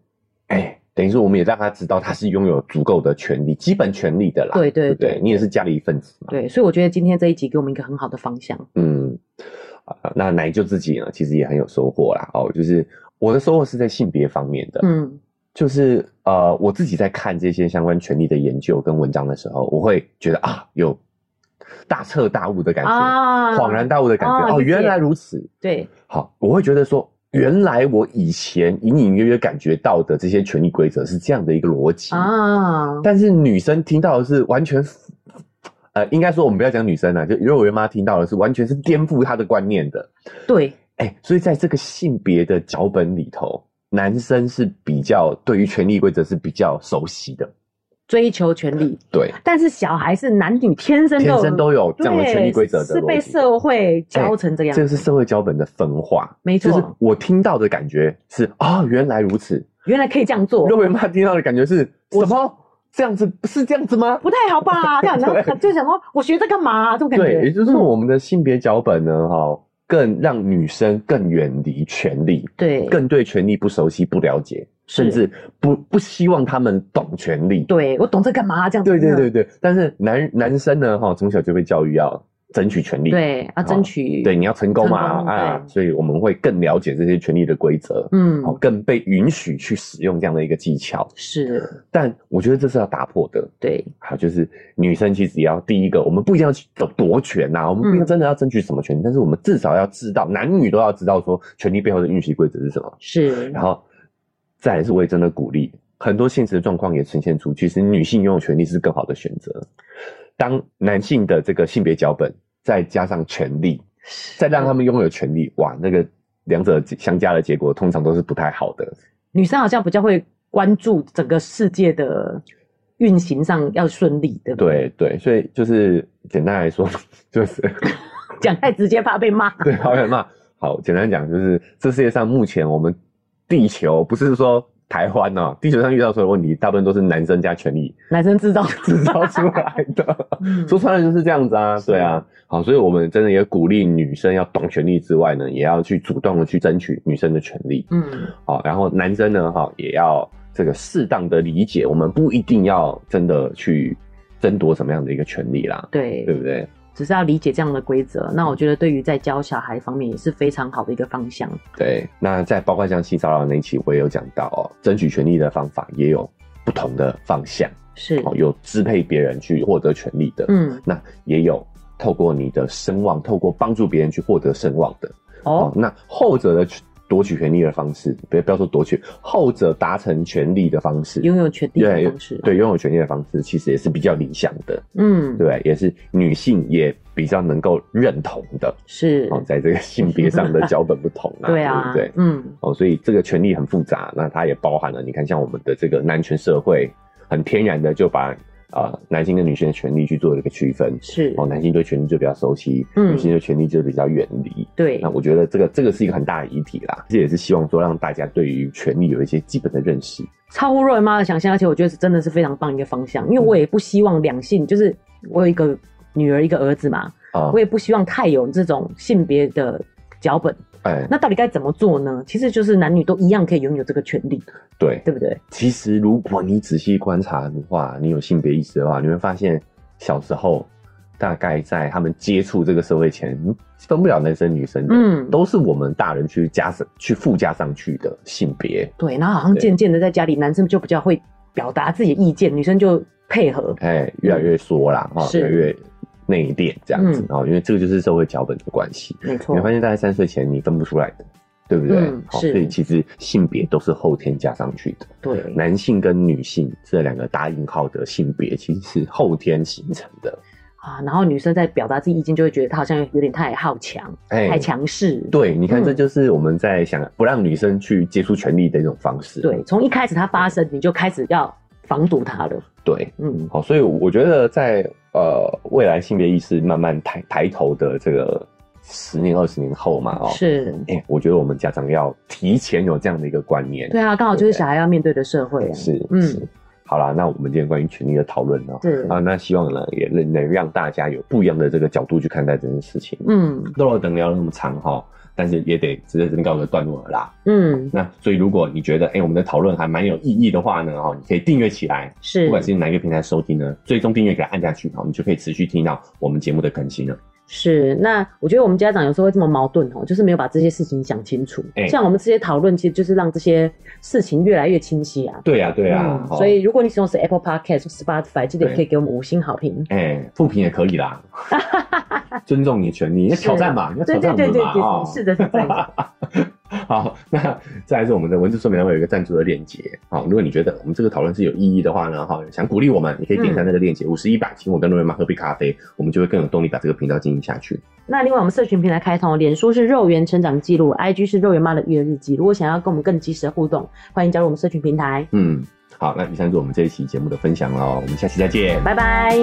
Speaker 3: 哎，等于说我们也让他知道他是拥有足够的权利、基本权利的啦。
Speaker 2: 对对
Speaker 3: 不对
Speaker 2: 对
Speaker 3: 你也是家里一份子嘛。
Speaker 2: 对，所以我觉得今天这一集给我们一个很好的方向。
Speaker 3: 嗯，啊，那奶就自己呢，其实也很有收获啦。哦，就是我的收获是在性别方面的，
Speaker 2: 嗯，
Speaker 3: 就是呃，我自己在看这些相关权利的研究跟文章的时候，我会觉得啊，有大彻大悟的感觉。
Speaker 2: 啊
Speaker 3: 恍然大悟的感
Speaker 2: 哦
Speaker 3: 觉。哦，
Speaker 2: 理解
Speaker 3: 原来如此。
Speaker 2: 对，
Speaker 3: 好，我会觉得说，原来我以前隐隐约约感觉到的这些权利规则是这样的一个逻辑。
Speaker 2: 啊，
Speaker 3: 但是女生听到的是完全，呃，应该说我们不要讲女生了，啊就因为我妈听到的是完全是颠覆她的观念的。
Speaker 2: 对，
Speaker 3: 哎，所以在这个性别的脚本里头，男生是比较对于权利规则是比较熟悉的，
Speaker 2: 追求权利，
Speaker 3: 对，
Speaker 2: 但是小孩是男女天生都
Speaker 3: 天生都有这
Speaker 2: 对
Speaker 3: 样的权利规则的
Speaker 2: 是被
Speaker 3: 逻辑。哎
Speaker 2: 社会教成这样
Speaker 3: 这。个是社会脚本的分化，
Speaker 2: 没错
Speaker 3: 就是我听到的感觉是啊、原来如此。
Speaker 2: 原来可以这样做，
Speaker 3: 肉圆妈听到的感觉是什么？这样子是这样子吗？
Speaker 2: 不太好吧？这样，然后
Speaker 3: 对
Speaker 2: 就想说，我学这干嘛？这种感觉。
Speaker 3: 对，也就是说，
Speaker 2: 嗯
Speaker 3: 我们的性别脚本呢，哈、更让女生更远离权力，
Speaker 2: 对
Speaker 3: 更对权力不熟悉、不了解，
Speaker 2: 是
Speaker 3: 甚至不不希望他们懂权力。
Speaker 2: 对我懂这干嘛？这样子
Speaker 3: 对对对对，但是男男生呢，哈、从小就被教育要争取权利，
Speaker 2: 对，要
Speaker 3: 好
Speaker 2: 争取
Speaker 3: 对，你要成功嘛
Speaker 2: 成功
Speaker 3: 啊
Speaker 2: 对，
Speaker 3: 所以我们会更了解这些权利的规则，
Speaker 2: 嗯
Speaker 3: 好、更被允许去使用这样的一个技巧。
Speaker 2: 是，
Speaker 3: 但我觉得这是要打破的，
Speaker 2: 对
Speaker 3: 好，就是女生其实也要第一个，我们不一定要去夺权呐、啊我们不
Speaker 2: 嗯
Speaker 3: 一定真的要争取什么权利，但是我们至少要知道，男女都要知道说权利背后的运气规则是什么。
Speaker 2: 是
Speaker 3: 然后再来是，我也真的鼓励很多现实的状况也呈现出，其实女性拥有权利是更好的选择。当男性的这个性别脚本再加上权利，再让他们拥有权利，哇，那个两者相加的结果通常都是不太好的。
Speaker 2: 女生好像比较会关注整个世界的运行上要顺利，对不对？
Speaker 3: 对对，所以就是简单来说，就是。
Speaker 2: 讲太直接怕被骂。
Speaker 3: 对，好想骂。好，简单讲就是，这世界上目前我们地球不是说台湾哦，地球上遇到所有问题，大部分都是男生加权力
Speaker 2: 男生 制造
Speaker 3: 制造出来的。
Speaker 2: 嗯
Speaker 3: 说穿了就是这样子啊，对啊。好，所以我们真的也鼓励女生要懂权利之外呢，也要去主动的去争取女生的权利。
Speaker 2: 嗯，
Speaker 3: 好，然后男生呢，哈，也要这个适当的理解，我们不一定要真的去争夺什么样的一个权利啦，
Speaker 2: 对
Speaker 3: 对不对？
Speaker 2: 只是要理解这样的规则。那我觉得对于在教小孩方面也是非常好的一个方向。
Speaker 3: 对，那在包括像性骚扰那一期，我也有讲到哦，争取权利的方法也有不同的方向，
Speaker 2: 是，
Speaker 3: 哦，有支配别人去获得权利的，
Speaker 2: 嗯，
Speaker 3: 那也有透过你的声望，透过帮助别人去获得声望的，
Speaker 2: 哦，
Speaker 3: 那后者的去夺取权利的方式，别不要说夺取，后者达成权利的方式，
Speaker 2: 拥有权利的方式，
Speaker 3: 对，拥有权利的方式，其实也是比较理想的，
Speaker 2: 嗯，
Speaker 3: 对，也是女性也比较能够认同的，
Speaker 2: 是，
Speaker 3: 哦，在这个性别上的脚本不同 啊，
Speaker 2: 对啊，
Speaker 3: 不对？
Speaker 2: 嗯，
Speaker 3: 哦，所以这个权利很复杂，那它也包含了，你看像我们的这个男权社会，很天然的就把呃男性跟女性的权利去做了一个区分。
Speaker 2: 是，
Speaker 3: 哦，男性对权利就比较熟悉，
Speaker 2: 嗯
Speaker 3: 女性对权利就比较远离。
Speaker 2: 对
Speaker 3: 那，我觉得这个这个是一个很大的议题啦，这也是希望说让大家对于权利有一些基本的认识。
Speaker 2: 超乎肉圆妈的想象，而且我觉得是真的是非常棒一个方向，因为我也不希望两性，就是我有一个女儿一个儿子嘛，
Speaker 3: 啊、
Speaker 2: 我也不希望太有这种性别的脚本。
Speaker 3: 哎，
Speaker 2: 那到底该怎么做呢？其实就是男女都一样可以拥有这个权利，
Speaker 3: 对，
Speaker 2: 对不对？
Speaker 3: 其实如果你仔细观察的话，你有性别意识的话，你会发现小时候大概在他们接触这个社会前，嗯分不了男生女生的，
Speaker 2: 嗯
Speaker 3: 都是我们大人去加上去附加上去的性别，
Speaker 2: 对，然后好像
Speaker 3: 对
Speaker 2: 渐渐的在家里，男生就比较会表达自己的意见，女生就配合。
Speaker 3: 哎，越来越缩啦，哈、
Speaker 2: 嗯是
Speaker 3: 越来越内敛这样子
Speaker 2: 嗯，
Speaker 3: 然后、因为这个就是社会脚本的关系，
Speaker 2: 没错
Speaker 3: 你会，发现大概三岁前你分不出来的，对不对？
Speaker 2: 嗯
Speaker 3: 好，
Speaker 2: 是
Speaker 3: 所以其实性别都是后天加上去的。
Speaker 2: 对，
Speaker 3: 男性跟女性这两个打引号的性别，其实是后天形成的。
Speaker 2: 啊，然后女生在表达自己意见，就会觉得她好像有点太好强、
Speaker 3: 哎
Speaker 2: 太强势。
Speaker 3: 对，你看，
Speaker 2: 嗯
Speaker 3: 这就是我们在想不让女生去接触权利的一种方式。
Speaker 2: 对，从一开始她发声，你就开始要防堵她了。
Speaker 3: 对，
Speaker 2: 嗯，
Speaker 3: 好，所以我觉得在呃未来性别意识慢慢抬抬头的这个十年二十年后嘛，哦，，
Speaker 2: 是，
Speaker 3: 哎、我觉得我们家长要提前有这样的一个观念。
Speaker 2: 对啊，刚好就是小孩要面对的社会啊。
Speaker 3: 是，
Speaker 2: 嗯
Speaker 3: 是。好啦，那我们今天关于权利的讨论呢，
Speaker 2: 是，
Speaker 3: 啊，那希望呢也能能让大家有不一样的这个角度去看待这件事情。
Speaker 2: 嗯
Speaker 3: 肉肉等聊了那么长哈，但是也得直接真告一个段落了啦。
Speaker 2: 嗯，
Speaker 3: 那所以如果你觉得哎、诶我们的讨论还蛮有意义的话呢，哈，你可以订阅起来，
Speaker 2: 是
Speaker 3: 不管是哪一个平台收听呢，最终订阅给它按下去，哈，你就可以持续听到我们节目的更新了。
Speaker 2: 是。那我觉得我们家长有时候会这么矛盾哦，就是没有把这些事情想清楚。
Speaker 3: 哎
Speaker 2: 像我们这些讨论，其实就是让这些事情越来越清晰啊。
Speaker 3: 对呀、对呀、
Speaker 2: 嗯
Speaker 3: 哈
Speaker 2: 所以如果你使用是 Apple Podcast、Spotify，记得也
Speaker 3: 对
Speaker 2: 可以给我们五星好评。
Speaker 3: 哎、复评也可 以啦，尊重你的权利，你要挑战嘛，你要挑战我们嘛，哦
Speaker 2: 是的，是的。
Speaker 3: 好，那再来是我们的文字说明栏位有一个赞助的链接。好，如果你觉得我们这个讨论是有意义的话呢，哈，想鼓励我们，你可以点一下那个链接，五十一百，请我跟瑞文妈喝杯咖啡，我们就会更有动力把这个频道经营下去。
Speaker 2: 那另外我们社群平台开通，脸书是肉圆成长记录，IG 是肉圆妈的育儿日记。如果想要跟我们更及时的互动，欢迎加入我们社群平台。
Speaker 3: 哦嗯，好，那以上就是我们这一期节目的分享喽，我们下期再见，
Speaker 2: 拜拜。